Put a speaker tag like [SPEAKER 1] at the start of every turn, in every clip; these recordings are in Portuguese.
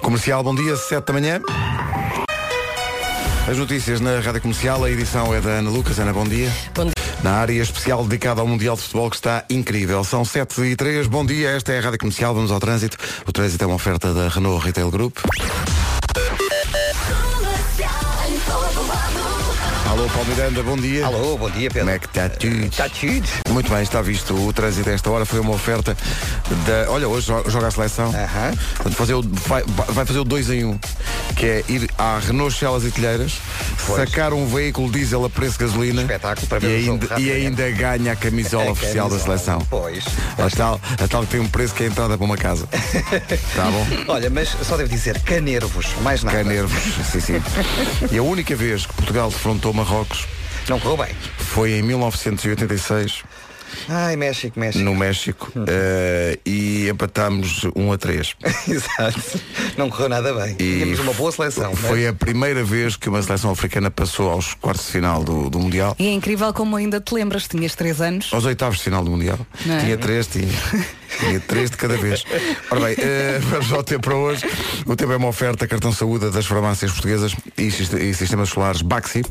[SPEAKER 1] Comercial, bom Um dia, 7 da manhã. As notícias na Rádio Comercial, a edição é da Ana Lucas. Ana, bom dia.
[SPEAKER 2] Bom dia.
[SPEAKER 1] Na área especial dedicada ao Mundial de Futebol, que está incrível. São 7 e 3 bom dia, esta é a Rádio Comercial, vamos ao trânsito. O trânsito é uma oferta da Renault Retail Group. Alô, Paulo Miranda, bom dia.
[SPEAKER 3] Alô, bom dia, Pedro.
[SPEAKER 1] Como é que está tudo?
[SPEAKER 3] Está tudo?
[SPEAKER 1] Muito bem, está visto o trânsito a esta hora, foi uma oferta da. Olha, hoje jo- joga a seleção.
[SPEAKER 3] Aham.
[SPEAKER 1] Portanto, fazer o- vai, vai fazer o 2 em 1, um, que é ir à Renault Celas e Telheiras,
[SPEAKER 3] Pois.
[SPEAKER 1] sacar um veículo diesel a preço de gasolina
[SPEAKER 3] Espetáculo para ver
[SPEAKER 1] e,
[SPEAKER 3] o jogo
[SPEAKER 1] ainda, e
[SPEAKER 3] rápido,
[SPEAKER 1] ainda ganha a camisola
[SPEAKER 3] É,
[SPEAKER 1] oficial da
[SPEAKER 3] camisola,
[SPEAKER 1] seleção.
[SPEAKER 3] Pois.
[SPEAKER 1] A tal, a tal que tem um preço que é a entrada para uma casa. Está Tá bom?
[SPEAKER 3] Olha, mas só devo dizer, canervos, mais nada.
[SPEAKER 1] Canervos, sim, sim. E a única vez que Portugal defrontou Marrocos
[SPEAKER 3] Não correu bem.
[SPEAKER 1] foi em 1986.
[SPEAKER 3] Ai, México, México. Hum.
[SPEAKER 1] no México eh, e empatámos 1 a 3.
[SPEAKER 3] Exato. Não correu nada bem.
[SPEAKER 1] E
[SPEAKER 3] Tínhamos um uma boa seleção. mas-
[SPEAKER 1] Foi a primeira vez que uma seleção africana passou aos quartos de final do, do Mundial.
[SPEAKER 2] E é incrível como ainda te lembras, tinhas 3 anos.
[SPEAKER 1] Aos oitavos de final do Mundial.
[SPEAKER 2] Não é?
[SPEAKER 1] Tinha três, tinha. tinha três de cada vez. Ora bem, eh, vamos ao tempo para hoje. O tempo é uma oferta, cartão saúde das farmácias portuguesas e, sist- e sistemas solares Baxi.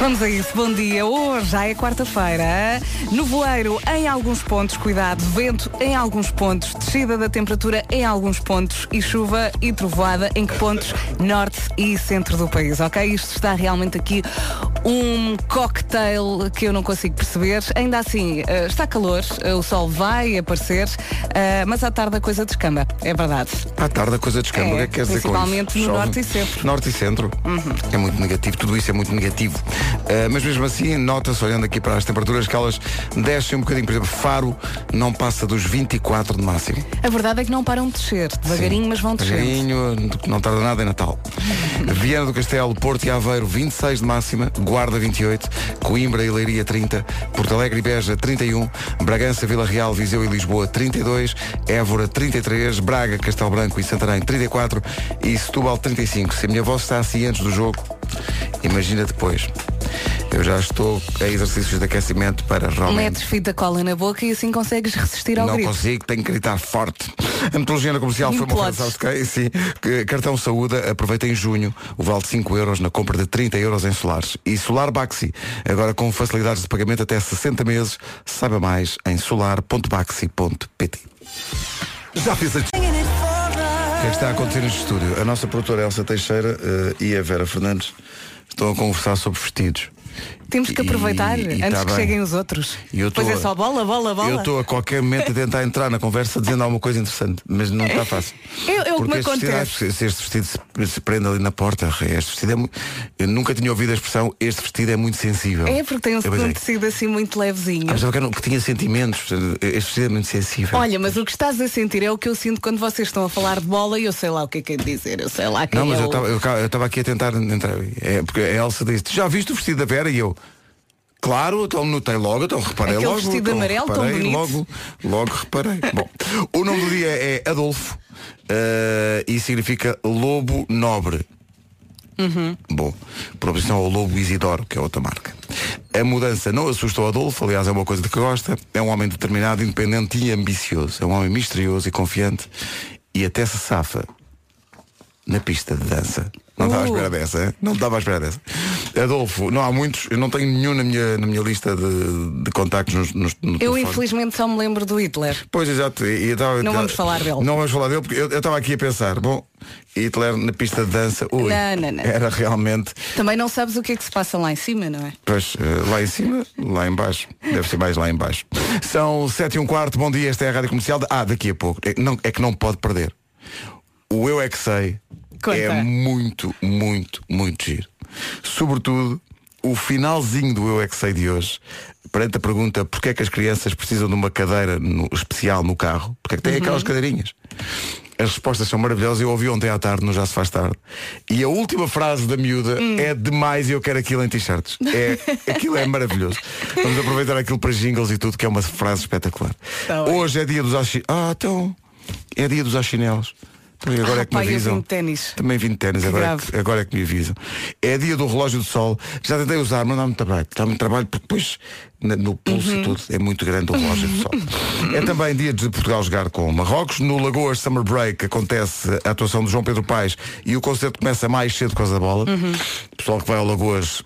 [SPEAKER 2] Vamos a isso, bom dia. Hoje já é quarta-feira. hã? Nevoeiro em alguns pontos, cuidado. Vento em alguns pontos, descida da temperatura em alguns pontos e chuva e trovoada em que pontos? Norte e centro do país, ok? Isto está realmente aqui um cocktail que eu não consigo perceber. Ainda assim, eh, está calor, eh, o sol vai aparecer, eh, mas à tarde a coisa descamba, é verdade.
[SPEAKER 1] À tarde a coisa descamba.
[SPEAKER 2] É,
[SPEAKER 1] o que é que quer dizer com isso?
[SPEAKER 2] principalmente no
[SPEAKER 1] Chove?
[SPEAKER 2] norte e centro. Uhum.
[SPEAKER 1] Norte e centro. É muito negativo. Tudo isso é muito negativo. Uh, mas mesmo assim, nota-se olhando aqui para as temperaturas que elas descem um bocadinho. Por exemplo, Faro não passa dos 24 de máximo.
[SPEAKER 2] A verdade é que não param de descer, devagarinho, mas vão descer.
[SPEAKER 1] Devagarinho, não tarda nada em Natal. Viana do Castelo, Porto e Aveiro, 26 de máxima, Guarda 28, Coimbra e Leiria 30, Porto Alegre e Beja 31, Bragança, Vila Real, Viseu e Lisboa 32, Évora 33, Braga, Castelo Branco e Santarém 34 e Setúbal 35. Se a minha voz está assim antes do jogo, imagina depois. Eu já estou a exercícios de aquecimento para realmente
[SPEAKER 2] Metes Um fita cola na boca e assim consegues resistir ao
[SPEAKER 1] não
[SPEAKER 2] grito.
[SPEAKER 1] consigo, tenho que gritar forte. A metodologia na comercial foi uma
[SPEAKER 2] Implodes.
[SPEAKER 1] coisa, sabes quem? Sim. Que- Cartão Saúde, aproveita em junho o vale de 5 euros na compra de 30 euros em solares. E Solar Baxi, agora com facilidades de pagamento até 60 meses, saiba mais em solar.baxi.pt. Já fiz a... O que é que está a acontecer neste estúdio? A nossa produtora Elsa Teixeira eh, e a Vera Fernandes estão a conversar sobre vestidos.
[SPEAKER 2] Temos que
[SPEAKER 1] E-
[SPEAKER 2] aproveitar
[SPEAKER 1] e
[SPEAKER 2] antes
[SPEAKER 1] tá
[SPEAKER 2] que
[SPEAKER 1] bem.
[SPEAKER 2] cheguem os outros.
[SPEAKER 1] E eu tô
[SPEAKER 2] pois é
[SPEAKER 1] a-
[SPEAKER 2] só bola, bola, bola.
[SPEAKER 1] Eu estou a qualquer momento a tentar entrar na conversa dizendo alguma coisa interessante, mas não está fácil.
[SPEAKER 2] É- é o que
[SPEAKER 1] Porque
[SPEAKER 2] me
[SPEAKER 1] este vestido,
[SPEAKER 2] acontece.
[SPEAKER 1] ah, se este vestido se, se prende ali na porta, este vestido é muito. Eu nunca tinha ouvido a expressão este vestido é muito sensível.
[SPEAKER 2] É porque tem um
[SPEAKER 1] Eu
[SPEAKER 2] segundo
[SPEAKER 1] pensei,
[SPEAKER 2] tecido assim muito
[SPEAKER 1] ah,
[SPEAKER 2] levezinho.
[SPEAKER 1] pensava que, era um- que tinha sentimentos, portanto, este vestido é muito sensível.
[SPEAKER 2] Olha, mas o que estás a sentir é o que eu sinto quando vocês estão a falar de bola e eu sei lá o que é que é de dizer, eu sei lá quem
[SPEAKER 1] não, mas
[SPEAKER 2] é
[SPEAKER 1] eu
[SPEAKER 2] o-
[SPEAKER 1] estava- eu ca- eu estava aqui a tentar entrar. É, porque a Elsa disse, já viste o vestido da Vera? E eu. Claro, então notei logo, então reparei
[SPEAKER 2] Aquele
[SPEAKER 1] logo.
[SPEAKER 2] vestido
[SPEAKER 1] então
[SPEAKER 2] amarelo tão
[SPEAKER 1] reparei,
[SPEAKER 2] bonito.
[SPEAKER 1] Logo, logo reparei. Bom, o nome do dia é Adolfo eh, e significa lobo nobre. Bom, por oposição ao Lobo Isidoro, que é outra marca. A mudança não assusta o Adolfo, aliás é uma coisa de que gosta. É um homem determinado, independente e ambicioso. É um homem misterioso e confiante e até se safa na pista de dança. Não estava à
[SPEAKER 2] Uh.
[SPEAKER 1] espera dessa, hein? não estava à espera dessa. Adolfo, não há muitos, eu não tenho nenhum na minha, na minha lista de, de contactos nos, nos, no
[SPEAKER 2] Eu
[SPEAKER 1] telefone.
[SPEAKER 2] infelizmente só me lembro do Hitler.
[SPEAKER 1] Pois, exato. E, e eu tava-
[SPEAKER 2] Não vamos falar dele.
[SPEAKER 1] Não vamos falar dele, porque eu eu estava aqui a pensar, bom, Hitler na pista de dança, ui,
[SPEAKER 2] Não, não, não.
[SPEAKER 1] era realmente
[SPEAKER 2] Também não sabes o que é que se passa lá em cima, não é?
[SPEAKER 1] Pois, eh, lá em cima, lá em baixo. Deve ser mais lá em baixo. São 7 e um quarto, bom dia, esta é a Rádio Comercial. de- Ah, daqui a pouco. É, não, é que não pode perder. O Eu É Que Sei
[SPEAKER 2] Conta.
[SPEAKER 1] é muito, muito, muito giro. Sobretudo, o finalzinho do Eu É Que Sei de hoje, perante a pergunta porquê é que as crianças precisam de uma cadeira no- especial no carro, porque é que têm aquelas cadeirinhas. As respostas são maravilhosas, eu ouvi ontem à tarde no Já Se Faz Tarde. E a última frase da miúda é demais e eu quero aquilo em t-shirts. É, aquilo é maravilhoso. Vamos aproveitar aquilo para jingles e tudo, que é uma frase espetacular.
[SPEAKER 2] Tá bem.
[SPEAKER 1] Hoje é dia dos achi... Ah, então. É dia dos achinelos. Porque agora
[SPEAKER 2] Ah,
[SPEAKER 1] é que me
[SPEAKER 2] pá, eu vim
[SPEAKER 1] avisam.
[SPEAKER 2] de ténis.
[SPEAKER 1] Também vim de ténis,
[SPEAKER 2] Que
[SPEAKER 1] agora, é
[SPEAKER 2] grave.
[SPEAKER 1] que- agora é que me avisam. É dia do relógio de sol. Já tentei usar, mas dá muito trabalho. Dá muito trabalho porque depois na- no pulso
[SPEAKER 2] Uhum.
[SPEAKER 1] e tudo é muito grande o relógio de sol. é também dia de Portugal jogar com Marrocos. No Lagoas Summer Break acontece a atuação de João Pedro Paes e o concerto começa mais cedo por causa da bola.
[SPEAKER 2] Uhum.
[SPEAKER 1] O pessoal que vai ao Lagoas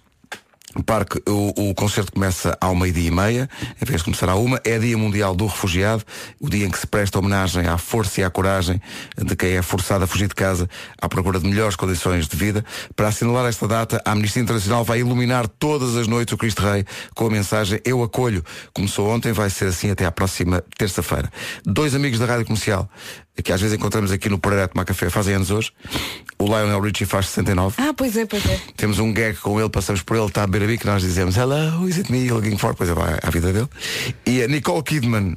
[SPEAKER 1] no Parque, o, o concerto começa ao meio-dia e meia, em vez de começar à uma, é Dia Mundial do Refugiado, o dia em que se presta homenagem à força e à coragem de quem é forçado a fugir de casa à procura de melhores condições de vida. Para assinalar esta data, a Amnistia Internacional vai iluminar todas as noites o Cristo Rei com a mensagem Eu Acolho. Começou ontem, vai ser assim até à próxima terça-feira. Dois amigos da Rádio Comercial, que às vezes encontramos aqui no Pereira a tomar café, fazem anos hoje. O Lionel Richie faz 69.
[SPEAKER 2] Ah, pois é, pois é.
[SPEAKER 1] Temos um gag com ele, passamos por ele, está a beber a bico, nós dizemos Hello, is it me, looking for, é, coisa vai à vida dele. E a Nicole Kidman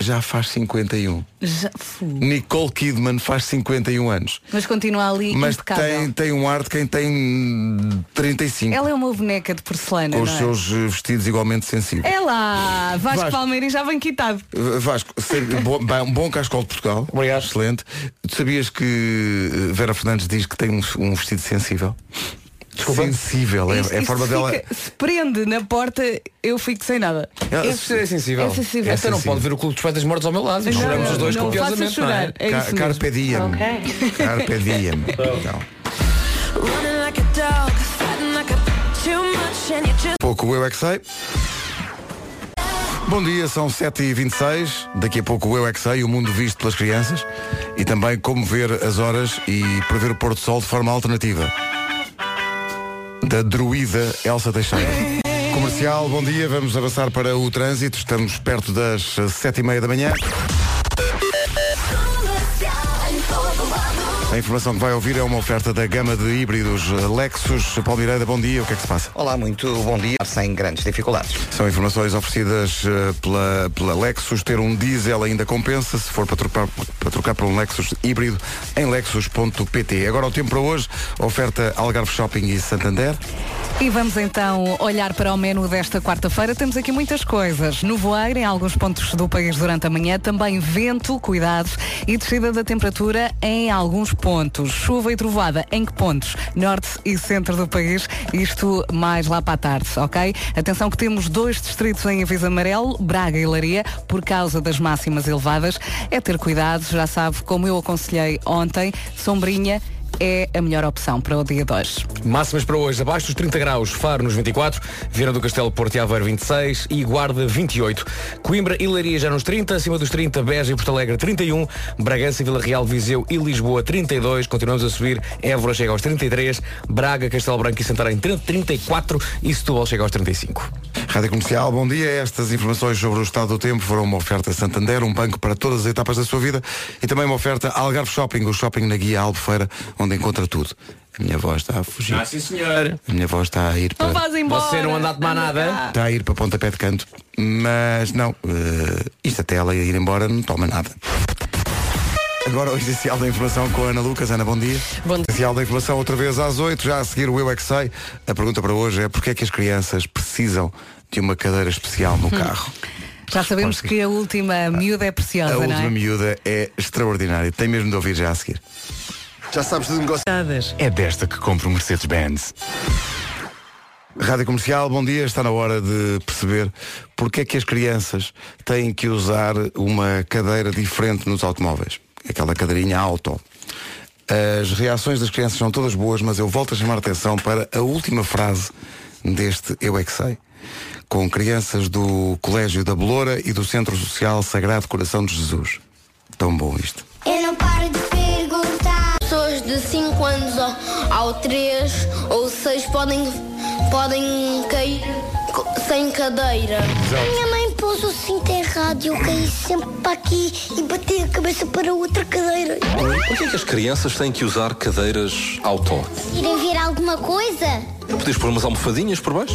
[SPEAKER 1] já faz 51.
[SPEAKER 2] Já, fu.
[SPEAKER 1] Nicole Kidman faz 51 anos.
[SPEAKER 2] Mas continua ali
[SPEAKER 1] Mas
[SPEAKER 2] impecável.
[SPEAKER 1] tem, tem um ar de quem tem hum, 35.
[SPEAKER 2] Ela é uma boneca de porcelana,
[SPEAKER 1] com
[SPEAKER 2] não
[SPEAKER 1] os
[SPEAKER 2] é?
[SPEAKER 1] seus eh, vestidos igualmente sensíveis.
[SPEAKER 2] É lá, Vasco,
[SPEAKER 1] Vasco.
[SPEAKER 2] Palmeiras já vem quitado.
[SPEAKER 1] Eh, Vasco, ser bom, bem, um bom cascol de Portugal.
[SPEAKER 3] Obrigado.
[SPEAKER 1] Excelente. Tu sabias que eh, Vera Fernandes diz que tem um, um vestido sensível?
[SPEAKER 3] Desculpa?
[SPEAKER 1] Sensível, é,
[SPEAKER 2] Isto-
[SPEAKER 1] é a
[SPEAKER 2] isto
[SPEAKER 1] forma dela.
[SPEAKER 2] fica- Se prende na porta, eu fico sem nada.
[SPEAKER 1] Ela-
[SPEAKER 3] Esse ser é sensível.
[SPEAKER 2] É sensível.
[SPEAKER 1] Essa
[SPEAKER 2] Essa
[SPEAKER 4] um
[SPEAKER 3] Então não pode ver o Clube dos Poetas Mortos ao meu lado.
[SPEAKER 2] Não,
[SPEAKER 3] Choramos
[SPEAKER 2] não,
[SPEAKER 3] os dois
[SPEAKER 2] não faça
[SPEAKER 3] copiosamente. não é?
[SPEAKER 2] chorar. É
[SPEAKER 1] Ca-
[SPEAKER 2] isso mesmo.
[SPEAKER 1] Carpe diem. Carpe diem. Então,
[SPEAKER 5] Running like a dog, fighting like a too much, and you just
[SPEAKER 1] pouco o Eu é que sei. Bom dia, são 7h26. Daqui a pouco o Eu é que sei, o mundo visto pelas crianças. E também como ver as horas e prever o pôr do sol de forma alternativa. Da druida Elsa Teixeira. Comercial, bom dia, vamos avançar para o trânsito. Estamos perto das eh, 7h30 da manhã. A informação que vai ouvir é uma oferta da gama de híbridos Lexus. Palmeireira, bom dia, o que é que se passa?
[SPEAKER 3] Olá, muito bom dia. Sem grandes dificuldades.
[SPEAKER 1] São informações oferecidas eh, pela, pela Lexus. Ter um diesel ainda compensa se for para trocar, para trocar por um Lexus híbrido em lexus.pt. Agora o tempo para hoje, oferta Algarve Shopping e Santander.
[SPEAKER 2] E vamos então olhar para o menu desta quarta-feira. Temos aqui muitas coisas. Nevoeiro em alguns pontos do país durante a manhã, também vento, cuidado, e descida da temperatura em alguns pontos. Chuva e trovada, em que pontos? Norte e centro do país, isto mais lá para a tarde, ok? Atenção que temos dois distritos em aviso amarelo, Braga e Laria, por causa das máximas elevadas. É ter cuidado, já sabe, como eu aconselhei ontem, sombrinha é a melhor opção para o dia de hoje.
[SPEAKER 4] Máximas para hoje, abaixo dos 30 graus, Faro nos 24, Viana do Castelo, Porto e Aveiro 26 e Guarda 28. Coimbra e Leiria já nos 30, acima dos 30, Beja e Porto Alegre 31, Bragança, Vila Real, Viseu e Lisboa 32, continuamos a subir, Évora chega aos 33, Braga, Castelo Branco e Santarém 30, 34 e Setúbal chega aos 35.
[SPEAKER 1] Rádio Comercial, bom dia. Estas informações sobre o estado do tempo foram uma oferta Santander, um banco para todas as etapas da sua vida e também uma oferta Algarve Shopping, o shopping na Guia Albufeira, onde encontra tudo. A minha voz está a fugir.
[SPEAKER 4] Ah, sim senhor.
[SPEAKER 1] A minha voz está a ir
[SPEAKER 2] Não
[SPEAKER 1] para,
[SPEAKER 2] vás embora.
[SPEAKER 4] Você não anda a tomar nada?
[SPEAKER 2] cá.
[SPEAKER 1] está a ir para pontapé de canto. Mas não, eh, isto até ela ir embora não toma nada. Agora o essencial da informação com a Ana Lucas. Ana, bom dia.
[SPEAKER 6] Bom dia.
[SPEAKER 1] Essencial da informação outra vez às 8, já a seguir o Eu é que sei. A pergunta para hoje é porquê é que as crianças precisam de uma cadeira especial no carro?
[SPEAKER 2] Já sabemos que a última miúda é preciosa,
[SPEAKER 1] Ah, A
[SPEAKER 2] não
[SPEAKER 1] última
[SPEAKER 2] é?
[SPEAKER 1] miúda é extraordinária. Tem mesmo de ouvir já a seguir. Já sabes do negócio.
[SPEAKER 7] É desta que compro Mercedes-Benz.
[SPEAKER 1] um Rádio Comercial, bom dia. Está na hora de perceber porque é que as crianças têm que usar uma cadeira diferente nos automóveis. Aquela cadeirinha auto. As reações das crianças são todas boas, mas eu volto a chamar a atenção para a última frase deste Eu É Que Sei. Com crianças do Colégio da Beloura e do Centro Social Sagrado Coração de Jesus. Tão bom isto.
[SPEAKER 8] Eu não paro de perguntar. Pessoas de 5 anos ao- ao 3 ou 6 podem, podem cair co- sem cadeira.
[SPEAKER 1] Minha
[SPEAKER 8] mãe pôs o cinto errado e eu caí sempre para aqui e bati a cabeça para outra cadeira.
[SPEAKER 9] Porquê é que as crianças têm que usar cadeiras auto?
[SPEAKER 8] Irem ver alguma coisa?
[SPEAKER 9] Não podias pôr umas almofadinhas por baixo?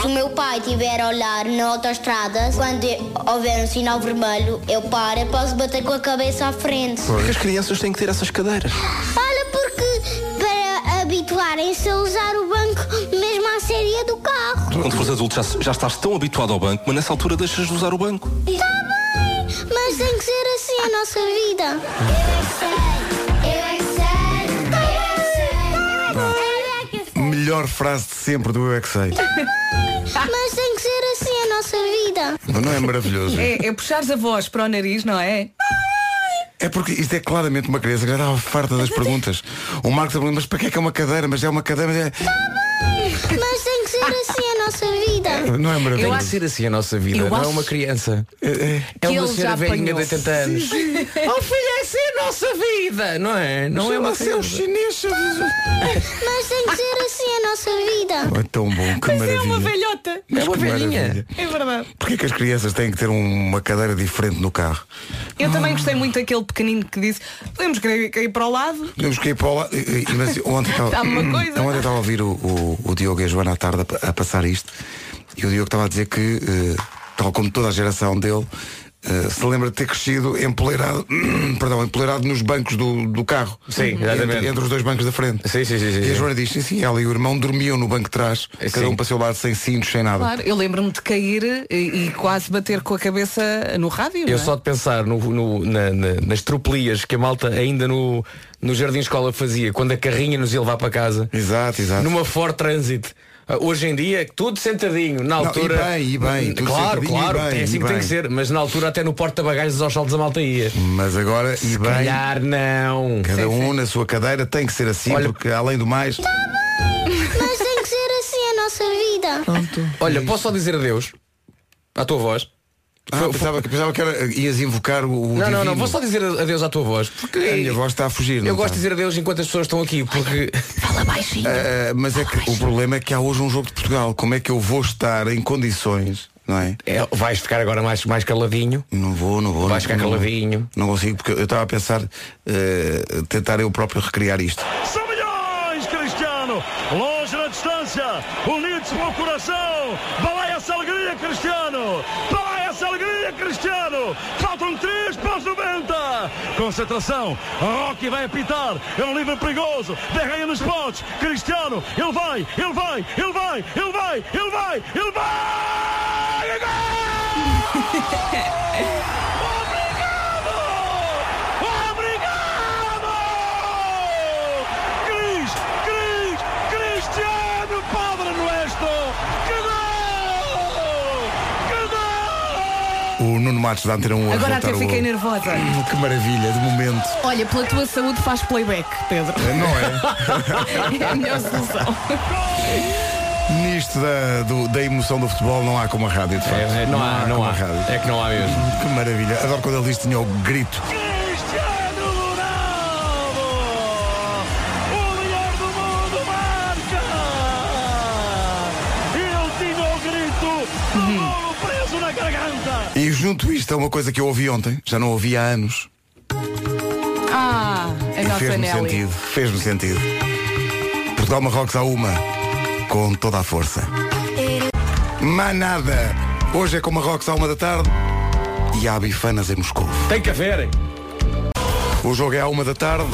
[SPEAKER 8] Se o meu pai tiver a olhar na autoestrada, quando houver um sinal vermelho, eu paro e posso bater com a cabeça à frente.
[SPEAKER 9] Porquê as crianças têm que ter essas cadeiras?
[SPEAKER 8] Olha, porque para habituarem-se a usar o banco mesmo à série do carro.
[SPEAKER 9] Tu, quando fores adulto, já, já estás tão habituado ao banco, mas nessa altura deixas de usar o banco.
[SPEAKER 8] Tá Está bem, mas tem que ser assim a nossa vida. Eu sei. é
[SPEAKER 1] melhor frase de sempre do Eu É Que Sei.
[SPEAKER 8] Tá Mas tem que ser assim a nossa vida.
[SPEAKER 1] Não é maravilhoso?
[SPEAKER 2] É, é puxares a voz para o nariz, não é?
[SPEAKER 1] É porque isto é claramente uma criança que já estava farta das perguntas. O Marcos a perguntar, mas para que é que é uma cadeira? Mas é uma cadeira, mas é...
[SPEAKER 8] Tá Mas tem que ser assim a nossa vida.
[SPEAKER 1] Não é
[SPEAKER 4] Tem
[SPEAKER 1] maravilhoso?
[SPEAKER 4] que ser assim a nossa vida,
[SPEAKER 2] Eu
[SPEAKER 4] não é
[SPEAKER 2] acho-
[SPEAKER 4] uma criança. É
[SPEAKER 2] ele
[SPEAKER 4] uma
[SPEAKER 2] já
[SPEAKER 4] senhora velhinha de
[SPEAKER 2] apanhou.
[SPEAKER 4] 80 anos. Oh filho,
[SPEAKER 2] assim
[SPEAKER 4] essa é a nossa vida, não é? Não é uma criança.
[SPEAKER 1] chinês.
[SPEAKER 8] Tá Mas tem que ser assim a nossa vida.
[SPEAKER 1] É tão bom, que
[SPEAKER 2] Mas é uma
[SPEAKER 1] maravilha.
[SPEAKER 2] velhota.
[SPEAKER 4] É uma
[SPEAKER 1] que
[SPEAKER 4] velhinha.
[SPEAKER 1] maravilha.
[SPEAKER 2] É verdade.
[SPEAKER 1] Porquê que as crianças têm que ter uma cadeira diferente no carro?
[SPEAKER 2] Eu também gostei muito daquele pequenino que disse podemos querer cair para o lado.
[SPEAKER 1] Podemos cair para o lado. e- e- Mas ontem estava,
[SPEAKER 2] Dá-me uma coisa.
[SPEAKER 1] ontem estava a ouvir o, o- o Diogo e a Joana à tarde a, a passar isto e o Diogo estava a dizer que, eh, tal como toda a geração dele, eh, se lembra de ter crescido empoleirado, perdão, empoleirado nos bancos do, do carro.
[SPEAKER 4] Sim, exatamente.
[SPEAKER 1] entre, entre os dois bancos da frente.
[SPEAKER 4] Sim, sim, sim, sim,
[SPEAKER 1] E a
[SPEAKER 4] sim.
[SPEAKER 1] Joana diz, sim, sim, ela e o irmão dormiam no banco de trás, cada
[SPEAKER 4] Sim.
[SPEAKER 1] um para o seu lado sem cintos, sem nada.
[SPEAKER 2] Claro, eu lembro-me de cair e, e quase bater com a cabeça no rádio.
[SPEAKER 4] Eu
[SPEAKER 2] não é?
[SPEAKER 4] só de pensar no- no- na- na- nas tropelias que a malta ainda no, no Jardim Escola fazia, quando a carrinha nos ia levar para casa,
[SPEAKER 1] Exato, exato.
[SPEAKER 4] numa Ford Transit. Ah, Hoje em dia, tudo sentadinho, na
[SPEAKER 1] Não,
[SPEAKER 4] altura.
[SPEAKER 1] e bem, e bem, tudo
[SPEAKER 4] claro,
[SPEAKER 1] sentadinho,
[SPEAKER 4] claro,
[SPEAKER 1] e bem,
[SPEAKER 4] é assim
[SPEAKER 1] e
[SPEAKER 4] que tem
[SPEAKER 1] bem.
[SPEAKER 4] que ser. Mas na altura até no porta-bagagens aos saltos a malta ia.
[SPEAKER 1] Mas agora, e
[SPEAKER 4] Se
[SPEAKER 1] bem,
[SPEAKER 4] calhar não.
[SPEAKER 1] cada um na sua cadeira tem que ser assim,
[SPEAKER 4] Olha-
[SPEAKER 1] porque além do mais.
[SPEAKER 8] Mas tem que ser assim a nossa vida.
[SPEAKER 4] Olha, posso só dizer adeus à tua voz?
[SPEAKER 1] É Ah, pensava, que- pensava que era, ias invocar o, o
[SPEAKER 4] Não, não, não,
[SPEAKER 1] divino.
[SPEAKER 4] vou só dizer adeus à tua voz. Porque
[SPEAKER 1] A minha voz está a fugir, não tá.
[SPEAKER 4] eu gosto
[SPEAKER 1] está?
[SPEAKER 4] de dizer adeus enquanto as pessoas estão aqui, porque
[SPEAKER 1] Ah, mas é que o problema é que há hoje um jogo de Portugal. Como é que eu vou estar em condições, não é?
[SPEAKER 4] é, vais ficar agora mais, mais caladinho.
[SPEAKER 1] Não vou, não vou.
[SPEAKER 4] Vais
[SPEAKER 1] não-
[SPEAKER 4] ficar
[SPEAKER 1] não-
[SPEAKER 4] É caladinho.
[SPEAKER 1] Não consigo, porque eu estava a pensar eh, tentar eu próprio recriar isto.
[SPEAKER 6] São milhões, Cristiano! Longe na distância, unidos pelo coração! Balaia essa alegria, Cristiano! Balaia essa alegria, Cristiano! Faltam três para os 90! Concentração, Rocky vai apitar, é um livre perigoso, derreia nos pontos, Cristiano, ele vai, ele vai, ele vai, ele vai, ele vai, ele vai! E gol! Obrigado! Cris, Cris, Cristiano Padre Nuestro! Que gol! Que gol!
[SPEAKER 1] O Nuno Matos da Antena 1 a
[SPEAKER 2] Agora até
[SPEAKER 1] voltar o
[SPEAKER 2] fiquei
[SPEAKER 1] gol.
[SPEAKER 2] nervosa.
[SPEAKER 1] Que maravilha, de momento.
[SPEAKER 2] Olha, pela tua saúde faz playback, Pedro.
[SPEAKER 1] Não é?
[SPEAKER 2] É a melhor solução.
[SPEAKER 1] Nisto da, do- da emoção do futebol não há como a rádio, de facto.
[SPEAKER 4] É, é, não, há, não
[SPEAKER 1] como a
[SPEAKER 4] há.
[SPEAKER 1] rádio.
[SPEAKER 4] É que não há mesmo.
[SPEAKER 1] Que maravilha. Adoro quando ele diz que tinha o grito.
[SPEAKER 6] Cristiano Ronaldo! O melhor do mundo marca! Ele tinha o grito do golo preso na garganta!
[SPEAKER 1] E junto isto é uma coisa que eu ouvi ontem, já não ouvi há anos.
[SPEAKER 2] Ah, a
[SPEAKER 1] E
[SPEAKER 2] nossa
[SPEAKER 1] fez-me
[SPEAKER 2] Nelly.
[SPEAKER 1] sentido, fez-me sentido. Portugal Marrocos há uma, com toda a força. Manada! Hoje é com Marrocos à uma da tarde e há bifanas em Moscou.
[SPEAKER 4] Tem que haver.
[SPEAKER 1] O jogo é à uma da tarde,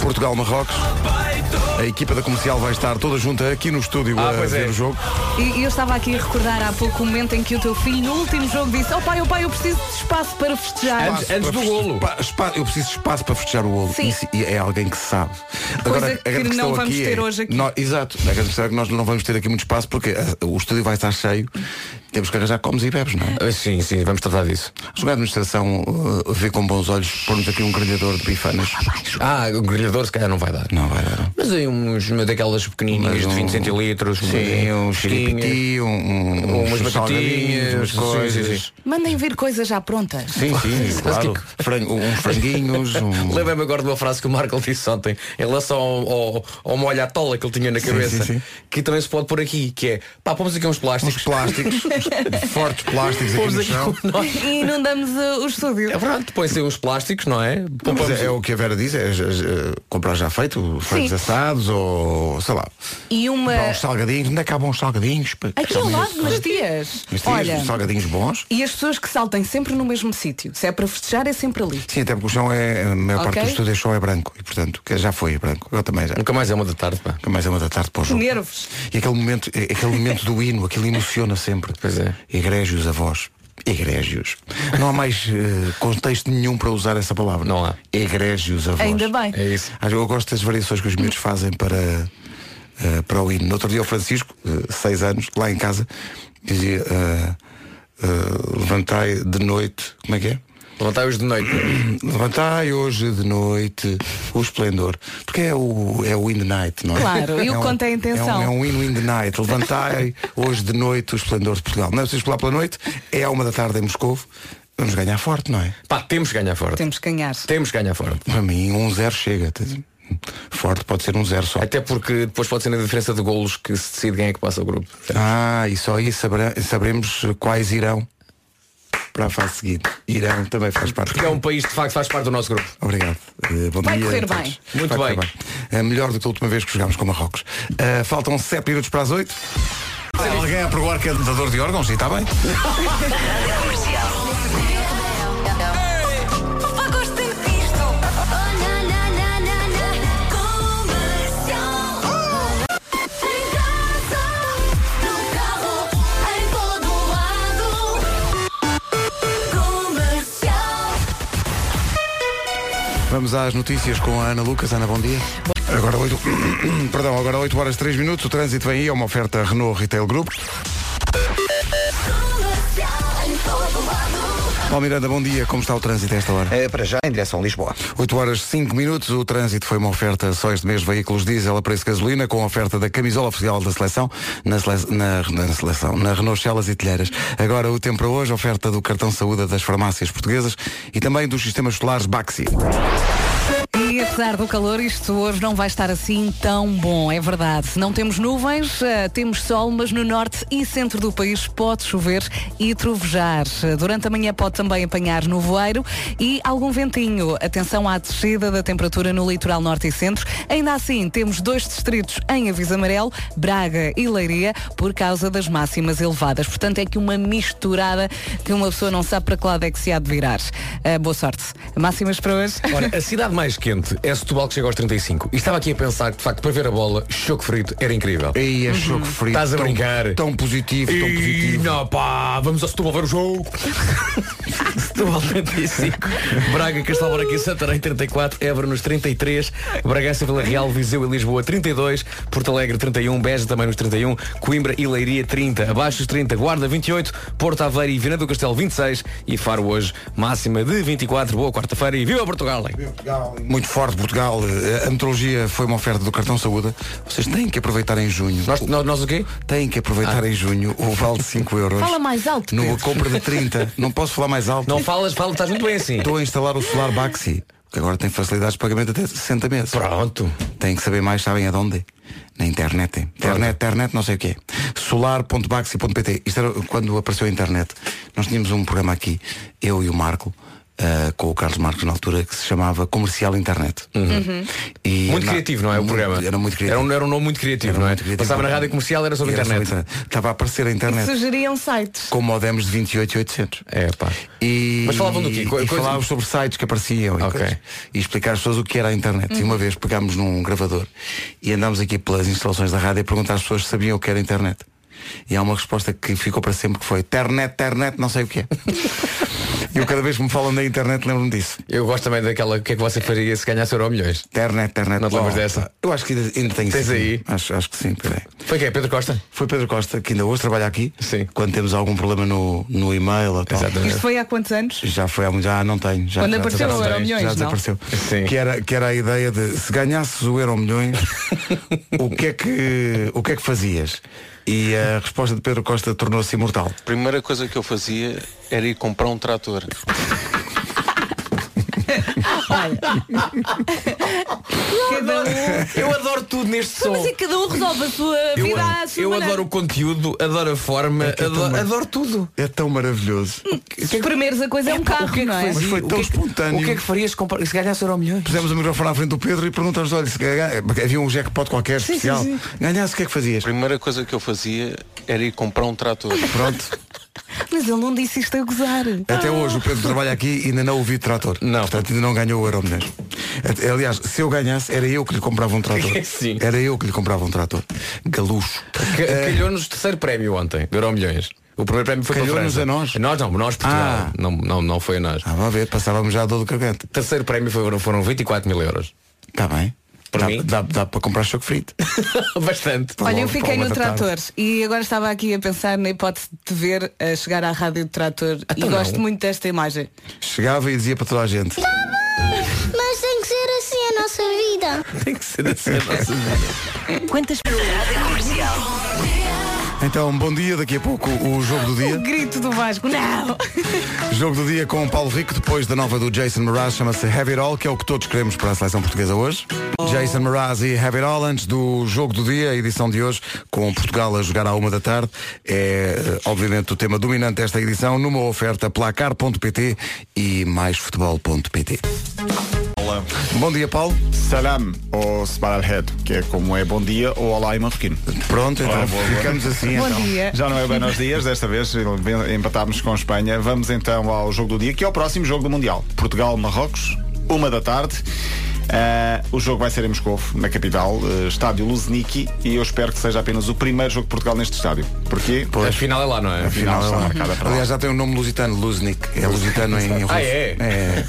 [SPEAKER 1] Portugal-Marrocos. A equipa da comercial vai estar toda junta aqui no estúdio
[SPEAKER 4] Ah,
[SPEAKER 1] a
[SPEAKER 4] pois
[SPEAKER 1] ver
[SPEAKER 4] é.
[SPEAKER 1] o jogo.
[SPEAKER 2] E e eu estava aqui a recordar há pouco o momento em que o teu filho, no último jogo, disse: Oh pai, oh pai, eu preciso de espaço para festejar.
[SPEAKER 4] Antes- antes
[SPEAKER 1] para
[SPEAKER 4] do
[SPEAKER 1] feste-
[SPEAKER 4] golo.
[SPEAKER 1] pa- espa- eu preciso de espaço para festejar o golo.
[SPEAKER 2] Sim.
[SPEAKER 1] Isso- e é alguém que sabe.
[SPEAKER 2] que não vamos ter hoje aqui.
[SPEAKER 1] é nó- exato. A grande questão é que nós não vamos ter aqui muito espaço porque ah, o estúdio vai estar cheio. Temos que arranjar comes e bebes, não é?
[SPEAKER 4] Ah, Sim, sim, vamos tratar disso.
[SPEAKER 1] Acho que a administração ah, vê com bons olhos pôr-nos aqui um grelhador de bifanas.
[SPEAKER 4] Ah, o grelhador se calhar não vai dar.
[SPEAKER 1] Não vai dar.
[SPEAKER 4] Mas aí uns uma daquelas pequenininhas
[SPEAKER 1] Mas
[SPEAKER 4] de 20
[SPEAKER 1] um-
[SPEAKER 4] centilitros.
[SPEAKER 1] Sim, um
[SPEAKER 4] fresquinhas,
[SPEAKER 1] xiripiti, um, um,
[SPEAKER 4] Umas
[SPEAKER 1] uns salgadinhos,
[SPEAKER 4] batatinhas,
[SPEAKER 1] umas
[SPEAKER 4] sim, sim,
[SPEAKER 1] coisas.
[SPEAKER 4] sim.
[SPEAKER 2] Mandem vir coisas já prontas.
[SPEAKER 1] Sim, sim, claro.
[SPEAKER 4] que-
[SPEAKER 1] Frango, uns franguinhos, um...
[SPEAKER 4] Lembra-me agora de uma frase que o Marco disse ontem em relação ao, ao, ao molho à tola que ele tinha na cabeça,
[SPEAKER 1] sim, sim.
[SPEAKER 4] que também se pode pôr aqui, que é pá, pomos aqui uns
[SPEAKER 1] uns
[SPEAKER 4] plásticos,
[SPEAKER 1] plásticos, uns fortes plásticos aqui
[SPEAKER 4] pomos
[SPEAKER 1] no
[SPEAKER 4] aqui
[SPEAKER 1] chão.
[SPEAKER 4] um nó.
[SPEAKER 2] E inundamos uh, o estúdio.
[SPEAKER 4] É verdade, põe-se aí uns plásticos, não é?
[SPEAKER 1] Não,
[SPEAKER 4] Poupamos-
[SPEAKER 1] mas é, é o que a Vera diz, é, é, é, comprar já feito, frangos
[SPEAKER 2] Sim. Eh,
[SPEAKER 1] assados ou sei lá.
[SPEAKER 2] E uma.
[SPEAKER 1] Comprar uns salgadinhos, onde é que há bons salgadinhos? pá?
[SPEAKER 2] Aqui ao
[SPEAKER 1] Salgadinhos-
[SPEAKER 2] lado, nas tias.
[SPEAKER 1] Mas tinhas
[SPEAKER 2] Olha.
[SPEAKER 1] uns salgadinhos bons.
[SPEAKER 2] E as pessoas que saltem sempre no mesmo sítio. Se é para festejar, é sempre ali.
[SPEAKER 1] Sim, até porque o chão é, a maior parte
[SPEAKER 2] Ok.
[SPEAKER 1] do estúdio o chão é branco e portanto que já foi branco. Agora também já.
[SPEAKER 4] Nunca mais é uma da tarde, pá.
[SPEAKER 1] Nunca mais é uma da tarde para o jogo.
[SPEAKER 2] Nervos.
[SPEAKER 1] E aquele momento, é, aquele momento do hino, aquilo emociona sempre.
[SPEAKER 4] Pois é.
[SPEAKER 1] Egrégios avós. Egrégios. Não há mais eh, contexto nenhum para usar essa palavra.
[SPEAKER 4] Não há.
[SPEAKER 1] Egrégios avós.
[SPEAKER 2] Ainda bem.
[SPEAKER 4] É isso.
[SPEAKER 1] Ah, Eu gosto das variações que os miúdos fazem para eh, para o hino. No outro dia o Francisco, 6 anos, lá em casa, dizia eh, eh, levantai de noite, como é que é?
[SPEAKER 4] Levantai hoje de noite.
[SPEAKER 1] Levantai hoje de noite o esplendor. Porque é o, é o in the night, não é?
[SPEAKER 2] Claro, e o
[SPEAKER 1] É um-
[SPEAKER 2] conto é a
[SPEAKER 1] É
[SPEAKER 2] intenção.
[SPEAKER 1] um, é um in in the night. Levantai hoje de noite o esplendor de Portugal. Não é preciso pular pela noite, é à uma da tarde em Moscou. Vamos ganhar forte, não é?
[SPEAKER 4] Pá, temos que ganhar forte.
[SPEAKER 2] Temos que ganhar.
[SPEAKER 4] Temos que ganhar É forte.
[SPEAKER 1] Para mim, um zero chega. Forte pode ser um zero só.
[SPEAKER 4] Até porque depois pode ser na diferença de golos que se decide quem é que passa o grupo.
[SPEAKER 1] Ah, e só aí sabra- saberemos quais irão para a fase seguinte. Irão também faz parte.
[SPEAKER 4] Porque é um país que de facto faz parte do nosso grupo.
[SPEAKER 1] Obrigado. Eh, bom
[SPEAKER 2] Vai
[SPEAKER 1] dia
[SPEAKER 2] correr
[SPEAKER 1] a todos.
[SPEAKER 2] bem.
[SPEAKER 4] Muito
[SPEAKER 1] Vai
[SPEAKER 4] bem.
[SPEAKER 1] correr Eh, melhor do que a última vez que jogámos com Marrocos. Eh, faltam 7 minutos para as 8. Alguém a provar que é dador de órgãos? E está bem?
[SPEAKER 2] Uhum.
[SPEAKER 1] Vamos às notícias com a Ana Lucas. Ana, bom dia. Agora 8, perdão, agora 8 horas 3 minutos. O trânsito vem aí, é uma oferta Renault Retail Group. Paulo Miranda, bom dia. Como está o trânsito a esta hora?
[SPEAKER 3] Eh, para já, em direção a Lisboa.
[SPEAKER 1] 8 horas 5 minutos, o trânsito foi uma oferta só este mês, veículos diesel a preço de gasolina, com a oferta da camisola oficial da seleção, na, sele- na, na seleção, na Renault Celas e Telheiras. Agora o tempo para hoje, oferta do cartão saúde das farmácias portuguesas e também dos sistemas solares Baxi.
[SPEAKER 2] E apesar do calor, isto hoje não vai estar assim tão bom, é verdade. Não temos nuvens, eh, temos sol, mas no norte e centro do país pode chover e trovejar. Durante a manhã pode também apanhar nevoeiro e algum ventinho. Atenção à descida da temperatura no litoral norte e centro. Ainda assim, temos dois distritos em aviso amarelo, Braga e Leiria, por causa das máximas elevadas. Portanto, é que uma misturada que uma pessoa não sabe para que lado é que se há de virar. Eh, boa sorte. Máximas para hoje.
[SPEAKER 4] Ora, a cidade mais quente é Setúbal, que chega aos 35. E estava aqui a pensar que, de facto, para ver a bola, choco frito era incrível.
[SPEAKER 1] Ei, é choco frio.
[SPEAKER 4] Estás a
[SPEAKER 1] tão,
[SPEAKER 4] brincar.
[SPEAKER 1] Tão positivo, tão
[SPEAKER 4] E
[SPEAKER 1] positivo.
[SPEAKER 4] não, pá, vamos a Setúbal ver o jogo. Setúbal 35, Braga, Castelo Branco e Santarém 34, Évora nos 33, Bragança, Vila Real, Viseu e Lisboa 32, Porto Alegre 31, Beja também nos 31, Coimbra e Leiria 30, abaixo dos 30, Guarda 28, Porto Aveiro e Viana do Castelo 26 e Faro hoje máxima de 24. Boa quarta-feira e viva Portugal!
[SPEAKER 1] Muito forte Portugal. A metrologia foi uma oferta do cartão saúde. Vocês têm que aproveitar em junho.
[SPEAKER 4] Nós, nós, nós o quê? Ah.
[SPEAKER 1] Têm que aproveitar em junho o vale de 5 euros.
[SPEAKER 2] Fala mais alto,
[SPEAKER 1] Numa
[SPEAKER 2] Pedro.
[SPEAKER 1] compra de 30. Não posso falar mais alto.
[SPEAKER 4] Não falas, falas, estás muito bem assim.
[SPEAKER 1] Estou a instalar o solar Baxi, que agora tem facilidades de pagamento até 60 meses.
[SPEAKER 4] Pronto.
[SPEAKER 1] Tem que saber mais, sabem aonde? Na internet. Internet, internet, não sei o quê. Solar.baxi.pt. Isto era quando apareceu a internet. Nós tínhamos um programa aqui, eu e o Marco. ah, com o Carlos Marcos na altura que se chamava Comercial Internet E
[SPEAKER 4] Uhum. Muito
[SPEAKER 1] na-
[SPEAKER 4] criativo, não é? O
[SPEAKER 1] muito-
[SPEAKER 4] programa.
[SPEAKER 1] Era muito criativo
[SPEAKER 4] Era um, era um nome muito criativo,
[SPEAKER 1] Era
[SPEAKER 4] não é?
[SPEAKER 1] muito criativo.
[SPEAKER 4] Passava na rádio comercial, era sobre
[SPEAKER 1] Era só
[SPEAKER 4] internet.
[SPEAKER 1] internet. Estava a aparecer a internet
[SPEAKER 2] Sugeriam sites.
[SPEAKER 1] com modems de 28800
[SPEAKER 4] É, pá.
[SPEAKER 1] e,
[SPEAKER 4] Mas falavam do quê?
[SPEAKER 1] E
[SPEAKER 4] Co- coisa-
[SPEAKER 1] falavam sobre sites que apareciam e,
[SPEAKER 4] Ok. Uhum.
[SPEAKER 1] coisas. e explicar às pessoas o que era a internet. E uma vez pegámos num gravador e andámos aqui pelas instalações da rádio a perguntar às pessoas se sabiam o que era a internet. E há uma resposta que ficou para sempre que foi internet, internet, não sei o que é. E eu cada vez que me falam da internet lembro-me disso.
[SPEAKER 4] Eu gosto também daquela, o que é que você faria se ganhasse euro milhões?
[SPEAKER 1] Internet, internet.
[SPEAKER 4] Não te lembras
[SPEAKER 1] Oh,
[SPEAKER 4] dessa?
[SPEAKER 1] Eu acho que ainda, ainda tenho
[SPEAKER 4] Tens
[SPEAKER 1] sim.
[SPEAKER 4] aí?
[SPEAKER 1] Acho, acho que sim, peraí.
[SPEAKER 4] Foi quem? Pedro Costa?
[SPEAKER 1] Foi Pedro Costa, que ainda hoje trabalha aqui,
[SPEAKER 4] Sim.
[SPEAKER 1] quando temos algum problema no, no e-mail ou tal.
[SPEAKER 4] Exatamente.
[SPEAKER 2] Isto foi há quantos anos?
[SPEAKER 1] Já foi há muito, já não tenho. Já,
[SPEAKER 2] Quando
[SPEAKER 1] já
[SPEAKER 2] apareceu
[SPEAKER 1] desapareceu.
[SPEAKER 2] o Euromilhões,
[SPEAKER 1] Já
[SPEAKER 2] não?
[SPEAKER 1] desapareceu.
[SPEAKER 4] Sim.
[SPEAKER 1] Que era, que era a ideia de se ganhasses o Euro Milhões, o, que é que, o que é que fazias? E a resposta de Pedro Costa tornou-se imortal.
[SPEAKER 9] A primeira coisa que eu fazia era ir comprar um trator.
[SPEAKER 2] Ah, Cada um.
[SPEAKER 4] Eu adoro tudo neste som.
[SPEAKER 2] Mas é que cada um resolve a sua
[SPEAKER 4] Eu,
[SPEAKER 2] vida à sua
[SPEAKER 4] eu
[SPEAKER 2] maneira.
[SPEAKER 4] adoro o conteúdo, adoro a forma,
[SPEAKER 1] que é tão
[SPEAKER 4] adoro,
[SPEAKER 1] mar-
[SPEAKER 4] adoro tudo.
[SPEAKER 1] É tão maravilhoso.
[SPEAKER 2] Os primeiros Hum, a coisa é um carro, não é?
[SPEAKER 1] Mas foi
[SPEAKER 4] O
[SPEAKER 1] tão
[SPEAKER 4] que é que-
[SPEAKER 1] espontâneo.
[SPEAKER 4] O que é que farias se compar- se ganhasse euro milhões?
[SPEAKER 1] Pusemos o microfone à frente do Pedro e perguntamos olha, se ganha- havia um jackpot qualquer especial. Ganhasse, o que é que fazias?
[SPEAKER 9] A primeira coisa que eu fazia era ir comprar um trator.
[SPEAKER 1] Pronto.
[SPEAKER 2] Mas ele não disse isto a gozar.
[SPEAKER 1] Até hoje o Pedro trabalha aqui e ainda não ouvi trator.
[SPEAKER 4] Não.
[SPEAKER 1] Portanto, ainda não ganhou o Euro Milhões. Até- Aliás, se eu ganhasse, era eu que lhe comprava um trator.
[SPEAKER 4] Sim.
[SPEAKER 1] Era eu que lhe comprava um trator. Galucho.
[SPEAKER 4] Ca-
[SPEAKER 1] É.
[SPEAKER 4] Calhou-nos o terceiro prémio ontem, de euro milhões. O primeiro prémio foi para a
[SPEAKER 1] Calhou-nos
[SPEAKER 4] França.
[SPEAKER 1] a nós?
[SPEAKER 4] A nós não, nós Portugal.
[SPEAKER 1] Ah.
[SPEAKER 4] Não, não, não foi a nós.
[SPEAKER 1] Ah, vá ver, passávamos já a dor do garganta.
[SPEAKER 4] O terceiro prémio foi- foram 24 mil euros.
[SPEAKER 1] Está Tá bem.
[SPEAKER 4] por
[SPEAKER 1] dá,
[SPEAKER 4] mim.
[SPEAKER 1] dá- dá para comprar choco frito.
[SPEAKER 4] Bastante.
[SPEAKER 2] Olha, eu
[SPEAKER 1] logo, para
[SPEAKER 2] fiquei no
[SPEAKER 1] logo da
[SPEAKER 2] trator e agora estava aqui a pensar na hipótese de te ver a chegar à rádio do trator e
[SPEAKER 4] não.
[SPEAKER 2] gosto muito desta imagem.
[SPEAKER 1] Chegava e dizia para toda a gente.
[SPEAKER 8] Mas tem que ser assim a nossa vida.
[SPEAKER 4] Tem que ser assim a nossa
[SPEAKER 10] Quantas
[SPEAKER 1] Então, bom dia, daqui a pouco o jogo do dia.
[SPEAKER 2] O grito do Vasco, não!
[SPEAKER 1] Jogo do dia com o Paulo Rico, depois da nova do Jason Mraz, chama-se Have It All, que é o que todos queremos para a seleção portuguesa hoje. Jason Mraz e Have It All, antes do jogo do dia, a edição de hoje, com Portugal a jogar à uma da tarde, é eh, obviamente o tema dominante desta edição, numa oferta placar.pt e maisfutebol.pt.
[SPEAKER 11] Olá.
[SPEAKER 1] Bom dia, Paulo.
[SPEAKER 11] Salam ou Sbaralhead, que é como é bom dia ou olá em marroquino.
[SPEAKER 1] Pronto, então
[SPEAKER 11] Ora, boa, boa.
[SPEAKER 1] ficamos assim.
[SPEAKER 2] Bom
[SPEAKER 1] então.
[SPEAKER 2] dia.
[SPEAKER 11] Já não é bem aos dias, desta vez empatámos com a Espanha. Vamos então ao jogo do dia, que é o próximo jogo do Mundial. Portugal-Marrocos, uma da tarde. Ah, o jogo vai ser em Moscou, na capital, eh, estádio Luzniki, e eu espero que seja apenas o primeiro jogo de Portugal neste estádio. Porquê?
[SPEAKER 4] Pois. Afinal é lá, não é?
[SPEAKER 11] Afinal, está marcada para lá.
[SPEAKER 1] Aliás, já tem o nome lusitano, Luznik. É lusitano em russo.
[SPEAKER 4] Ah, é?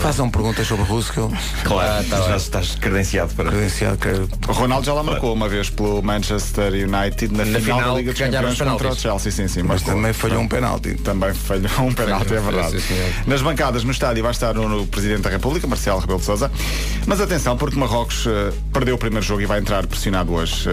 [SPEAKER 1] Façam perguntas sobre russo que eu
[SPEAKER 4] Claro, tá bem.
[SPEAKER 7] estás credenciado para.
[SPEAKER 1] Ah, credenciado que
[SPEAKER 11] O Ronaldo já lá marcou uma vez pelo Manchester United na, final,
[SPEAKER 4] final
[SPEAKER 11] da Liga dos
[SPEAKER 4] que ganharam
[SPEAKER 11] Campeões
[SPEAKER 4] os
[SPEAKER 11] contra o
[SPEAKER 4] penaltis.
[SPEAKER 11] Chelsea. Sim, sim,
[SPEAKER 1] Mas
[SPEAKER 11] marcou.
[SPEAKER 1] também falhou um penalti.
[SPEAKER 11] Também falhou um penalti, é
[SPEAKER 4] Falhou,
[SPEAKER 11] verdade.
[SPEAKER 4] sim, senhor.
[SPEAKER 11] Nas bancadas, no estádio, vai estar o Presidente da República, Marcelo Rebelo de Sousa. Mas atenção, porque Marrocos eh, perdeu o primeiro jogo e vai entrar pressionado hoje. Eh,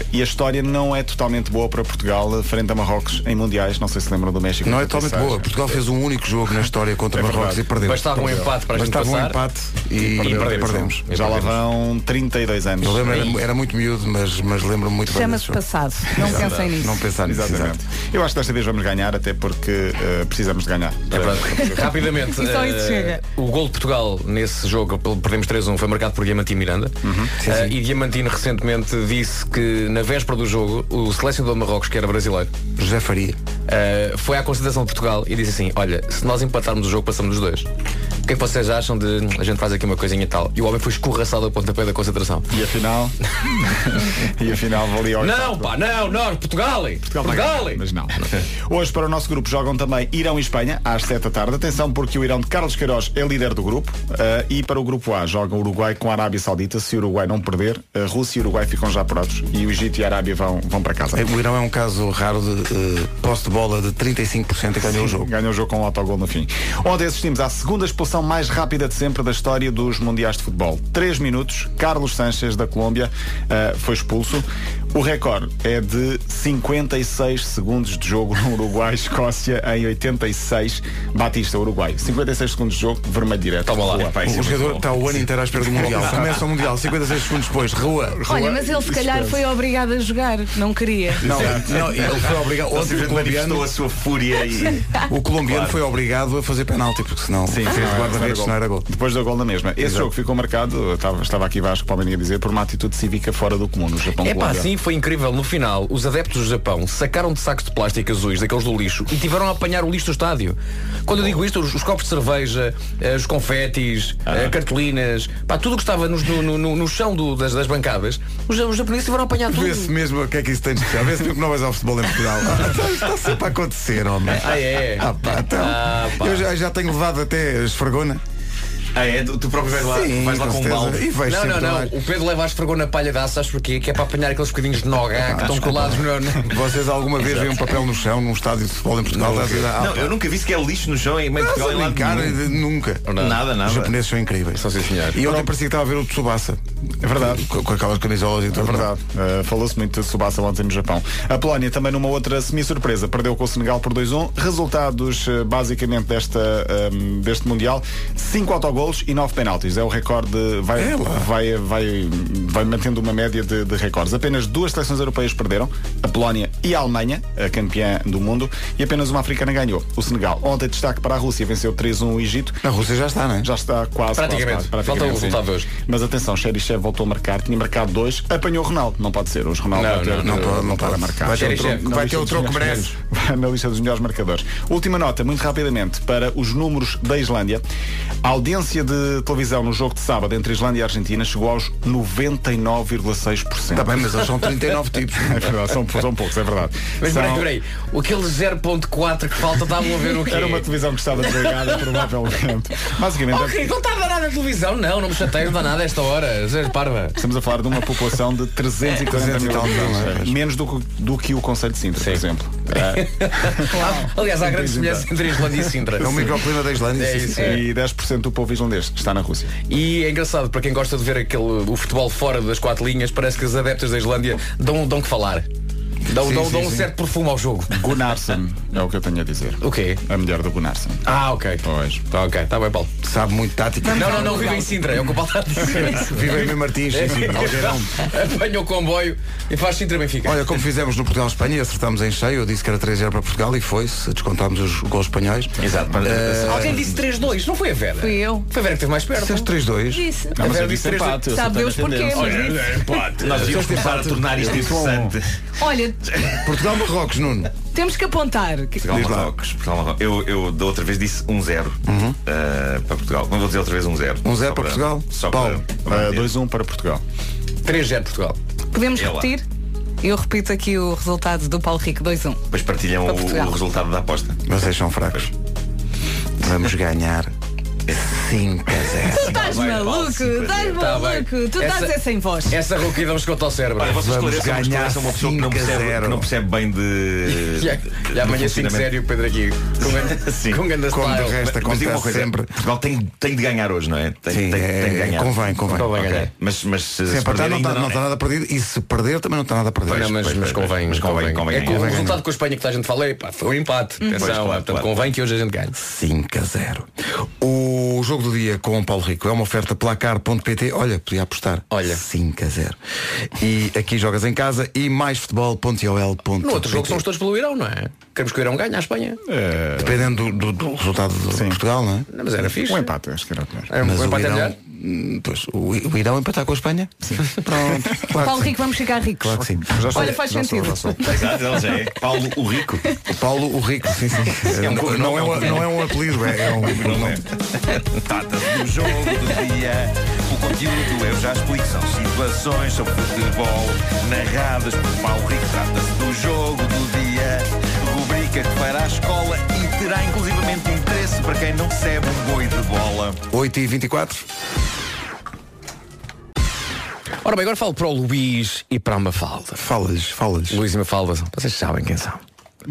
[SPEAKER 11] eh, e a história não é totalmente boa para Portugal eh, frente a Marrocos em Mundiais. Não sei se lembram do México.
[SPEAKER 1] Não é
[SPEAKER 11] 86.
[SPEAKER 1] totalmente boa. Portugal fez um único jogo na história contra
[SPEAKER 11] É
[SPEAKER 1] Marrocos
[SPEAKER 11] verdade.
[SPEAKER 1] e perdeu.
[SPEAKER 4] Bastava um empate para a gente
[SPEAKER 1] Bastava um
[SPEAKER 4] passar.
[SPEAKER 1] empate e,
[SPEAKER 4] perdeu.
[SPEAKER 1] perdemos.
[SPEAKER 4] perdemos.
[SPEAKER 11] Já lá vão 32 anos.
[SPEAKER 1] Eu lembro, era, era muito miúdo, mas, mas lembro-me muito bem desse
[SPEAKER 2] Chama-se
[SPEAKER 1] jogo.
[SPEAKER 2] passado. Não pensem nisso.
[SPEAKER 1] Não pensar nisso.
[SPEAKER 11] Exatamente.
[SPEAKER 1] exato.
[SPEAKER 11] Eu acho que desta vez vamos ganhar, até porque eh, precisamos de ganhar.
[SPEAKER 4] É verdade. Rapidamente,
[SPEAKER 2] E só isso
[SPEAKER 4] eh,
[SPEAKER 2] chega.
[SPEAKER 4] o gol de Portugal nesse jogo, pelo- perdemos 3-1, foi marcado por Diamantino Miranda.
[SPEAKER 1] Uhum.
[SPEAKER 4] Eh, e Diamantino recentemente disse que na véspera do jogo, o selecionador de Marrocos, que era brasileiro,
[SPEAKER 1] José Faria.
[SPEAKER 4] eh, foi à concentração de Portugal e disse assim: Olha, se nós empatarmos o jogo, passamos os dois. O que é que vocês acham de a gente faz aqui uma coisinha e tal? E o homem foi escorraçado ao pontapé da concentração.
[SPEAKER 11] E afinal. e afinal valia ao
[SPEAKER 4] Não, pá, não, não, Portugal! Portugal!
[SPEAKER 11] tá Mas não. Hoje para o nosso grupo jogam também Irão e Espanha às 7 da tarde. Atenção porque o Irão de Carlos Queiroz é líder do grupo eh, e para o grupo A jogam Uruguai com a Arábia Saudita. Se o Uruguai não perder, a Rússia e o Uruguai ficam já prontos e o Egito e a Arábia vão, vão para casa.
[SPEAKER 1] O Irão é um caso raro de eh, posse de bola de 35% e é ganhou o jogo.
[SPEAKER 11] Ganhou o jogo com um autogol no fim. Ontem assistimos à segunda expulsão mais rápida de sempre da história dos Mundiais de Futebol. Três minutos, Carlos Sanches, da Colômbia, ah, foi expulso. O recorde é de 56 segundos de jogo no Uruguai-Escócia em 86. Batista, Uruguai. 56 segundos de jogo, vermelho direto.
[SPEAKER 4] Toma lá.
[SPEAKER 11] Rua.
[SPEAKER 4] Epá,
[SPEAKER 1] O jogador está o ano inteiro à espera do Mundial. Começa o Mundial, 56 segundos depois, rua.
[SPEAKER 2] Olha, mas ele se calhar foi obrigado a jogar, não queria.
[SPEAKER 1] Não, não, ele foi obrigado.
[SPEAKER 7] Ele
[SPEAKER 1] Ontem
[SPEAKER 7] simplesmente
[SPEAKER 1] o
[SPEAKER 7] manifestou
[SPEAKER 1] colombiano,
[SPEAKER 7] a sua fúria e.
[SPEAKER 1] o colombiano foi obrigado a fazer penalti, porque senão
[SPEAKER 11] Sim, sim,
[SPEAKER 1] fez
[SPEAKER 11] não era-
[SPEAKER 1] guarda-redes, não era gol.
[SPEAKER 11] Depois do gol da mesma. Esse jogo ficou marcado, eu estava, estava aqui Vasco Palmeirinha a dizer, por uma atitude cívica fora do comum no Japão.
[SPEAKER 4] É pá,
[SPEAKER 11] Colômbia.
[SPEAKER 4] sim, foi incrível. No final, os adeptos do Japão sacaram de sacos de plástico azuis, daqueles do lixo, e tiveram a apanhar o lixo do estádio. Quando eu digo isto, os, os copos de cerveja, eh, os confetes,
[SPEAKER 7] Ah.
[SPEAKER 4] eh, cartolinas, pá, tudo o que estava nos- no, no- no- no chão do- das, das bancadas, os, os japoneses tiveram a apanhar tudo.
[SPEAKER 1] Vê-se mesmo o que é que isso tem de especial. Vê-se mesmo que não vais ao futebol em Portugal. Ah, então Está sempre a acontecer, homem.
[SPEAKER 4] Ah, é?
[SPEAKER 1] Ah, pá, então.
[SPEAKER 4] Ah, pá.
[SPEAKER 1] Eu já, já tenho levado até esfregona.
[SPEAKER 7] Ah, é? Tu, tu próprio vais lá,
[SPEAKER 1] Sim,
[SPEAKER 7] vais lá
[SPEAKER 1] com
[SPEAKER 7] com um
[SPEAKER 1] certeza.
[SPEAKER 7] balde.
[SPEAKER 1] E vais
[SPEAKER 4] não,
[SPEAKER 1] sempre
[SPEAKER 4] não, Ah, não.
[SPEAKER 1] lá.
[SPEAKER 4] O Pedro leva a esfregou na palha da sabes porquê? Que é para apanhar aqueles bocadinhos de
[SPEAKER 1] Ah,
[SPEAKER 4] noga que estão colados no. no-
[SPEAKER 1] Vocês alguma vez veem um papel no chão num estádio de futebol em Portugal? Estás a dizer, ah,
[SPEAKER 7] é um Não, eu nunca vi sequer lixo no chão em meio de Portugal.
[SPEAKER 1] estás
[SPEAKER 7] em
[SPEAKER 1] a
[SPEAKER 7] lado
[SPEAKER 1] brincar?
[SPEAKER 7] nenhum.
[SPEAKER 1] De- Nunca.
[SPEAKER 7] Nada, nada.
[SPEAKER 1] Os japoneses são incríveis.
[SPEAKER 4] São sim, senhor.
[SPEAKER 1] E ontem parecia que estava a ver o Tsubasa.
[SPEAKER 11] É verdade.
[SPEAKER 1] Com, com aquelas camisolas e
[SPEAKER 11] É
[SPEAKER 1] tudo.
[SPEAKER 11] verdade. Uh, Falou-se muito de Subasa ontem no Japão. A Polónia também numa outra semi-surpresa. Perdeu com o Senegal por 2-1. Resultados uh, basicamente desta, um, deste Mundial. 5 autogolos e 9 penaltis. É o recorde. Vai,
[SPEAKER 1] É lá.
[SPEAKER 11] vai, vai, vai mantendo uma média de, de recordes. Apenas duas seleções europeias perderam. A Polónia e a Alemanha, a campeã do mundo. E apenas uma africana ganhou. O Senegal. Ontem destaque para a Rússia. Venceu 3-1 o Egito.
[SPEAKER 1] Na Rússia já está, não é?
[SPEAKER 11] Já está quase.
[SPEAKER 4] Praticamente.
[SPEAKER 11] Quase, quase,
[SPEAKER 4] Falta o
[SPEAKER 11] sim.
[SPEAKER 4] resultado hoje.
[SPEAKER 11] Mas atenção, Xerichev voltou a marcar. Tinha marcado dois. Apanhou o Ronaldo. Não pode ser. Hoje Ronaldo
[SPEAKER 4] Não,
[SPEAKER 11] vai ter,
[SPEAKER 4] não, não,
[SPEAKER 11] pode,
[SPEAKER 1] não
[SPEAKER 11] para
[SPEAKER 1] pode.
[SPEAKER 11] marcar.
[SPEAKER 1] Vai ter
[SPEAKER 11] Na
[SPEAKER 1] o troco-
[SPEAKER 11] lista
[SPEAKER 1] vai
[SPEAKER 11] dos
[SPEAKER 1] ter o troco
[SPEAKER 11] melhores
[SPEAKER 1] merece.
[SPEAKER 11] marcadores. Vai na lista dos melhores marcadores. Última nota, muito rapidamente, para os números da Islândia. A audiência audiência de televisão no jogo de sábado entre Islândia e Argentina chegou aos 99,6%.
[SPEAKER 1] Está bem, mas eles são 39 tipos.
[SPEAKER 11] É verdade, são, são poucos, é verdade.
[SPEAKER 4] Mas
[SPEAKER 11] São-
[SPEAKER 4] peraí, peraí. Aquele 0.4 que falta estavam a ver o quê?
[SPEAKER 11] Era uma televisão que estava desligada, provavelmente. Basicamente,
[SPEAKER 4] Oh, querido, não estava nada na televisão, não, não me chateio, não dá nada a esta hora. Zé Parva.
[SPEAKER 11] Estamos a falar de uma população de
[SPEAKER 4] É,
[SPEAKER 11] 340
[SPEAKER 1] 300
[SPEAKER 11] mil
[SPEAKER 1] e tal mil,
[SPEAKER 11] habitantes.
[SPEAKER 1] é.
[SPEAKER 11] Menos do, que- do que o Conselho de Sintra, por exemplo.
[SPEAKER 4] É.
[SPEAKER 1] Uhum.
[SPEAKER 4] Aliás, há grande semelhança entre Islândia e Sintra.
[SPEAKER 1] É o microclima da Islândia.
[SPEAKER 4] É
[SPEAKER 1] sim,
[SPEAKER 4] isso.
[SPEAKER 1] sim.
[SPEAKER 11] E 10% do povo islandês está na Rússia.
[SPEAKER 4] E é engraçado, para quem gosta de ver aquele, o futebol fora das quatro linhas, parece que os adeptos da Islândia dão, dão que falar. Dão,
[SPEAKER 1] Sim,
[SPEAKER 4] dão,
[SPEAKER 1] sim,
[SPEAKER 4] dão um
[SPEAKER 1] sim.
[SPEAKER 4] certo perfume ao jogo.
[SPEAKER 11] Gunnarsson é o que eu tenho a dizer.
[SPEAKER 4] O quê?
[SPEAKER 11] A mulher do Gunnarsson.
[SPEAKER 4] Ah, ok.
[SPEAKER 11] Pois.
[SPEAKER 4] Tá ok, tá bem, Paulo.
[SPEAKER 1] Sabe muito tática.
[SPEAKER 4] Não, não, não, vive em Sintra, é o que o Paulo está a dizer.
[SPEAKER 1] Viva Emílio Martins, sim, sim, Algeirão.
[SPEAKER 4] É, Apanha o comboio e faz Sintra Benfica.
[SPEAKER 1] Olha, como fizemos no Portugal-Espanha, e acertámos em cheio. Eu disse que era 3-0 para Portugal e foi-se. Descontámos os gols espanhóis. Eh,
[SPEAKER 7] Exato. Para,
[SPEAKER 4] Alguém disse 3-2, não foi a Vera?
[SPEAKER 2] Fui eu.
[SPEAKER 4] Foi a Vera que esteve mais perto.
[SPEAKER 1] Disseste 3-2.
[SPEAKER 2] Disse.
[SPEAKER 11] Não, mas
[SPEAKER 4] Era
[SPEAKER 11] eu disse
[SPEAKER 4] de três-
[SPEAKER 11] empate. eu só
[SPEAKER 2] Sabe
[SPEAKER 11] tenho
[SPEAKER 2] Deus
[SPEAKER 11] a tendência.
[SPEAKER 2] porquê, mas disse.
[SPEAKER 7] nós devíamos começar a tornar isto
[SPEAKER 1] um.
[SPEAKER 7] interessante.
[SPEAKER 2] Olha,
[SPEAKER 1] Portugal-Marrocos, Nuno.
[SPEAKER 2] temos que apontar. Que-
[SPEAKER 7] Portugal,
[SPEAKER 1] Diz lá.
[SPEAKER 7] Marrocos, Portugal, Marrocos. Eu, eu da outra vez disse 1-0 eh, para Portugal. Não vou dizer outra vez 1-0.
[SPEAKER 1] 1-0
[SPEAKER 7] Só
[SPEAKER 1] Uhum. para Portugal.
[SPEAKER 7] Só
[SPEAKER 1] Paulo,
[SPEAKER 7] para.
[SPEAKER 11] Ah, 2-1 para Portugal.
[SPEAKER 4] 3-0 Portugal.
[SPEAKER 2] Podemos
[SPEAKER 7] É lá.
[SPEAKER 2] repetir? Eu repito aqui o resultado do Paulo Rico, 2-1.
[SPEAKER 7] Depois partilham
[SPEAKER 2] para
[SPEAKER 7] o-
[SPEAKER 2] Portugal.
[SPEAKER 7] o resultado da aposta.
[SPEAKER 1] Vocês são fracos. Vamos ganhar
[SPEAKER 7] É.
[SPEAKER 1] 5 a 0.
[SPEAKER 2] Estás
[SPEAKER 7] vai,
[SPEAKER 2] maluco,
[SPEAKER 7] vale, sim,
[SPEAKER 2] estás
[SPEAKER 4] Tá bem.
[SPEAKER 2] maluco. Tu estás
[SPEAKER 4] Essa-
[SPEAKER 2] é sem voz.
[SPEAKER 4] Essa rouquidão escondeu ao cérebro.
[SPEAKER 7] Olha, vocês
[SPEAKER 1] Vamos
[SPEAKER 7] esclareçam,
[SPEAKER 1] ganhar
[SPEAKER 7] esclareçam uma pessoa que não
[SPEAKER 1] 5 a
[SPEAKER 7] percebe,
[SPEAKER 1] 0.
[SPEAKER 7] que não percebe bem de.
[SPEAKER 4] Já, já
[SPEAKER 7] do
[SPEAKER 4] amanhã 5
[SPEAKER 7] funcionamento.
[SPEAKER 4] sério, Pedro aqui. Com grande,
[SPEAKER 7] Sim.
[SPEAKER 4] com grande
[SPEAKER 1] Como
[SPEAKER 4] style.
[SPEAKER 1] de resto. Esta
[SPEAKER 7] mas diga uma
[SPEAKER 1] acontece
[SPEAKER 7] coisa,
[SPEAKER 1] sempre.
[SPEAKER 7] Portugal tem, tem de ganhar hoje, não é? Tem,
[SPEAKER 1] Sim,
[SPEAKER 7] tem,
[SPEAKER 1] é-
[SPEAKER 7] tem de ganhar.
[SPEAKER 1] convém, convém.
[SPEAKER 4] Convém
[SPEAKER 7] Ok.
[SPEAKER 4] ganhar.
[SPEAKER 7] Mas, mas se
[SPEAKER 1] Se empatar,
[SPEAKER 7] perder
[SPEAKER 1] não tá está
[SPEAKER 7] ainda é
[SPEAKER 1] não está nada perdido. E se perder, também não está nada perdido.
[SPEAKER 4] Não, mas,
[SPEAKER 7] pois,
[SPEAKER 4] mas
[SPEAKER 7] pois,
[SPEAKER 4] convém,
[SPEAKER 7] mas convém, convém
[SPEAKER 4] É que o
[SPEAKER 7] ganhar.
[SPEAKER 4] resultado com a Espanha que toda a gente fala é, pá, foi um empate. Atenção,
[SPEAKER 7] pois, claro,
[SPEAKER 4] é, portanto,
[SPEAKER 7] claro.
[SPEAKER 4] convém que hoje a gente ganhe.
[SPEAKER 1] 5 a 0. O jogo do dia com o Paulo Rico é uma oferta placar.pt. Olha, podia apostar.
[SPEAKER 4] Olha.
[SPEAKER 1] 5 a 0. E aqui jogas em casa e maisfutebol.ol.pt.
[SPEAKER 4] No outro jogo somos todos pelo Irão, não é? Queremos que o Irão ganhe à Espanha.
[SPEAKER 11] É.
[SPEAKER 1] Dependendo do, do- do resultado de Portugal, não é?
[SPEAKER 4] Não, mas era fixe.
[SPEAKER 11] Um empate, acho que era o melhor.
[SPEAKER 4] Era um
[SPEAKER 1] Mas o
[SPEAKER 4] empate é
[SPEAKER 1] Irão,
[SPEAKER 4] melhor.
[SPEAKER 1] hum, pois, o, I- o Irão empatar com a Espanha? Sim. Pronto. Claro
[SPEAKER 2] Paulo
[SPEAKER 1] que sim.
[SPEAKER 2] Rico, vamos ficar ricos.
[SPEAKER 1] Claro que sim.
[SPEAKER 11] Já sou-
[SPEAKER 2] Olha, faz
[SPEAKER 11] já sou-
[SPEAKER 2] sentido.
[SPEAKER 11] já sou.
[SPEAKER 7] Exato, ele já é. Paulo o Rico.
[SPEAKER 1] Paulo o Rico, sim, sim.
[SPEAKER 7] É um
[SPEAKER 1] não, não é um,
[SPEAKER 7] cognome.
[SPEAKER 1] não é um apelido, é, é um
[SPEAKER 7] Não
[SPEAKER 1] nome.
[SPEAKER 7] é. Trata-se do jogo do dia. O conteúdo eu já explico. São situações sobre futebol narradas por Paulo Rico. Trata-se do jogo do dia. Rubrica que fará a escola e terá inclusivamente interesse para quem não recebe um boi de bola.
[SPEAKER 1] 8 e 24
[SPEAKER 4] Ora bem, agora falo para o Luís e para a Mafalda.
[SPEAKER 1] Fala-lhes, fala-lhes.
[SPEAKER 4] Luís e Mafalda, vocês sabem quem são.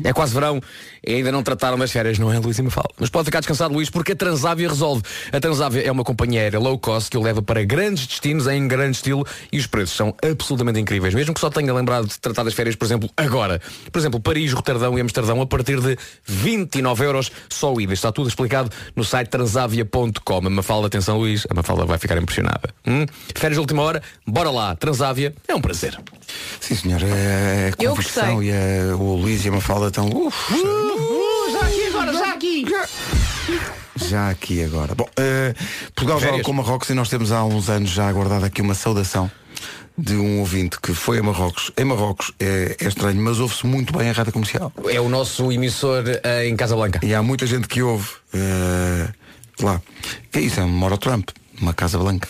[SPEAKER 4] É quase verão e ainda não trataram das férias, não é, Luís e Mafalda? Mas pode ficar descansado, Luís, porque a Transávia resolve. A Transávia é uma companhia aérea low cost que o leva para grandes destinos em grande estilo e os preços são absolutamente incríveis. Mesmo que só tenha lembrado de tratar das férias, por exemplo, agora. Por exemplo, Paris, Roterdão e Amsterdão a partir de 29 euros só ida. Está tudo explicado no site transavia.com. A Mafalda, atenção, Luís, a Mafalda vai ficar impressionada. Hum? Férias de última hora, bora lá. Transávia é um prazer.
[SPEAKER 1] Sim, senhor. É, a
[SPEAKER 2] Eu
[SPEAKER 1] convicção
[SPEAKER 2] gostei.
[SPEAKER 1] e a- o Luís e a Mafalda uh, estão. Uf, Uhum. já aqui agora. Bom, eh, Portugal joga
[SPEAKER 4] Férias.
[SPEAKER 1] com Marrocos e nós temos há uns anos já aguardado aqui uma saudação de um ouvinte que foi a Marrocos. Em Marrocos é, é estranho, mas ouve-se muito bem a rádio comercial.
[SPEAKER 4] É o nosso emissor eh, em Casablanca.
[SPEAKER 1] E há muita gente que ouve eh, lá. Que é isso? É um Moro Trump, uma Casa Blanca.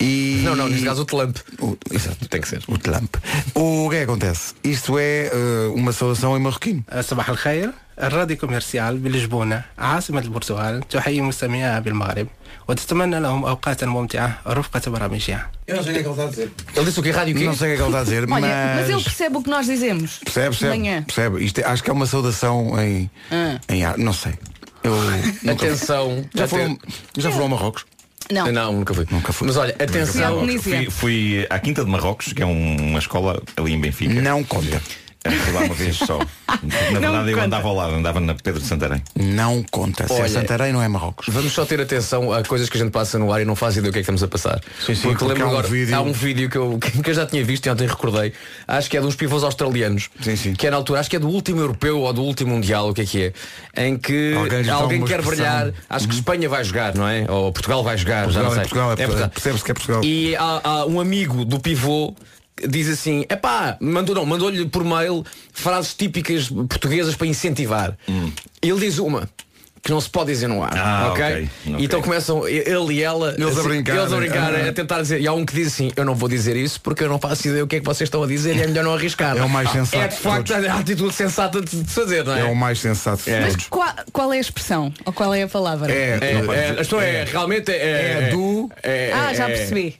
[SPEAKER 1] E...
[SPEAKER 4] Não, não, neste caso o Tlamp.
[SPEAKER 1] O- exato.
[SPEAKER 4] Tem que ser.
[SPEAKER 1] O Trump. O que é que acontece? Isto é eh, uma saudação em marroquino.
[SPEAKER 10] صباح الخير الراديو كوميرسيال بلشبونة عاصمة البرتغال تحيي مستمعيها بالمغرب وتتمنى لهم أوقاتا ممتعة رفقة برامجها
[SPEAKER 1] Eu não sei o que é que ele está a dizer.
[SPEAKER 4] Ele disse o que rádio que
[SPEAKER 1] Não sei o que é que ele está a dizer,
[SPEAKER 2] Olha,
[SPEAKER 1] mas...
[SPEAKER 2] mas ele percebe o que nós dizemos.
[SPEAKER 1] Percebe,
[SPEAKER 2] De
[SPEAKER 1] percebe,
[SPEAKER 2] manhã.
[SPEAKER 1] percebe. Isto é- acho que é uma saudação em,
[SPEAKER 2] Ah.
[SPEAKER 1] em ar. Não sei. Eu nunca-
[SPEAKER 4] Atenção.
[SPEAKER 1] Já
[SPEAKER 4] Aten-
[SPEAKER 1] foram, já foram a Marrocos?
[SPEAKER 2] Não.
[SPEAKER 4] Não, nunca fui.
[SPEAKER 1] Nunca fui.
[SPEAKER 4] Mas olha,
[SPEAKER 2] Fui à
[SPEAKER 4] atenção.
[SPEAKER 2] Tunísia.
[SPEAKER 7] Fui, fui à Quinta de Marrocos, que é um- uma escola ali em Benfica.
[SPEAKER 1] Não conta.
[SPEAKER 7] Fui lá uma vez só. Na verdade, eu andava ao lado, andava na Pedro de Santarém.
[SPEAKER 1] Não conta. Se é
[SPEAKER 4] Olha.
[SPEAKER 1] Santarém, não é Marrocos.
[SPEAKER 4] Vamos só ter atenção a coisas que a gente passa no ar e não faz ideia do que é que estamos a passar.
[SPEAKER 1] Sim, sim, porque
[SPEAKER 4] lembro
[SPEAKER 1] há um
[SPEAKER 4] agora,
[SPEAKER 1] vídeo-
[SPEAKER 4] há um vídeo que eu, que eu já tinha visto e ontem recordei. Acho que é de uns pivôs australianos.
[SPEAKER 1] Sim, sim.
[SPEAKER 4] Que é na altura, acho que é do último europeu ou do último mundial, o que é que é? Em que
[SPEAKER 1] Alguém lhes
[SPEAKER 4] alguém,
[SPEAKER 1] dá uma
[SPEAKER 4] quer
[SPEAKER 1] expressão. Uhum.
[SPEAKER 4] brilhar, acho que Espanha vai jogar, não é? Ou Portugal vai jogar, já
[SPEAKER 1] Portugal,
[SPEAKER 4] não
[SPEAKER 1] é
[SPEAKER 4] sei.
[SPEAKER 1] Portugal, é Portugal. Percebe-se que é Portugal.
[SPEAKER 4] E há, há um amigo do pivô que diz assim, epá, mandou não, mandou-lhe
[SPEAKER 1] Hum.
[SPEAKER 4] por mail frases típicas portuguesas para incentivar. Ele diz uma, que não se pode dizer no ar,
[SPEAKER 7] Ah,
[SPEAKER 4] ok?
[SPEAKER 7] ok, ok.
[SPEAKER 4] Então começam ele e ela assim,
[SPEAKER 7] Eles a brincar.
[SPEAKER 4] eles a,
[SPEAKER 1] né?
[SPEAKER 4] brincar, né?
[SPEAKER 7] Ah.
[SPEAKER 4] a tentar dizer. E há um que diz assim: Eu não vou dizer isso porque eu não faço ideia o que é que vocês estão a dizer e é melhor não arriscar.
[SPEAKER 1] É o mais
[SPEAKER 4] Ah,
[SPEAKER 1] sensato
[SPEAKER 4] É de
[SPEAKER 1] de
[SPEAKER 4] facto a atitude sensata de de fazer, não é?
[SPEAKER 1] É o mais sensato de
[SPEAKER 4] Mas
[SPEAKER 1] todos.
[SPEAKER 2] Qual, qual é a expressão? Ou qual é a palavra?
[SPEAKER 1] É,
[SPEAKER 4] É,
[SPEAKER 1] não pode
[SPEAKER 4] é,
[SPEAKER 1] dizer.
[SPEAKER 4] a história é, realmente é,
[SPEAKER 1] É do-
[SPEAKER 2] Ah, já percebi.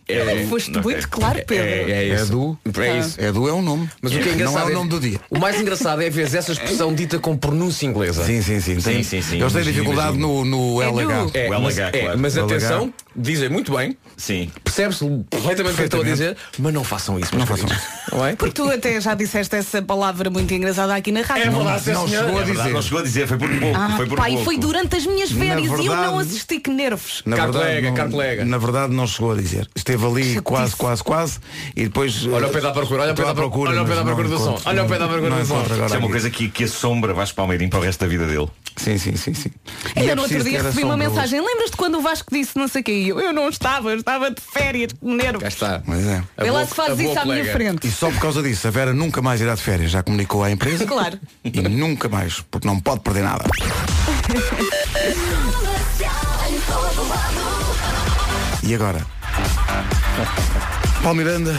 [SPEAKER 2] Foste muito claro, Pedro.
[SPEAKER 1] É do.
[SPEAKER 4] É isso.
[SPEAKER 2] Ah.
[SPEAKER 1] É do é um nome.
[SPEAKER 4] Mas o que é engraçado
[SPEAKER 1] Não é o nome do dia.
[SPEAKER 4] O mais engraçado é ver essa expressão dita com pronúncia inglesa.
[SPEAKER 1] Sim, sim, sim. Tem- Eles têm dificuldade no, no LH.
[SPEAKER 4] É, mas, é, mas
[SPEAKER 1] O LH.
[SPEAKER 4] atenção, dizem muito bem.
[SPEAKER 7] Sim.
[SPEAKER 4] Percebe-se perfeitamente o que eu estou a dizer, mas não façam isso. Não façam isso. Não é?
[SPEAKER 2] Porque tu até já disseste essa palavra muito engraçada aqui na rádio.
[SPEAKER 7] É verdade, Não chegou a dizer, foi por pouco.
[SPEAKER 2] Ah,
[SPEAKER 7] foi por
[SPEAKER 2] pá, e
[SPEAKER 7] pouco.
[SPEAKER 2] foi durante as minhas
[SPEAKER 1] Na
[SPEAKER 2] férias e eu não
[SPEAKER 1] verdade-
[SPEAKER 2] assisti que nervos.
[SPEAKER 1] Na verdade, não, na verdade não chegou a dizer. Esteve ali quase, quase, quase e depois. eh,
[SPEAKER 4] Olha o pé
[SPEAKER 1] pedal
[SPEAKER 4] da procura, olha o pé da procura, olha o pé da procura do som, olha o pé da procura do som.
[SPEAKER 7] Isso é uma coisa que, que assombra Vasco Palmeirim para o resto da vida dele.
[SPEAKER 1] Sim, sim, sim, sim.
[SPEAKER 7] é
[SPEAKER 2] Ainda no outro dia
[SPEAKER 7] um
[SPEAKER 2] recebi uma mensagem. Lembras-te quando o Vasco disse não sei o que? Eu, eu não estava, eu estava de férias, que nervos.
[SPEAKER 4] está.
[SPEAKER 1] Mas é.
[SPEAKER 2] Vê lá se fazes isso à minha frente.
[SPEAKER 1] E só por causa disso, a Vera nunca mais irá de férias. Já comunicou à empresa.
[SPEAKER 2] Claro.
[SPEAKER 1] E nunca mais, porque não pode perder nada. E agora? Paulo Miranda.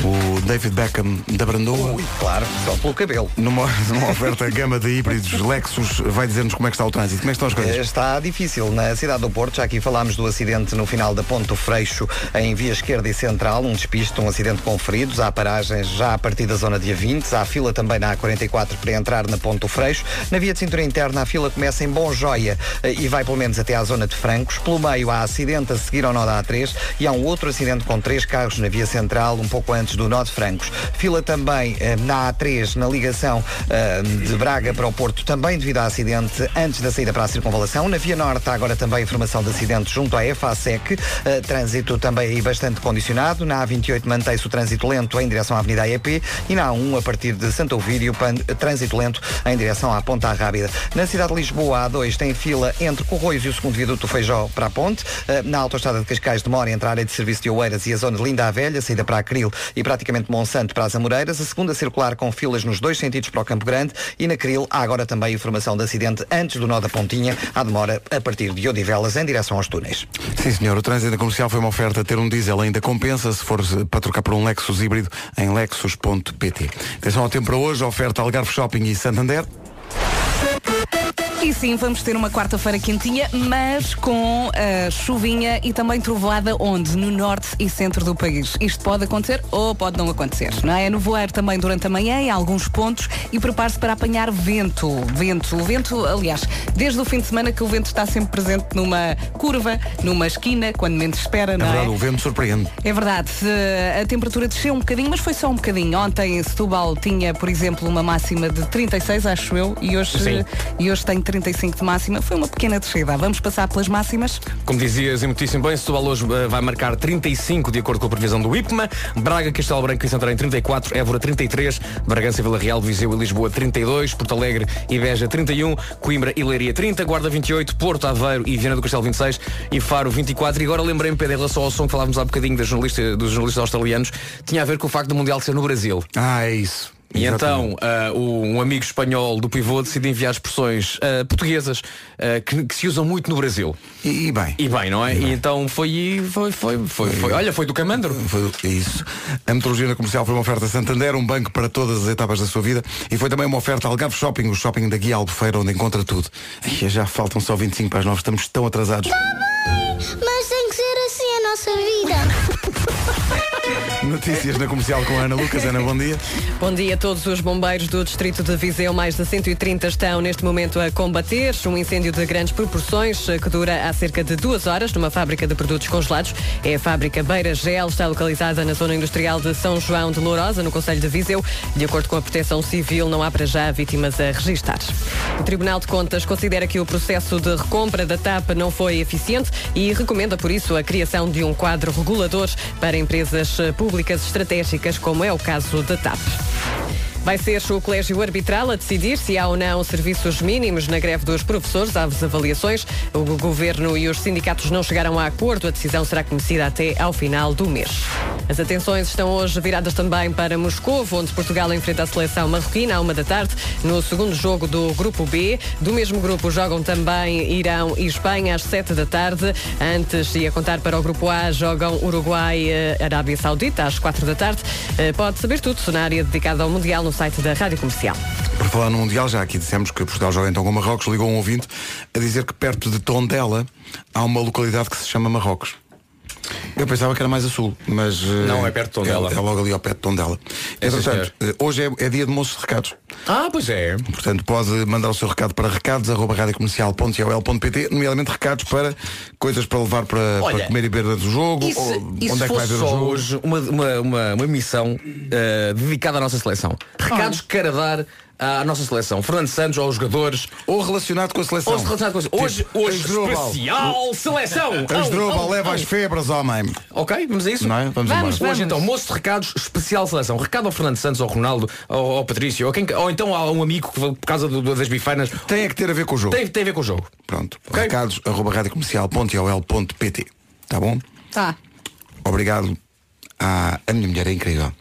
[SPEAKER 1] O David Beckham da Brandoa.
[SPEAKER 3] claro, só pelo cabelo.
[SPEAKER 1] Numa, numa oferta gama de híbridos Lexus, vai dizer-nos como é que está o trânsito. Como é que estão as coisas?
[SPEAKER 3] Está difícil na cidade do Porto, já aqui falámos do acidente no final da Ponte do Freixo, em via esquerda e central, um despiste, um acidente com feridos, há paragens já a partir da zona dia 20, há fila também na A44 para entrar na Ponte do Freixo, na via de cintura interna a fila começa em Bom Joia eh, e vai pelo menos até à zona de Francos, pelo meio há acidente a seguir ao nó da A3 e há um outro acidente com três carros na via central, um pouco antes do nó de Francos. Fila também eh, na A3, na ligação eh, de Braga para o Porto, também devido a acidente antes da saída para a circunvalação. Na Via Norte, há agora também informação de acidente junto à EFASEC. Eh, trânsito também aí bastante condicionado. Na A28 mantém-se o trânsito lento em direção à Avenida AEP e na A1, a partir de Santo Ovídio, pan- trânsito lento em direção à Ponta Rábida. Na cidade de Lisboa, a A2 tem fila entre Corroios e o segundo viaduto do Feijó para a Ponte. Eh, na Autostrada de Cascais demora entre a área de serviço de Oeiras e a zona de Linda à Velha, saída para Acril e praticamente Monsanto para as Amoreiras. A segunda circular com filas nos dois sentidos para o Campo Grande e na Cril há agora também informação de acidente antes do nó da Pontinha. Há demora a partir de Odivelas em direção aos túneis.
[SPEAKER 1] Sim, senhor. O trânsito comercial foi uma oferta. Ter um diesel ainda compensa se for eh, para trocar por um Lexus híbrido em lexus.pt. Atenção ao tempo para hoje. Oferta Algarve Shopping e Santander.
[SPEAKER 2] E sim, vamos ter uma quarta-feira quentinha, mas com ah, chuvinha e também trovoada onde? No norte e centro do país. Isto pode acontecer ou pode não acontecer, não é? No voar também durante a manhã em alguns pontos e prepare-se para apanhar vento. Vento, o vento, aliás, desde o fim de semana que o vento está sempre presente numa curva, numa esquina, quando menos espera,
[SPEAKER 1] Na
[SPEAKER 2] não é?
[SPEAKER 1] verdade, o vento surpreende.
[SPEAKER 2] É verdade, eh, a temperatura desceu um bocadinho, mas foi só um bocadinho. Ontem em Setúbal tinha, por exemplo, uma máxima de 36, acho eu, e hoje,
[SPEAKER 4] Sim.
[SPEAKER 2] e hoje tem 35 de máxima. Foi uma pequena descida. Vamos passar pelas máximas?
[SPEAKER 4] Como dizias, e muitíssimo bem, Setúbal hoje eh, vai marcar 35, de acordo com a previsão do IPMA. Braga, Castelo Branco e Santarém 34, Évora 33, Bragança, Vila Real, Viseu e Lisboa 32, Porto Alegre e Beja 31, Coimbra e Leiria 30, Guarda 28, Porto Aveiro e Viana do Castelo 26 e Faro 24. E agora lembrei-me, Pedro, em relação ao som que falávamos há bocadinho da jornalista- dos jornalistas australianos, tinha a ver com o facto do Mundial ser no Brasil.
[SPEAKER 1] Ah, é isso.
[SPEAKER 4] E então ah, o- um amigo espanhol do pivô decide enviar expressões ah, portuguesas ah, que, que se usam muito no Brasil.
[SPEAKER 1] E, bem.
[SPEAKER 4] E bem, não é? E, então foi, foi, foi, foi, foi. Olha, foi do Camandro.
[SPEAKER 1] Foi isso. A metrologia na comercial foi uma oferta Santander, um banco para todas as etapas da sua vida e foi também uma oferta Algarve Shopping, o shopping da Guia Albufeira, onde encontra tudo. Ai, já faltam só 25 para as 9, estamos tão atrasados.
[SPEAKER 8] Mas tem que ser assim a nossa vida.
[SPEAKER 1] Notícias na comercial com a Ana Lucas. Ana, bom dia.
[SPEAKER 12] Bom dia a todos os bombeiros do Distrito de Viseu. Mais de 130 estão neste momento a combater um incêndio de grandes proporções eh, que dura há cerca de duas horas numa fábrica de produtos congelados. É a fábrica Beira Gel, está localizada na zona industrial de São João de Lourosa, no Conselho de Viseu. De acordo com a Proteção Civil, não há para já vítimas a registar. O Tribunal de Contas considera que o processo de recompra da TAP não foi eficiente e recomenda, por isso, a criação de um quadro regulador para empresas eh, públicas estratégicas, como é o caso da TAP. Vai ser o Colégio Arbitral a decidir se há ou não serviços mínimos na greve dos professores às avaliações. O Governo e os sindicatos não chegaram a acordo. A decisão será conhecida até ao final do mês. As atenções estão hoje viradas também para Moscou, onde Portugal enfrenta a seleção marroquina à uma da tarde, no segundo jogo do Grupo B. Do mesmo grupo jogam também Irão e Espanha às sete da tarde. Antes, e a contar para o Grupo A, jogam Uruguai e eh, Arábia Saudita às quatro da tarde. Eh, Pode saber tudo na área dedicada ao Mundial no site da Rádio Comercial.
[SPEAKER 1] Por falar no Mundial, já aqui dissemos que Portugal joga então com Marrocos, ligou um ouvinte a dizer que perto de Tondela há uma localidade que se chama Marrocos. Eu pensava que era mais a sul, mas... eh,
[SPEAKER 4] Não, é perto de Tondela.
[SPEAKER 1] É, é logo ali ao pé de Tondela.
[SPEAKER 4] É, sim,
[SPEAKER 1] Entretanto, eh, hoje é, é dia de moços de recados.
[SPEAKER 4] Ah, pois é.
[SPEAKER 1] Portanto, pode mandar o seu recado para recados.radiocomercial.ol.pt, nomeadamente recados para coisas para levar para,
[SPEAKER 4] Olha,
[SPEAKER 1] para comer e beber do jogo,
[SPEAKER 4] E se,
[SPEAKER 1] ou
[SPEAKER 4] e se
[SPEAKER 1] onde é que vai
[SPEAKER 4] fosse
[SPEAKER 1] ver o
[SPEAKER 4] só
[SPEAKER 1] jogo.
[SPEAKER 4] hoje uma, uma, uma, uma missão eh, dedicada à nossa seleção? Recados que quero dar à nossa seleção. Fernando Santos, ou aos jogadores.
[SPEAKER 1] Ou relacionado com a seleção.
[SPEAKER 4] Ou relacionado com a seleção. Hoje,
[SPEAKER 1] Tipo,
[SPEAKER 4] hoje
[SPEAKER 1] Asdrúbal.
[SPEAKER 4] especial seleção.
[SPEAKER 1] Asdrúbal, leva as febras, homem.
[SPEAKER 4] Ok, vamos a isso?
[SPEAKER 1] Não é? Vamos Vamos, embora. vamos.
[SPEAKER 4] Hoje então, moço de recados, especial seleção. Recado ao Fernando Santos, ao Ronaldo, ao, ao Patrício, ou, quem, ou então a um amigo que, por causa do- do- das bifanas.
[SPEAKER 1] Tem é que ter a ver com o jogo.
[SPEAKER 4] Tem, tem a ver com o jogo.
[SPEAKER 1] Pronto. Recados arroba radiocomercial.ol.pt Tá bom?
[SPEAKER 2] Tá.
[SPEAKER 1] Obrigado à a minha mulher é incrível.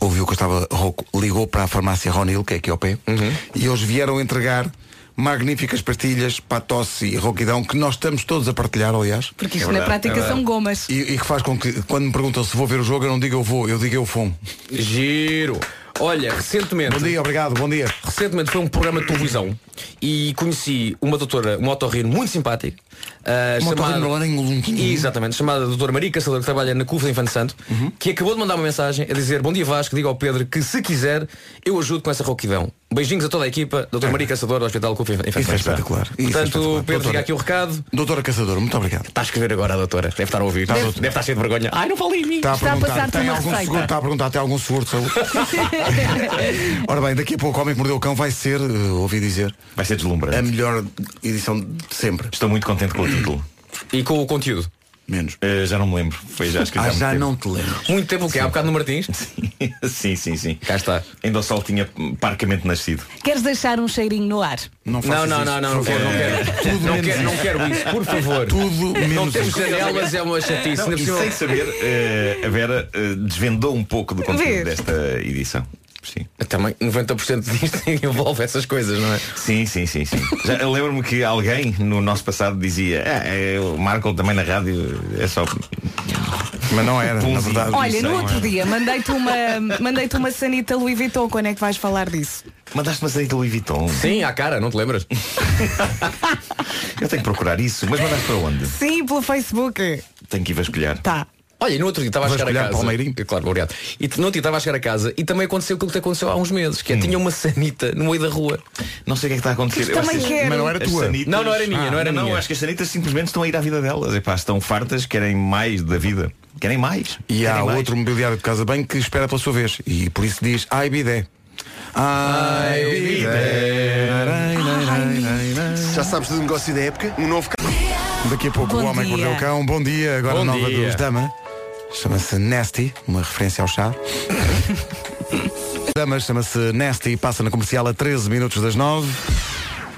[SPEAKER 1] Ouviu que eu estava rouco, ligou para a farmácia Ronil, que é aqui ao pé,
[SPEAKER 4] Uhum.
[SPEAKER 1] e eles vieram entregar magníficas pastilhas para a tosse e rouquidão que nós estamos todos a partilhar, aliás.
[SPEAKER 4] É
[SPEAKER 2] Porque isto na prática são gomas.
[SPEAKER 1] E, e que faz com que quando me perguntam se vou ver o jogo, eu não digo eu vou, eu digo eu fumo.
[SPEAKER 4] Giro. Olha, recentemente. Bom
[SPEAKER 1] dia, obrigado, bom dia.
[SPEAKER 4] Recentemente foi um programa de televisão e conheci uma doutora, uma otorrino muito simpática. ah,
[SPEAKER 1] Uma
[SPEAKER 4] chamada-
[SPEAKER 1] otorrino lá em Olunquinho.
[SPEAKER 4] Exatamente, chamada doutora Maria Caçador, que trabalha na CUF de Infante Santo,
[SPEAKER 1] Uhum.
[SPEAKER 4] que acabou de mandar uma mensagem a dizer Bom dia Vasco, diga ao Pedro que se quiser eu ajudo com essa rouquidão. Beijinhos a toda a equipa, doutora Maria Caçador do Hospital CUF Infante
[SPEAKER 1] É. Isso é
[SPEAKER 4] Santo.
[SPEAKER 1] espetacular. Isso é
[SPEAKER 4] Portanto,
[SPEAKER 1] espetacular.
[SPEAKER 4] Pedro, fica aqui o recado.
[SPEAKER 1] Doutora Caçador, muito obrigado.
[SPEAKER 4] Está a escrever agora a doutora, deve estar a ouvir.
[SPEAKER 1] Está,
[SPEAKER 4] deve,
[SPEAKER 1] doutora.
[SPEAKER 4] deve estar cheio de vergonha. Ai, não falei em mim.
[SPEAKER 1] Tá. Está a perguntar, tem algum seguro, está a perguntar, tem algum seguro de saúde? Ora bem, daqui a pouco o Homem que Mordeu o Cão vai ser, eh, ouvi dizer,
[SPEAKER 7] vai ser deslumbrante.
[SPEAKER 1] a melhor edição de sempre.
[SPEAKER 7] Estou muito contente com o título. Eh,
[SPEAKER 4] E com o conteúdo?
[SPEAKER 1] Menos.
[SPEAKER 7] já não me lembro. Foi já escrito
[SPEAKER 4] Ah,
[SPEAKER 7] há muito
[SPEAKER 4] já
[SPEAKER 7] tempo.
[SPEAKER 4] não te lembro. Muito tempo o quê? Há bocado no Martins?
[SPEAKER 7] sim, sim, sim.
[SPEAKER 4] Cá está.
[SPEAKER 7] Ainda o sol tinha hum, parcamente nascido.
[SPEAKER 2] Queres deixar um cheirinho no ar?
[SPEAKER 1] Não
[SPEAKER 4] não, não, não, não, não quero, não quero.
[SPEAKER 7] Tudo
[SPEAKER 4] não,
[SPEAKER 7] menos
[SPEAKER 4] quero não
[SPEAKER 7] isso.
[SPEAKER 4] quero isso, por favor.
[SPEAKER 1] Tudo
[SPEAKER 4] Não
[SPEAKER 7] menos
[SPEAKER 4] temos
[SPEAKER 7] isso.
[SPEAKER 4] janelas, é uma chatice.
[SPEAKER 7] Não,
[SPEAKER 4] ainda por
[SPEAKER 7] e
[SPEAKER 4] cima-
[SPEAKER 7] sem saber, eh, a Vera eh, desvendou um pouco do
[SPEAKER 4] Vês?
[SPEAKER 7] conteúdo desta edição. Sim.
[SPEAKER 4] Também 90% disto envolve essas coisas, não é?
[SPEAKER 7] Sim, sim, sim, sim. Já, eu lembro-me que alguém no nosso passado dizia, ah, é, o Marco também na rádio é só.
[SPEAKER 1] Mas não era,
[SPEAKER 7] na verdade. é um-
[SPEAKER 2] Olha, no outro dia mandei-te uma, mandei-te uma sanita Louis Vuitton. Quando é que vais falar disso?
[SPEAKER 7] Mandaste uma saída Louis Vuitton.
[SPEAKER 4] Sim, à cara, não te lembras?
[SPEAKER 7] eu tenho que procurar isso, mas mandaste para onde?
[SPEAKER 2] Sim, pelo Facebook.
[SPEAKER 7] Tenho que ir vasculhar.
[SPEAKER 2] Tá.
[SPEAKER 4] Olha, e no outro dia estava a
[SPEAKER 7] Vais
[SPEAKER 4] chegar a
[SPEAKER 7] olhar
[SPEAKER 4] casa.
[SPEAKER 7] para o Almeirim?
[SPEAKER 4] Eh, Claro, obrigado. E t- no outro dia estava a chegar a casa e também aconteceu aquilo que te aconteceu há uns meses, que é tinha uma sanita no meio da rua.
[SPEAKER 7] Hum. Não sei o que é que está a acontecer. Eu acho que- as sanitas-
[SPEAKER 4] Não, não era minha,
[SPEAKER 7] Ah,
[SPEAKER 4] não era
[SPEAKER 7] não,
[SPEAKER 4] minha.
[SPEAKER 7] acho que as sanitas simplesmente estão a ir à vida delas. Epá, estão fartas, querem mais da vida. Querem mais.
[SPEAKER 1] E há
[SPEAKER 7] Querem mais.
[SPEAKER 1] outro mobiliário de casa bem que espera pela sua vez. E por isso diz ai bidé. Ai bidé.
[SPEAKER 13] Já sabes do negócio da época? Um novo carro.
[SPEAKER 1] Daqui a pouco o
[SPEAKER 13] Bom
[SPEAKER 1] homem que mordeu o
[SPEAKER 13] dia.
[SPEAKER 1] cão. Bom dia, agora a
[SPEAKER 13] Bom
[SPEAKER 1] nova
[SPEAKER 13] dia.
[SPEAKER 1] dos Dama. Chama-se Nasty, uma referência ao chá. Damas chama-se Nasty e passa na comercial a 13 minutos das 9.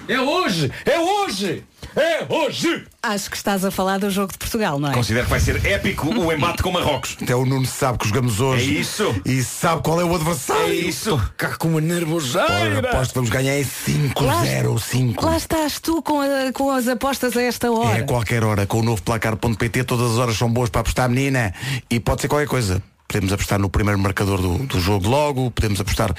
[SPEAKER 4] É hoje! É hoje! É hoje!
[SPEAKER 2] Acho que estás a falar do jogo de Portugal, não é?
[SPEAKER 7] Considero que vai ser épico o embate com Marrocos.
[SPEAKER 1] Até o Nuno sabe que jogamos hoje.
[SPEAKER 7] É isso.
[SPEAKER 1] E sabe qual é o adversário. É
[SPEAKER 7] isso.
[SPEAKER 1] Cá com uma nervoseira. Aposto que vamos ganhar é 5-0, 5.
[SPEAKER 2] Lá estás tu com, a- com as apostas a esta hora.
[SPEAKER 1] É a qualquer hora, com o novo placar.pt, todas as horas são boas para apostar, menina. E pode ser qualquer coisa. Podemos apostar no primeiro marcador do, do jogo logo, podemos apostar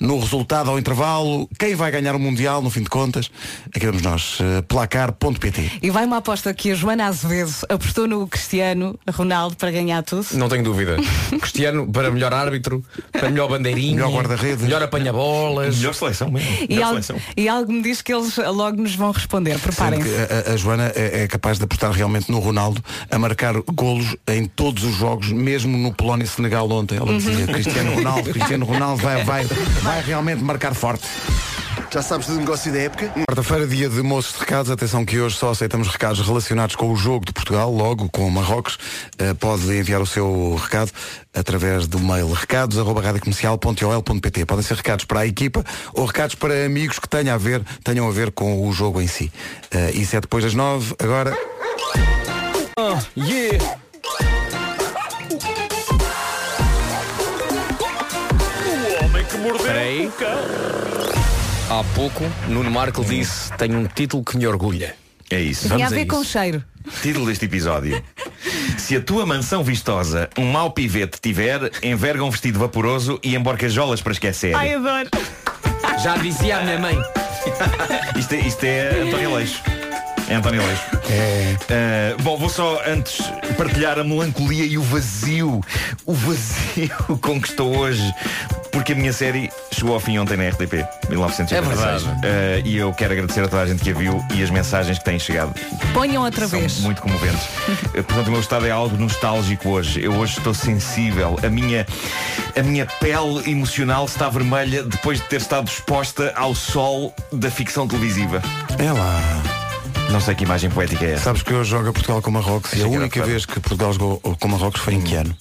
[SPEAKER 1] no resultado ao intervalo, quem vai ganhar o Mundial, no fim de contas. Aqui vamos nós, eh, placar.pt.
[SPEAKER 2] E vai uma aposta que a Joana Azevedo apostou no Cristiano Ronaldo para ganhar tudo.
[SPEAKER 4] Não tenho dúvida. Cristiano para melhor árbitro, para melhor bandeirinha, melhor guarda-redes, melhor apanha-bolas,
[SPEAKER 7] melhor seleção mesmo.
[SPEAKER 2] E algo, e algo me diz que eles logo nos vão responder.
[SPEAKER 1] Sendo que
[SPEAKER 2] Preparem-se.
[SPEAKER 1] a, a- a Joana é, é capaz de apostar realmente no Ronaldo a marcar golos em todos os jogos, mesmo no Polónia e Senegal ontem. Ela dizia,
[SPEAKER 13] Uhum.
[SPEAKER 1] Cristiano Ronaldo, Cristiano Ronaldo vai, vai, vai realmente marcar forte.
[SPEAKER 13] Já sabes do negócio da época? Um
[SPEAKER 1] Quarta-feira, dia de moços de recados. Atenção que hoje só aceitamos recados relacionados com o jogo de Portugal, logo com o Marrocos. Eh, pode enviar o seu recado através do mail recados.radiocomercial.ol.pt Podem ser recados para a equipa ou recados para amigos que tenham a ver, tenham a ver com o jogo em si. Eh, isso é depois das nove. Agora...
[SPEAKER 4] Ah, yeah.
[SPEAKER 6] mordeu
[SPEAKER 4] Espera aí.
[SPEAKER 6] o cão.
[SPEAKER 4] Há pouco, Nuno Marco disse: Tenho um título que me orgulha.
[SPEAKER 7] É isso.
[SPEAKER 2] Tinha a
[SPEAKER 7] Vamos a
[SPEAKER 2] ver com
[SPEAKER 7] isso.
[SPEAKER 2] cheiro.
[SPEAKER 7] Título deste episódio. Se a tua mansão vistosa um mau pivete tiver, enverga um vestido vaporoso e emborcajolas para esquecer.
[SPEAKER 2] Ai, adoro.
[SPEAKER 4] Já dizia a minha mãe.
[SPEAKER 7] Isto, é- isto é António Leixo. É António Leixo. Uh, bom, vou só antes partilhar a melancolia e o vazio. O vazio com que estou hoje. Porque a minha série chegou ao fim ontem na RTP, 1986.
[SPEAKER 4] É verdade.
[SPEAKER 7] Uh, e eu quero agradecer a toda a gente que a viu e as mensagens que têm chegado.
[SPEAKER 2] Ponham outra
[SPEAKER 7] São
[SPEAKER 2] vez.
[SPEAKER 7] muito comoventes. Eh, Portanto, o meu estado é algo nostálgico hoje. Eu hoje estou sensível. A minha, a minha pele emocional está vermelha depois de ter estado exposta ao sol da ficção televisiva.
[SPEAKER 1] É lá.
[SPEAKER 7] Não sei que imagem poética é essa.
[SPEAKER 1] Sabes que hoje joga Portugal com Marrocos e a única vez que Portugal jogou com Marrocos foi em que ano?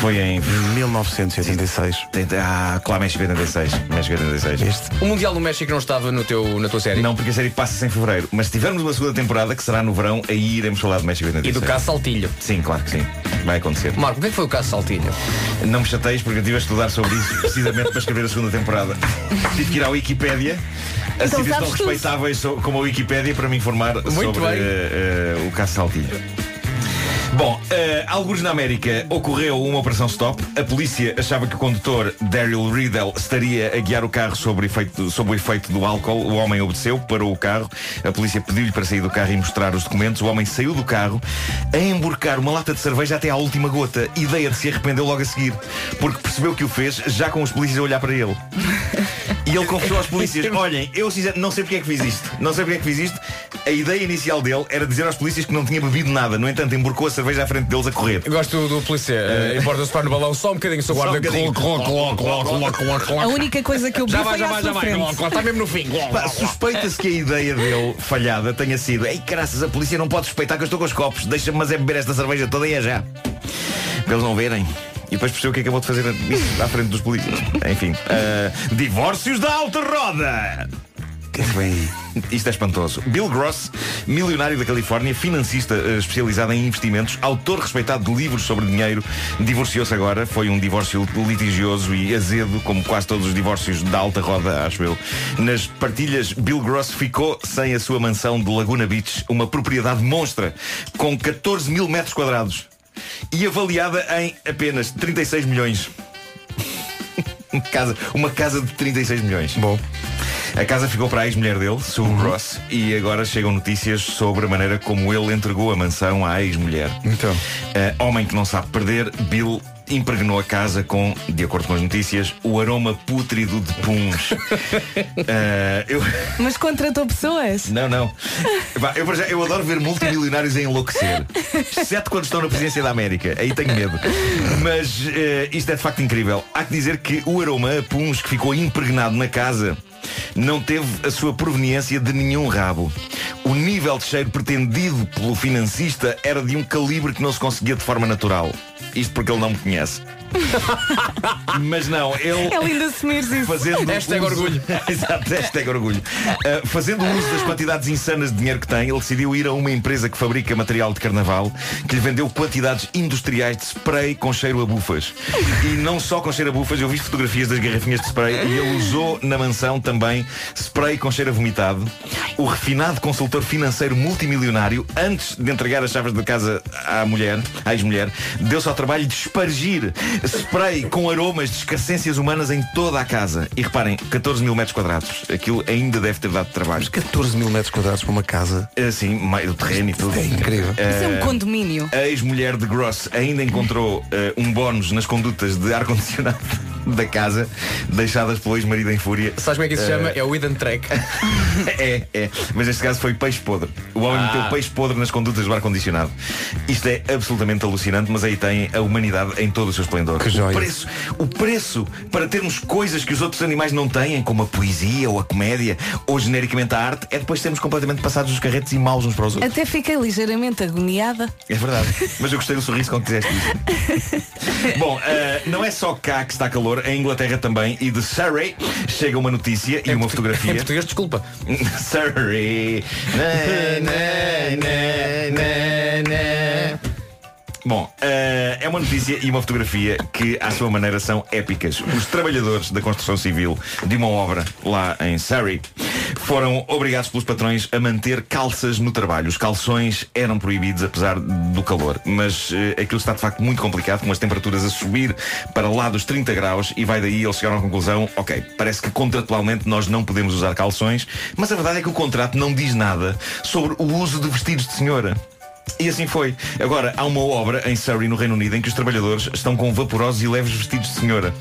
[SPEAKER 7] Foi em
[SPEAKER 1] 1986.
[SPEAKER 7] Ah, claro, México 86. México 86.
[SPEAKER 4] O Mundial do México não estava no teu, na tua série?
[SPEAKER 7] Não, porque a série passa em fevereiro. Mas se tivermos uma segunda temporada, que será no verão, aí iremos falar de México 86.
[SPEAKER 4] E do caso Saltilho.
[SPEAKER 7] Sim, claro que sim. Vai acontecer.
[SPEAKER 4] Marco, o que é que foi o caso Saltilho?
[SPEAKER 7] Não me chateias porque eu estive a estudar sobre isso precisamente para escrever a segunda temporada. Tive que ir à Wikipédia. A
[SPEAKER 6] Então
[SPEAKER 7] sítios tão
[SPEAKER 6] sabes tudo.
[SPEAKER 7] respeitáveis so- como a Wikipédia para me informar sobre
[SPEAKER 6] bem.
[SPEAKER 7] eh, eh, o caso Saltilho. Bom, eh, alguns na América ocorreu uma operação stop. A polícia achava que o condutor Daryl Riddle estaria a guiar o carro sobre, efeito, sob o efeito do álcool. O homem obedeceu, parou o carro. A polícia pediu-lhe para sair do carro e mostrar os documentos. O homem saiu do carro a emborcar uma lata de cerveja até à última gota. Ideia de se arrependeu logo a seguir, porque percebeu que o fez já com os polícias a olhar para ele. E ele confessou aos polícias, olhem, eu sincer- não sei porque é que fiz isto. Não sei porque é que fiz isto. A ideia inicial dele era dizer aos polícias que não tinha bebido nada. No entanto, emborcou a cerveja à frente deles a correr.
[SPEAKER 4] Gosto do polícia. eh, Importa soprar no balão só um bocadinho,
[SPEAKER 7] Só
[SPEAKER 4] só guarda.
[SPEAKER 7] um bocadinho.
[SPEAKER 4] Cloc, cloc, cloc, cloc, cloc, cloc.
[SPEAKER 2] A única coisa que eu vi
[SPEAKER 4] Já vai,
[SPEAKER 2] foi
[SPEAKER 4] já
[SPEAKER 2] à
[SPEAKER 4] vai, já
[SPEAKER 2] sua
[SPEAKER 4] vai.
[SPEAKER 2] frente.
[SPEAKER 4] Cloc, cloc, Está mesmo no fim. Cloc,
[SPEAKER 7] Pá,
[SPEAKER 4] cloc, cloc.
[SPEAKER 7] suspeita-se que a ideia dele falhada tenha sido Ei, caraças, a polícia não pode suspeitar que eu estou com os copos Deixa-me mas é beber esta cerveja toda e é já Para eles não verem E depois percebeu o que acabou de fazer isso à frente dos polícias Enfim ah, Divórcios da alta roda
[SPEAKER 1] Que bem.
[SPEAKER 7] Isto é espantoso. Bill Gross, milionário da Califórnia, financista eh, especializado em investimentos, autor respeitado de livros sobre dinheiro, divorciou-se agora. Foi um divórcio litigioso e azedo, como quase todos os divórcios da alta roda, acho eu. Nas partilhas, Bill Gross ficou sem a sua mansão de Laguna Beach, uma propriedade monstra, com 14 mil metros quadrados e avaliada em apenas 36 milhões. Uma casa, uma casa de 36 milhões.
[SPEAKER 1] Bom. Uhum.
[SPEAKER 7] A casa ficou para a ex-mulher dele, Sue Ross, e agora chegam notícias sobre a maneira como ele entregou a mansão à ex-mulher.
[SPEAKER 1] Então.
[SPEAKER 7] Eh, homem que não sabe perder, Bill impregnou a casa com, de acordo com as notícias, o aroma pútrido de puns. Eh, eu...
[SPEAKER 2] Mas contratou pessoas.
[SPEAKER 7] Não, não. Vá, Eu, para já- eu adoro ver multimilionários a enlouquecer. Exceto quando estão na presidência da América. Aí tenho medo. Mas eh, isto é de facto incrível. Há que dizer que o aroma a puns que ficou impregnado na casa não teve a sua proveniência de nenhum rabo. O nível de cheiro pretendido pelo financista era de um calibre que não se conseguia de forma natural. Isto porque ele não me conhece. Mas não, ele.
[SPEAKER 6] É lindo assumires isso.
[SPEAKER 7] Fazendo
[SPEAKER 1] Uhum.
[SPEAKER 6] Hashtag
[SPEAKER 7] uso-
[SPEAKER 6] orgulho.
[SPEAKER 7] Exato, hashtag orgulho. Uh, fazendo uso das quantidades insanas de dinheiro que tem, ele decidiu ir a uma empresa que fabrica material de carnaval, que lhe vendeu quantidades industriais de spray com cheiro a bufas. E não só com cheiro a bufas, eu vi fotografias das garrafinhas de spray e ele usou na mansão também spray com cheiro a vomitado. O refinado consultor financeiro multimilionário, antes de entregar as chaves da casa à mulher, à ex-mulher, deu-se ao trabalho de espargir spray com aromas de escassências humanas em toda a casa. E reparem, 14 mil metros quadrados. Aquilo ainda deve ter dado trabalho.
[SPEAKER 1] 14 mil metros quadrados para uma casa.
[SPEAKER 7] Assim, meio do terreno e tudo. Eh,
[SPEAKER 1] É incrível.
[SPEAKER 2] Isso é um condomínio.
[SPEAKER 7] A ex-mulher de Gross ainda encontrou eh, um bónus nas condutas de ar-condicionado da casa, deixadas pelo ex-marido em fúria.
[SPEAKER 4] Sabes como é que isso se
[SPEAKER 7] Eh,
[SPEAKER 4] chama? É o Eden Track.
[SPEAKER 7] é, é. Mas neste caso foi peixe podre. O homem
[SPEAKER 4] Ah.
[SPEAKER 7] meteu peixe podre nas condutas do ar-condicionado. Isto é absolutamente alucinante, mas aí tem a humanidade em todo o seu esplendor.
[SPEAKER 1] Que joia.
[SPEAKER 7] O preço, o preço para termos coisas que os outros animais não têm, como a poesia ou a comédia, ou genericamente a arte, é depois sermos completamente passados os carretes e maus uns para os outros.
[SPEAKER 2] Até fiquei ligeiramente agoniada.
[SPEAKER 7] É verdade. Mas eu gostei do sorriso com que disseste isso. Bom, eh, não é só cá que está calor, em Inglaterra também. E de Surrey chega uma notícia e uma fotografia. Em português, desculpa. Surrey. Na, na, na, na, na. Bom, eh, é uma notícia e uma fotografia que, à sua maneira, são épicas. Os trabalhadores da construção civil de uma obra lá em Surrey foram obrigados pelos patrões a manter calças no trabalho. Os calções eram proibidos, apesar do calor. Mas eh, aquilo está, de facto, muito complicado, com as temperaturas a subir para lá dos 30 graus e vai daí eles chegaram à conclusão, ok, parece que contratualmente nós não podemos usar calções, mas a verdade é que o contrato não diz nada sobre o uso de vestidos de senhora. E assim foi. Agora, há uma obra em Surrey, no Reino Unido, em que os trabalhadores estão com vaporosos e leves vestidos de senhora.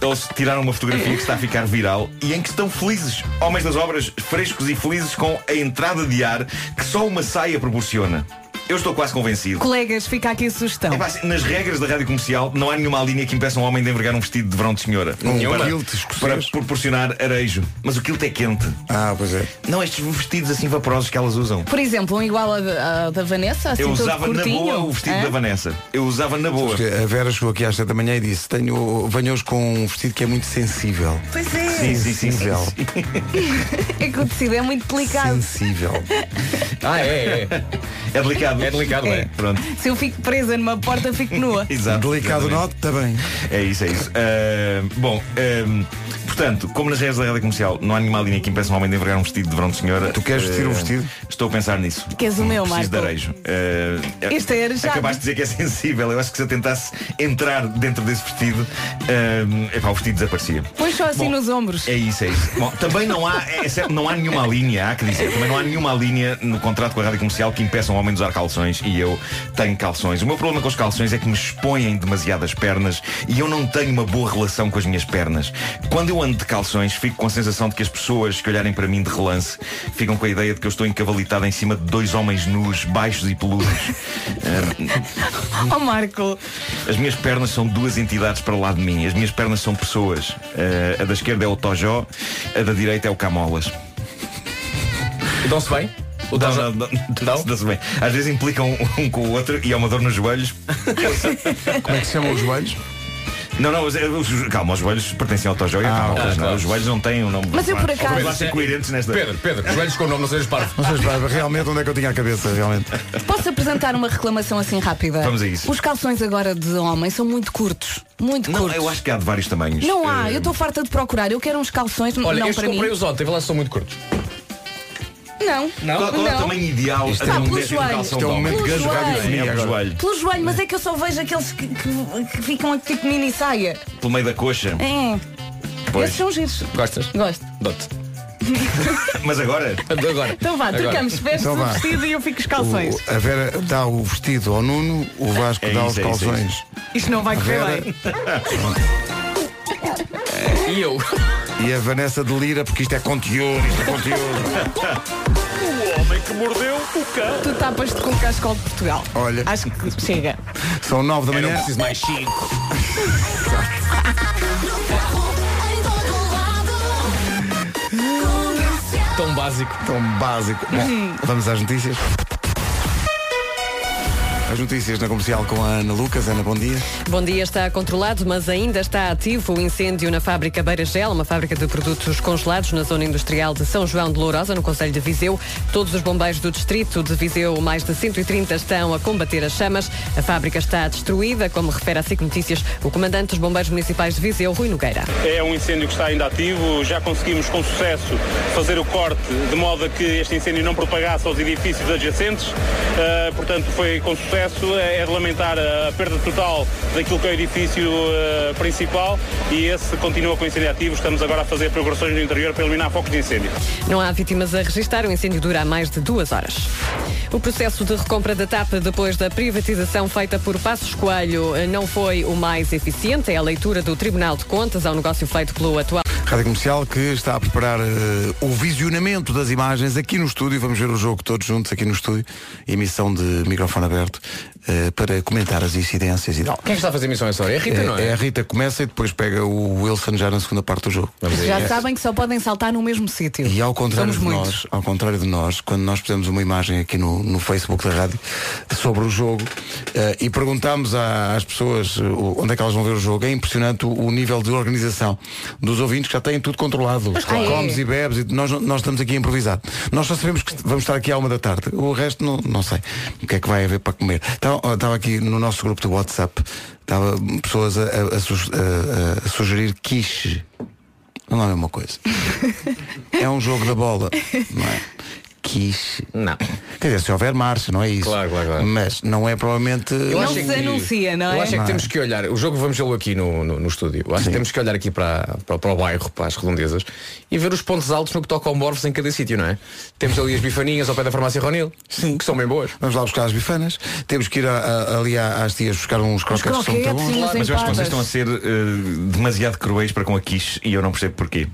[SPEAKER 7] Eles tiraram uma fotografia que está a ficar viral e em que estão felizes. Homens das obras frescos e felizes com a entrada de ar que só uma saia proporciona. Eu estou quase convencido.
[SPEAKER 2] Colegas, fica aqui a sugestão.
[SPEAKER 7] Epá, assim, Nas regras da rádio comercial não há nenhuma linha que impeça um homem de envergar um vestido de verão de senhora.
[SPEAKER 1] Um
[SPEAKER 7] para,
[SPEAKER 1] quilt
[SPEAKER 7] para proporcionar arejo. Mas o quilt é quente.
[SPEAKER 1] Ah, pois é.
[SPEAKER 7] Não, estes vestidos assim vaporosos que elas usam.
[SPEAKER 2] Por exemplo, um igual a da, a da Vanessa, assim
[SPEAKER 7] Eu
[SPEAKER 2] todo
[SPEAKER 7] usava na
[SPEAKER 2] curtinho. é?
[SPEAKER 7] boa o vestido
[SPEAKER 2] Hã?
[SPEAKER 7] da Vanessa. Eu usava na boa.
[SPEAKER 1] Porque a Vera chegou aqui às 7 da manhã e disse Tenho, venho hoje com um vestido que é muito sensível
[SPEAKER 2] Pois é.
[SPEAKER 1] Sim, sim, sim, sim, sim.
[SPEAKER 2] É que o tecido é muito delicado.
[SPEAKER 1] Sensível
[SPEAKER 4] Ah, é, é
[SPEAKER 7] É delicado
[SPEAKER 4] É delicado, é,
[SPEAKER 7] Pronto
[SPEAKER 2] Se eu fico presa numa porta, fico nua.
[SPEAKER 7] Exato,
[SPEAKER 1] Delicado
[SPEAKER 7] exatamente.
[SPEAKER 1] note, está bem
[SPEAKER 7] É isso, é isso. Ah, bom, ah, portanto, como nas regras da rádio comercial não há nenhuma linha que impeça um homem de envergar um vestido de verão de senhora. Tu
[SPEAKER 1] queres vestir um vestido?
[SPEAKER 7] Estou a pensar nisso.
[SPEAKER 2] Queres o meu,
[SPEAKER 7] Preciso de
[SPEAKER 2] Marco?
[SPEAKER 7] arejo. Ah,
[SPEAKER 2] Este é arejado.
[SPEAKER 7] Acabaste de dizer que é sensível. Eu acho que se eu tentasse entrar dentro desse vestido, ah, epá, o vestido desaparecia.
[SPEAKER 2] Põe só assim nos ombros.
[SPEAKER 7] É isso, é isso. Bom, também não há, é certo, não há nenhuma linha, há que dizer, também não há nenhuma linha no contrato com a rádio comercial que impeça um homem de usar calções e eu tenho calções. O meu problema com os calções é que me expõem demasiadas pernas e eu não tenho uma boa relação com as minhas pernas. Quando eu ando de calções, fico com a sensação de que as pessoas que olharem para mim de relance ficam com a ideia de que eu estou encavalitado em cima de dois homens nus, baixos e peludos. Ah,
[SPEAKER 2] Oh Marco,
[SPEAKER 7] as minhas pernas são duas entidades para lá de mim. As minhas pernas são pessoas. Eh, a da esquerda é o Tojó, a da direita é o Camolas.
[SPEAKER 4] Dão-se bem? O
[SPEAKER 7] não, não, não, não? Dão-se bem. Às vezes implicam um, um com o outro e há uma dor nos joelhos.
[SPEAKER 1] Como é que se chamam os joelhos?
[SPEAKER 7] Não, não, os- os- calma, os joelhos pertencem ao Tojó e
[SPEAKER 1] Ah,
[SPEAKER 7] ao Camolas. não é? Os joelhos não têm um nome.
[SPEAKER 2] Mas eu, por acaso-
[SPEAKER 7] Vamos lá ser coerentes nesta.
[SPEAKER 4] Pedro, Pedro, joelhos com o nome, não sejas parvo.
[SPEAKER 1] Não sei, pá, realmente onde é que eu tinha a cabeça, realmente
[SPEAKER 2] posso apresentar uma reclamação assim rápida?
[SPEAKER 7] Vamos a isso.
[SPEAKER 2] Os calções agora de homem são muito curtos. Muito
[SPEAKER 7] Não,
[SPEAKER 2] curtos.
[SPEAKER 7] eu acho que há de vários tamanhos.
[SPEAKER 2] Não há,
[SPEAKER 7] Eh,
[SPEAKER 2] eu estou farta de procurar. Eu quero uns calções, n-
[SPEAKER 4] Olha,
[SPEAKER 2] não
[SPEAKER 4] estes
[SPEAKER 2] para mim.
[SPEAKER 4] comprei-os ontem, vê lá se são muito curtos.
[SPEAKER 2] Não.
[SPEAKER 7] Qual, qual é o tamanho ideal
[SPEAKER 4] Isto
[SPEAKER 7] a
[SPEAKER 4] é um-
[SPEAKER 7] um
[SPEAKER 4] isto é um
[SPEAKER 7] calção
[SPEAKER 4] momento
[SPEAKER 7] de homem?
[SPEAKER 2] de gancho, rádio
[SPEAKER 7] É,
[SPEAKER 2] fininha
[SPEAKER 7] é o joelho.
[SPEAKER 2] Pelo joelho, mas é que eu só vejo aqueles que, que- que ficam tipo mini saia.
[SPEAKER 7] Pelo meio da coxa.
[SPEAKER 2] É.
[SPEAKER 7] Pois.
[SPEAKER 2] Esses são giros.
[SPEAKER 4] Gostas?
[SPEAKER 2] Gosto.
[SPEAKER 4] Dou-te.
[SPEAKER 7] Mas agora?
[SPEAKER 4] Agora.
[SPEAKER 2] Então vá,
[SPEAKER 1] Agora.
[SPEAKER 2] trocamos, veste
[SPEAKER 1] Então
[SPEAKER 2] o
[SPEAKER 1] vá.
[SPEAKER 2] vestido e eu fico os calções.
[SPEAKER 1] O- A Vera dá o vestido ao Nuno O Vasco
[SPEAKER 7] É
[SPEAKER 1] dá
[SPEAKER 7] isso,
[SPEAKER 1] os
[SPEAKER 7] é isso, é
[SPEAKER 1] calções
[SPEAKER 7] isso.
[SPEAKER 2] Isto não vai correr
[SPEAKER 1] Vera.
[SPEAKER 2] bem.
[SPEAKER 4] E eu?
[SPEAKER 1] E a Vanessa delira porque isto é conteúdo Isto é conteúdo
[SPEAKER 6] O homem que mordeu o cão.
[SPEAKER 2] Tu tapas-te com o cascol de Portugal.
[SPEAKER 1] Olha
[SPEAKER 2] Acho que é. chega.
[SPEAKER 1] São 9 da
[SPEAKER 7] um
[SPEAKER 1] manhã
[SPEAKER 4] preciso mais 5 Tão básico
[SPEAKER 1] Tão básico
[SPEAKER 2] Hum.
[SPEAKER 1] Bom, vamos às notícias As notícias na comercial com a Ana Lucas Ana, bom dia
[SPEAKER 12] Bom dia, está controlado, mas ainda está ativo o incêndio na fábrica Beiragel, uma fábrica de produtos congelados na zona industrial de São João de Lourosa, no Conselho de Viseu. Todos os bombeiros do distrito de Viseu, mais de 130, estão a combater as chamas. A fábrica está destruída, como refere a SIC Notícias o comandante dos bombeiros municipais de Viseu, Rui Nogueira.
[SPEAKER 14] É um incêndio que está ainda ativo, já conseguimos com sucesso fazer o corte de modo a que este incêndio não propagasse aos edifícios adjacentes, Uh, portanto foi com sucesso, é é de lamentar a perda total daquilo que é o edifício uh, principal e esse continua com o incêndio ativo, estamos agora a fazer progressões no interior para eliminar focos de incêndio.
[SPEAKER 12] Não há vítimas a registrar, o incêndio dura há mais de duas horas. O processo de recompra da TAP depois da privatização feita por Passos Coelho eh, não foi o mais eficiente. É a leitura do Tribunal de Contas ao negócio feito pelo atual.
[SPEAKER 1] Rádio Comercial que está a preparar eh, o visionamento das imagens aqui no estúdio. Vamos ver o jogo todos juntos aqui no estúdio. Emissão de microfone aberto eh, para comentar as incidências e tal.
[SPEAKER 4] Quem é que está a fazer missão essa hora? É a Rita,
[SPEAKER 1] Eh,
[SPEAKER 4] não é?
[SPEAKER 1] a Rita começa e depois pega o Wilson já na segunda parte do jogo.
[SPEAKER 2] Já
[SPEAKER 1] É.
[SPEAKER 2] sabem que só podem saltar no mesmo sítio.
[SPEAKER 1] E ao contrário,
[SPEAKER 2] Somos
[SPEAKER 1] de
[SPEAKER 2] muitos.
[SPEAKER 1] nós, ao contrário de nós, quando nós fizemos uma imagem aqui no, no Facebook da rádio sobre o jogo eh, e perguntámos à- às pessoas eh, o- onde é que elas vão ver o jogo, é impressionante o, o nível de organização dos ouvintes que já têm tudo controlado.
[SPEAKER 2] Mas claro.
[SPEAKER 1] Comes e bebes, e nós, nós estamos aqui a improvisar. Nós só sabemos que vamos estar aqui à uma da tarde. O resto não, não sei o que é que vai haver para comer. Então, Não, eu estava aqui no nosso grupo do WhatsApp, estava pessoas a, a- a su- a- a- a sugerir quiche. Não é a mesma coisa. é um jogo da bola, não é? Quiche.
[SPEAKER 4] Não.
[SPEAKER 1] Quer dizer, se houver marcha, não é isso.
[SPEAKER 4] Claro, claro, claro.
[SPEAKER 1] Mas não é provavelmente.
[SPEAKER 4] Eu
[SPEAKER 2] não
[SPEAKER 4] acho
[SPEAKER 2] se
[SPEAKER 4] que-
[SPEAKER 2] anuncia, não é?
[SPEAKER 4] Eu acho é que temos que olhar, o jogo vamos vê-lo aqui no, no, no estúdio. Eu Acho que temos que olhar aqui para, para, para o bairro, para as redondezas, e ver os pontos altos no que toca ao Morves em cada sítio, não é? Temos ali as bifaninhas ao pé da farmácia Ronil, é que são bem boas.
[SPEAKER 1] Vamos lá buscar as bifanas. Temos que ir a- a- ali à- às tias buscar uns croquetes que são muito bons.
[SPEAKER 7] Mas eu acho que vocês estão a ser eh, demasiado cruéis para com a quiche e eu não percebo porquê.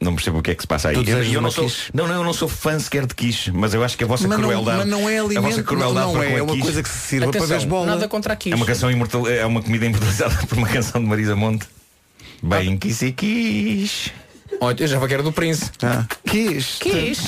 [SPEAKER 7] Não percebo o que é que se passa aí.
[SPEAKER 1] Tu
[SPEAKER 7] Eu-
[SPEAKER 1] desejas
[SPEAKER 7] eu não,
[SPEAKER 1] uma
[SPEAKER 7] sou,
[SPEAKER 1] quiche?
[SPEAKER 7] não, não, eu não sou fã sequer de quiche, mas eu acho que a vossa
[SPEAKER 1] Mas não-
[SPEAKER 7] crueldade.
[SPEAKER 1] mas não é
[SPEAKER 7] a
[SPEAKER 1] alimento,
[SPEAKER 7] vossa
[SPEAKER 1] não-
[SPEAKER 7] crueldade
[SPEAKER 1] não
[SPEAKER 7] para
[SPEAKER 1] é,
[SPEAKER 7] com a
[SPEAKER 1] é uma
[SPEAKER 7] quiche.
[SPEAKER 1] coisa que se sirva para Atenção, beisbola. nada contra a quiche.
[SPEAKER 7] É uma canção imortal, é uma comida imortalizada por uma canção de Marisa Monte.
[SPEAKER 1] Ah.
[SPEAKER 7] Bem quis e quis. Ah.
[SPEAKER 4] Olha, eu já vou querer do Prince.
[SPEAKER 1] Quis.
[SPEAKER 4] Quis.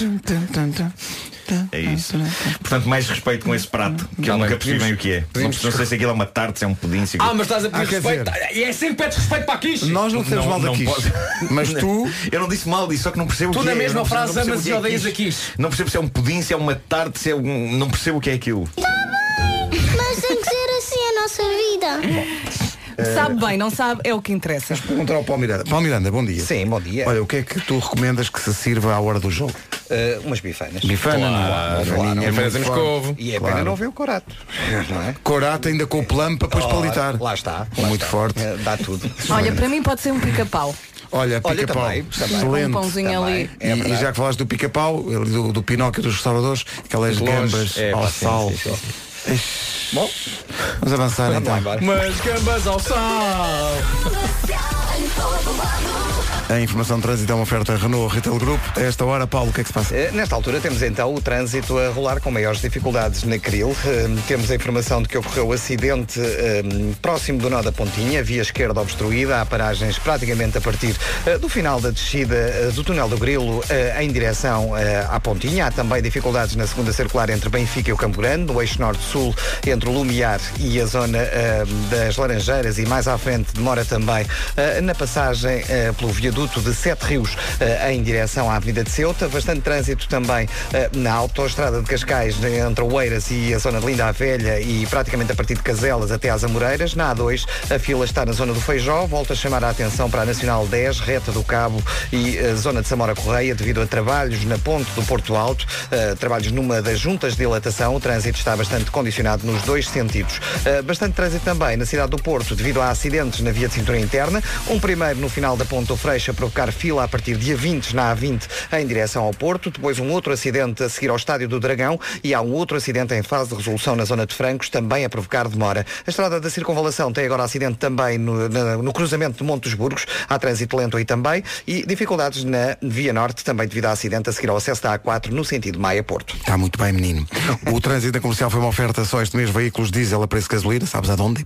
[SPEAKER 7] É isso. Portanto, mais respeito com esse prato, que eu nunca percebi
[SPEAKER 4] podemos-
[SPEAKER 7] bem o que é. Não,
[SPEAKER 4] podemos-
[SPEAKER 7] não sei se aquilo é uma tarte, se é um pudim. se aquilo-
[SPEAKER 4] Ah, mas estás a pedir respeito. E é sempre pedes respeito para a quiche.
[SPEAKER 1] Nós não temos mal da
[SPEAKER 7] não
[SPEAKER 1] quiche.
[SPEAKER 7] posso.
[SPEAKER 1] Mas tu.
[SPEAKER 7] Eu não disse mal disso, só que não percebo
[SPEAKER 4] Tu
[SPEAKER 7] o que
[SPEAKER 4] na
[SPEAKER 7] é. Eu
[SPEAKER 4] mesma
[SPEAKER 7] não percebo-
[SPEAKER 4] frase
[SPEAKER 7] não percebo
[SPEAKER 4] amas
[SPEAKER 7] o que
[SPEAKER 4] e
[SPEAKER 7] é
[SPEAKER 4] odeias a quiche.
[SPEAKER 7] Não percebo se é um pudim, se é uma tarte, se é um... Não percebo o que é aquilo.
[SPEAKER 8] Mas tem que ser assim a nossa vida.
[SPEAKER 2] Sabe bem, não sabe, é o que interessa.
[SPEAKER 1] Perguntar ao Paulo Miranda. Paulo Miranda, bom dia.
[SPEAKER 3] Sim, bom dia.
[SPEAKER 1] Olha, o que é que tu recomendas que se sirva à hora do jogo?
[SPEAKER 3] Eh, umas bifanas.
[SPEAKER 1] Bifana, não. Bifaninha é muito forte.
[SPEAKER 3] E é
[SPEAKER 1] Claro.
[SPEAKER 3] pena não ver o corato. Não é?
[SPEAKER 1] Corata ainda com o plano para depois
[SPEAKER 3] Oh,
[SPEAKER 1] palitar.
[SPEAKER 3] Lá está. lá
[SPEAKER 1] Muito
[SPEAKER 3] está.
[SPEAKER 1] forte.
[SPEAKER 3] Eh, Dá tudo.
[SPEAKER 2] Olha, para mim pode ser um pica-pau.
[SPEAKER 1] Olha,
[SPEAKER 3] Olha,
[SPEAKER 1] pica-pau.
[SPEAKER 3] também, também.
[SPEAKER 1] Excelente.
[SPEAKER 2] Um pãozinho ali.
[SPEAKER 4] É
[SPEAKER 1] E- e, já que falaste do pica-pau, ali do, do Pinóquio dos restauradores, aquelas
[SPEAKER 4] Os longes,
[SPEAKER 1] gambas
[SPEAKER 4] é,
[SPEAKER 1] ao
[SPEAKER 4] pá, sim,
[SPEAKER 1] sal.
[SPEAKER 4] sim,
[SPEAKER 1] Ixi. Vamos avançar então.
[SPEAKER 4] Mas gambas ao sal.
[SPEAKER 1] A informação de trânsito é uma oferta Renault Retail Group. A esta hora, Paulo, o que é que se passa?
[SPEAKER 3] Eh, Nesta altura temos então o trânsito a rolar com maiores dificuldades na Cril. Eh, Temos a informação de que ocorreu o acidente eh, próximo do nó da Pontinha, via esquerda obstruída, há paragens praticamente a partir eh, do final da descida eh, do túnel do Grilo eh, em direção eh, à Pontinha. Há também dificuldades na segunda circular entre Benfica e o Campo Grande, no eixo norte-sul entre o Lumiar e a zona eh, das Laranjeiras e mais à frente demora também eh, na passagem eh, pelo viaduto de Sete Rios eh, em direção à Avenida de Ceuta. Bastante trânsito também eh, na autoestrada de Cascais, né, entre Oeiras e a zona de Linda a Velha e praticamente a partir de Caselas até às Amoreiras. Na A2, a fila está na zona do Feijó. Volta a chamar a atenção para a Nacional 10, reta do Cabo e eh, zona de Samora Correia, devido a trabalhos na ponte do Porto Alto, eh, trabalhos numa das juntas de dilatação. O trânsito está bastante condicionado nos dois sentidos. Eh, bastante trânsito também na cidade do Porto, devido a acidentes na via de cintura interna. Um primeiro no final da Ponta Freixa a provocar fila a partir de A20 na A20 em direção ao Porto. Depois um outro acidente a seguir ao Estádio do Dragão e há um outro acidente em fase de resolução na zona de Francos, também a provocar demora. A estrada da circunvalação tem agora acidente também no, na- no cruzamento de Monte dos Burgos. Há trânsito lento aí também e dificuldades na Via Norte, também devido a acidente a seguir ao acesso da A4 no sentido Maia-Porto.
[SPEAKER 1] Está muito bem, menino. O trânsito da comercial foi uma oferta só este mês. Veículos diesel a preço de gasolina, sabes aonde?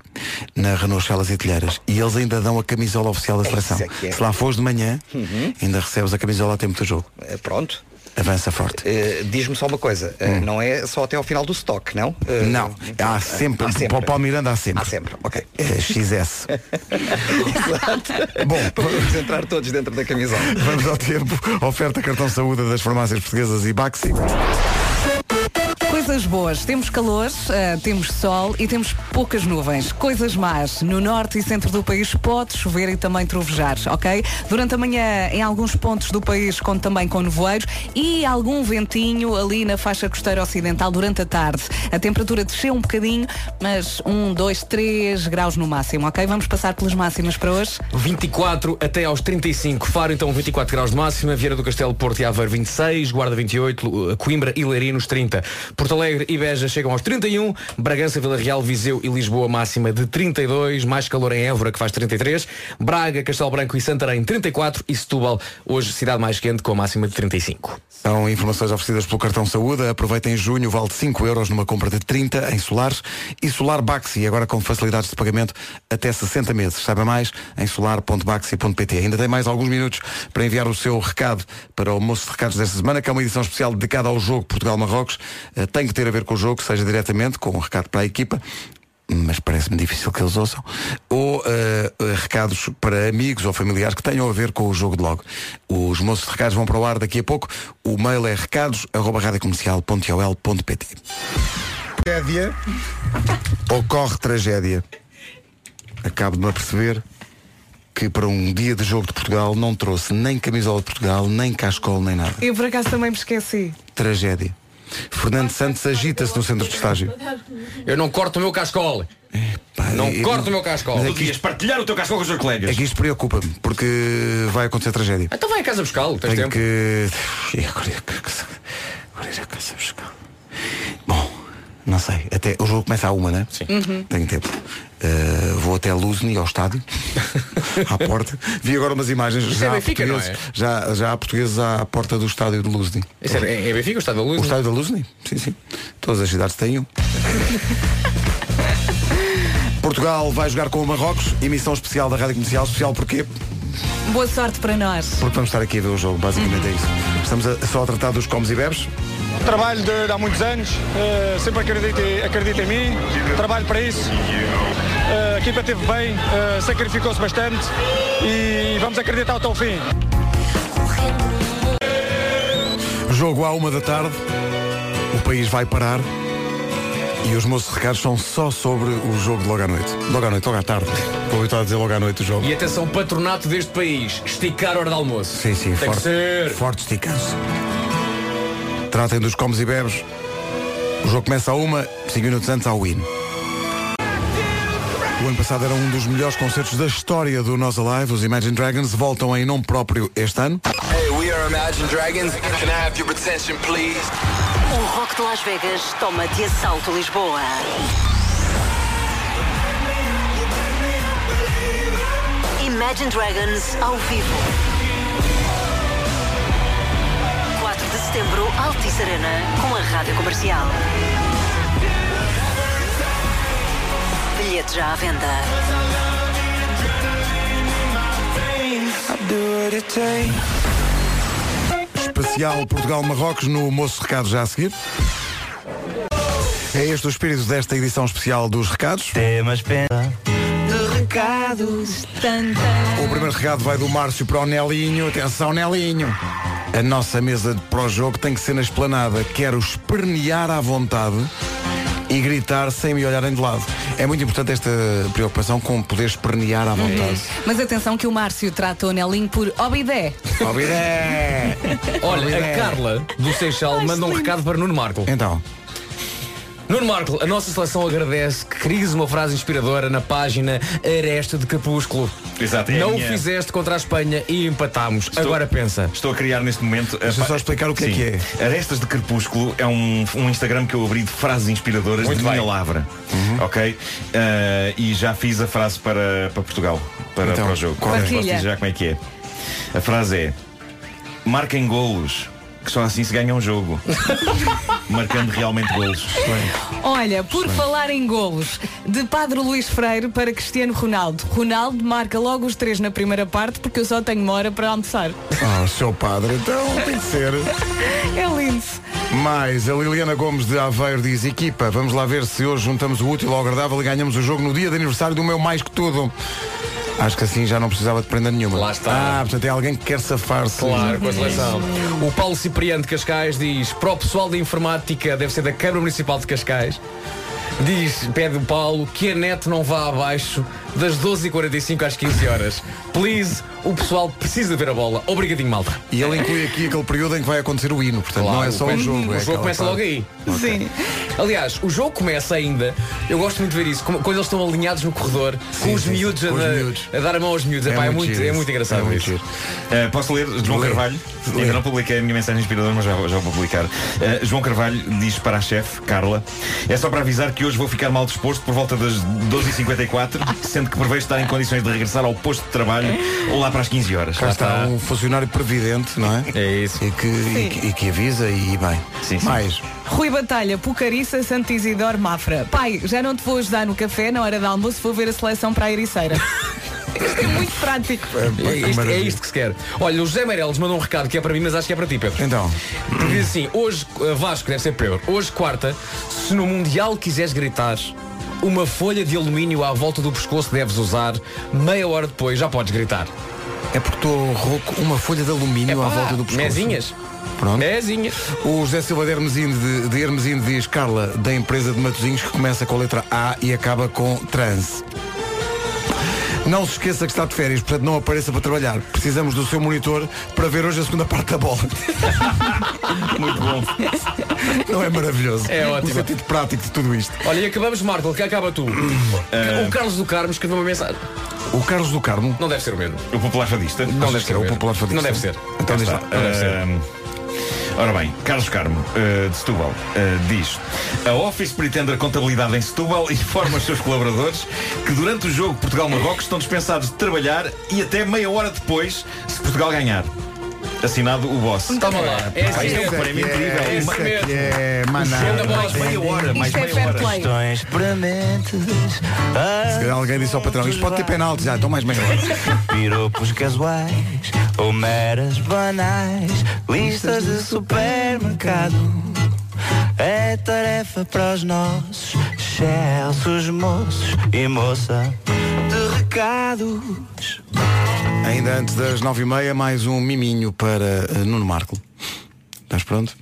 [SPEAKER 1] Na Renault Celas e Telheiras. E eles ainda dão a camisola oficial da seleção.
[SPEAKER 3] é que é.
[SPEAKER 1] Se lá fores de manhã,
[SPEAKER 3] Uhum.
[SPEAKER 1] ainda recebes a camisola a tempo do jogo.
[SPEAKER 4] É,
[SPEAKER 3] Eh, Pronto.
[SPEAKER 1] Avança forte.
[SPEAKER 3] Eh, Diz-me só uma coisa, eh, não é só até ao final do stock, não? Eh,
[SPEAKER 1] Hum. Não, há sempre, para o Paulo Miranda há sempre. Eh, Há
[SPEAKER 3] sempre, ok.
[SPEAKER 1] XS.
[SPEAKER 3] Bom, podemos entrar todos dentro da camisola.
[SPEAKER 1] Vamos ao tempo. Oferta cartão saúde das farmácias portuguesas e Baxi.
[SPEAKER 2] Coisas boas, temos calor, eh, temos sol e temos poucas nuvens. Coisas más, no norte e centro do país pode chover e também trovejar, ok? Durante a manhã, em alguns pontos do país, conto também com nevoeiros e algum ventinho ali na faixa costeira ocidental durante a tarde. A temperatura desceu um bocadinho, mas 1, 2, 3 graus no máximo, ok? Vamos passar pelas máximas para hoje.
[SPEAKER 4] 24 até aos 35. Faro, então, 24 graus de máxima. Vieira do Castelo, Porto e Aveiro, 26. Guarda, 28. Lu- eh, Coimbra e Leiria, nos 30. Porto Alegre e Beja chegam aos 31. Bragança, Vila Real, Viseu e Lisboa, máxima de 32. Mais calor em Évora, que faz 33. Braga, Castelo Branco e Santarém, 34. E Setúbal, hoje, cidade mais quente, com a máxima de 35.
[SPEAKER 1] São informações oferecidas pelo cartão Saúde. Aproveita em junho, vale 5 euros numa compra de 30 em solares e solar Baxi, agora com facilidades de pagamento até 60 meses. Saiba mais em solar.baxi.pt. Ainda tem mais alguns minutos para enviar o seu recado para o Moço de Recados desta semana, que é uma edição especial dedicada ao jogo Portugal-Marrocos. Eh, Tem que ter a ver com o jogo, seja diretamente com um recado para a equipa, mas parece-me difícil que eles ouçam, ou eh, eh, recados para amigos ou familiares que tenham a ver com o jogo de logo. Os moços de recados vão para o ar daqui a pouco. O mail é recados.radiocomercial.ol.pt
[SPEAKER 13] Tragédia.
[SPEAKER 1] Ocorre tragédia. Acabo de me aperceber que para um dia de jogo de Portugal não trouxe nem camisola de Portugal, nem cascol, nem nada.
[SPEAKER 2] Eu por acaso também me esqueci.
[SPEAKER 1] Tragédia. Fernando Santos agita-se no centro de estágio.
[SPEAKER 4] Eu não corto o meu cascol. não
[SPEAKER 1] eu-
[SPEAKER 4] corto o meu cascol.
[SPEAKER 1] Mas é que isto-
[SPEAKER 4] partilhar o teu cascol com os teus colegas.
[SPEAKER 1] É que isto preocupa-me, porque vai acontecer tragédia.
[SPEAKER 4] Então vai a casa buscá-lo, tens
[SPEAKER 1] Tenho
[SPEAKER 4] tempo.
[SPEAKER 1] que. Ih, Agora ir a casa- agora ir a casa buscar. Bom, não sei. Até o jogo começa a uma, né? Sim.
[SPEAKER 5] Uhum.
[SPEAKER 1] Tenho tempo. Uh, vou até Luzny ao estádio, à porta. Vi agora umas imagens.
[SPEAKER 4] Isso
[SPEAKER 1] Já,
[SPEAKER 4] é
[SPEAKER 1] há
[SPEAKER 4] Benfica, não é?
[SPEAKER 1] portugueses, já, já há portugueses à porta do estádio de Luzny.
[SPEAKER 4] Isso é, é Benfica, o estado da
[SPEAKER 1] O
[SPEAKER 4] luz.
[SPEAKER 1] estádio da Luzny? Sim, sim. Todas as cidades têm um. Portugal vai jogar com o Marrocos, emissão especial da Rádio Comercial, especial porquê?
[SPEAKER 2] Boa sorte para nós.
[SPEAKER 1] Porque vamos estar aqui a ver o jogo, basicamente é isso. Estamos a- só a tratar dos comes e bebes.
[SPEAKER 15] Trabalho de, de há muitos anos, eh, sempre acredito, acredito em mim, trabalho para isso. Eh, a equipa esteve bem, eh, sacrificou-se bastante e vamos acreditar até o fim.
[SPEAKER 1] Jogo à uma da tarde, o país vai parar e os moços recados são só sobre o jogo de logo à noite. Logo à noite, logo à tarde. Estou habituado a dizer logo à noite o jogo.
[SPEAKER 4] E atenção, patronato deste país, esticar a hora de almoço.
[SPEAKER 1] Sim, sim,
[SPEAKER 4] Tem que
[SPEAKER 1] É forte,
[SPEAKER 4] ser.
[SPEAKER 1] forte esticanço. Tratem dos comes e bebes. O jogo começa a uma, cinco minutos antes ao win. O ano passado era um dos melhores concertos da história do Nós Alive. Os Imagine Dragons voltam em nome próprio este ano.
[SPEAKER 16] Hey, we are Imagine Dragons. Can I have your attention, please?
[SPEAKER 17] O Um Rock de Las Vegas toma de assalto Lisboa. Imagine Dragons ao vivo. 4 de setembro, Altice Arena, com a Rádio Comercial. Bilhetes já à venda.
[SPEAKER 1] Especial Portugal-Marrocos no Moço Recados já a seguir. É este o espírito desta edição especial dos recados. Temas
[SPEAKER 2] De recados. Tanta.
[SPEAKER 1] O primeiro recado vai do Márcio para o Nelinho. Atenção, Nelinho. A nossa mesa de pró-jogo tem que ser na esplanada. Quero espernear à vontade e gritar sem me olharem de lado. É muito importante esta preocupação com poder espernear à vontade.
[SPEAKER 2] Mas atenção que o Márcio trata o Nelinho por Obidé.
[SPEAKER 1] Obidé!
[SPEAKER 4] Olha,
[SPEAKER 1] Obidé.
[SPEAKER 4] a Carla do Seixal manda um recado para Nuno Marco.
[SPEAKER 1] Então.
[SPEAKER 4] Nuno Marco, a nossa seleção agradece que cries uma frase inspiradora na página Aresta de Capúsculo.
[SPEAKER 7] Exato, é a
[SPEAKER 4] Não o
[SPEAKER 7] minha-
[SPEAKER 4] fizeste contra a Espanha e empatámos. Agora pensa.
[SPEAKER 7] Estou a criar neste momento.
[SPEAKER 4] Deixa-me só explicar o que é que
[SPEAKER 7] é. Arestas de Crepúsculo é um, um Instagram que eu abri de frases inspiradoras
[SPEAKER 4] Muito
[SPEAKER 7] de
[SPEAKER 4] bem.
[SPEAKER 7] minha lavra.
[SPEAKER 4] Uhum.
[SPEAKER 7] Ok? Ah, e já fiz a frase para, para Portugal, para,
[SPEAKER 1] Então,
[SPEAKER 7] para o jogo.
[SPEAKER 1] qual é?
[SPEAKER 7] Mas Posso
[SPEAKER 1] Partilha.
[SPEAKER 7] dizer já como é que é. A frase é: marquem golos, que só assim se ganha um jogo. Marcando realmente golos.
[SPEAKER 2] Olha, por
[SPEAKER 7] Sim.
[SPEAKER 2] falar em golos, de Padre Luís Freire para Cristiano Ronaldo. Ronaldo marca logo os três na primeira parte porque eu só tenho uma hora para almoçar.
[SPEAKER 1] Ah, seu padre, então tem que ser.
[SPEAKER 2] É lindo.
[SPEAKER 1] Mais, a Liliana Gomes de Aveiro diz Equipa, vamos lá ver se hoje juntamos o útil ao agradável e ganhamos o jogo no dia de aniversário do meu mais que tudo Acho que assim já não precisava de prenda nenhuma Lá está Ah, portanto é alguém que quer safar-se
[SPEAKER 4] Claro, com a seleção. O Paulo Cipriano de Cascais diz, para o pessoal de informática, deve ser da Câmara Municipal de Cascais, diz, pede o Paulo, que a net não vá abaixo das 12h45 às 15 horas. Please, o pessoal precisa ver a bola. Obrigadinho, malta.
[SPEAKER 1] E ele inclui aqui aquele período em que vai acontecer o hino Portanto
[SPEAKER 4] Claro,
[SPEAKER 1] não é só o
[SPEAKER 4] começa-
[SPEAKER 1] jogo é
[SPEAKER 4] O
[SPEAKER 1] aquela
[SPEAKER 4] jogo começa
[SPEAKER 1] parte.
[SPEAKER 4] logo aí. Sim. Aliás, o jogo começa ainda. Eu gosto muito de ver isso. como- Quando eles estão alinhados no corredor, com os miúdos, a,
[SPEAKER 7] com os
[SPEAKER 4] dar-
[SPEAKER 7] miúdos.
[SPEAKER 4] a dar a mão aos miúdos. Epá, É, muito,
[SPEAKER 7] giro
[SPEAKER 4] é
[SPEAKER 7] isso.
[SPEAKER 4] muito engraçado
[SPEAKER 7] É muito
[SPEAKER 4] isso.
[SPEAKER 7] giro. Eh, posso ler João
[SPEAKER 4] Lê.
[SPEAKER 7] Carvalho?
[SPEAKER 4] Lê.
[SPEAKER 7] Ainda não publiquei a minha mensagem inspiradora, mas já, vou- já vou publicar. Eh, João Carvalho diz para a chefe, Carla, é só para avisar que hoje vou ficar mal disposto por volta das 12h54, sendo que prevejo estar em condições de regressar ao posto de trabalho lá para as 15 horas.
[SPEAKER 1] Cá
[SPEAKER 7] Lá
[SPEAKER 1] está um funcionário previdente, não é?
[SPEAKER 4] É isso
[SPEAKER 1] E que, e, que- e que avisa e bem Mais
[SPEAKER 2] Rui Batalha, Pucariça, Santo Isidoro, Mafra. Pai, já não te vou ajudar no café, na hora de almoço vou ver a seleção para a Ericeira. Isto é muito prático.
[SPEAKER 4] É isto, é isto que se quer. Olha, o José Meireles mandou um recado que é para mim, mas acho que é para ti, Pedro.
[SPEAKER 1] Então.
[SPEAKER 4] Diz assim, hoje, eh, Vasco, deve ser Pedro, hoje quarta, se no Mundial quiseres gritar, uma folha de alumínio à volta do pescoço deves usar. Meia hora depois já podes gritar.
[SPEAKER 1] É porque estou rouco. Uma folha de alumínio à volta do pescoço.
[SPEAKER 4] Mezinhas.
[SPEAKER 1] Pronto. O José Silva de Hermesinde, de, de Hermesinde diz Carla, da empresa de Matosinhos, que começa com a letra A e acaba com trans. Não se esqueça que está de férias, portanto não apareça para trabalhar. Precisamos do seu monitor para ver hoje a segunda parte da bola.
[SPEAKER 4] Muito bom.
[SPEAKER 1] Não é maravilhoso?
[SPEAKER 4] É
[SPEAKER 1] O
[SPEAKER 4] ótimo.
[SPEAKER 1] sentido prático de tudo isto.
[SPEAKER 4] Olha, e acabamos, Marco, que acaba tu.
[SPEAKER 7] É.
[SPEAKER 4] O Carlos do Carmo escreveu uma mensagem.
[SPEAKER 1] O Carlos do Carmo?
[SPEAKER 4] Não deve ser o mesmo.
[SPEAKER 7] O popular fadista? é
[SPEAKER 4] Não deve ser
[SPEAKER 7] o
[SPEAKER 4] o mesmo.
[SPEAKER 7] popular fadista.
[SPEAKER 4] Não deve ser.
[SPEAKER 7] Então
[SPEAKER 4] Cá
[SPEAKER 7] diz
[SPEAKER 4] está.
[SPEAKER 7] lá.
[SPEAKER 4] Não deve ser.
[SPEAKER 7] Ahm, Ora bem, Carlos Carmo, eh, de Setúbal, eh, diz A Office pretende a contabilidade em Setúbal e informa os seus colaboradores que durante o jogo Portugal-Marrocos estão dispensados de trabalhar e até meia hora depois se Portugal ganhar. Assinado o boss.
[SPEAKER 4] Toma lá. É
[SPEAKER 7] Pá,
[SPEAKER 4] assim
[SPEAKER 7] isto é um
[SPEAKER 4] mesmo.
[SPEAKER 7] prémio
[SPEAKER 4] É
[SPEAKER 7] incrível.
[SPEAKER 4] isso
[SPEAKER 7] Uma-
[SPEAKER 4] mesmo.
[SPEAKER 1] É, maná.
[SPEAKER 7] Sendo mais meia hora, mais
[SPEAKER 1] Isto é
[SPEAKER 7] meia
[SPEAKER 1] fair
[SPEAKER 7] hora.
[SPEAKER 1] play.
[SPEAKER 7] Questões para mentes.
[SPEAKER 1] Se calhar alguém disse ao patrão, isto pode ter penalti já, então mais meia hora.
[SPEAKER 18] Piropos casuais ou meras banais, listas de supermercado. É tarefa para os nossos excelsos moços e moça de recado.
[SPEAKER 1] Ainda antes das nove e meia, mais um miminho para eh, Nuno Marco. Estás pronto?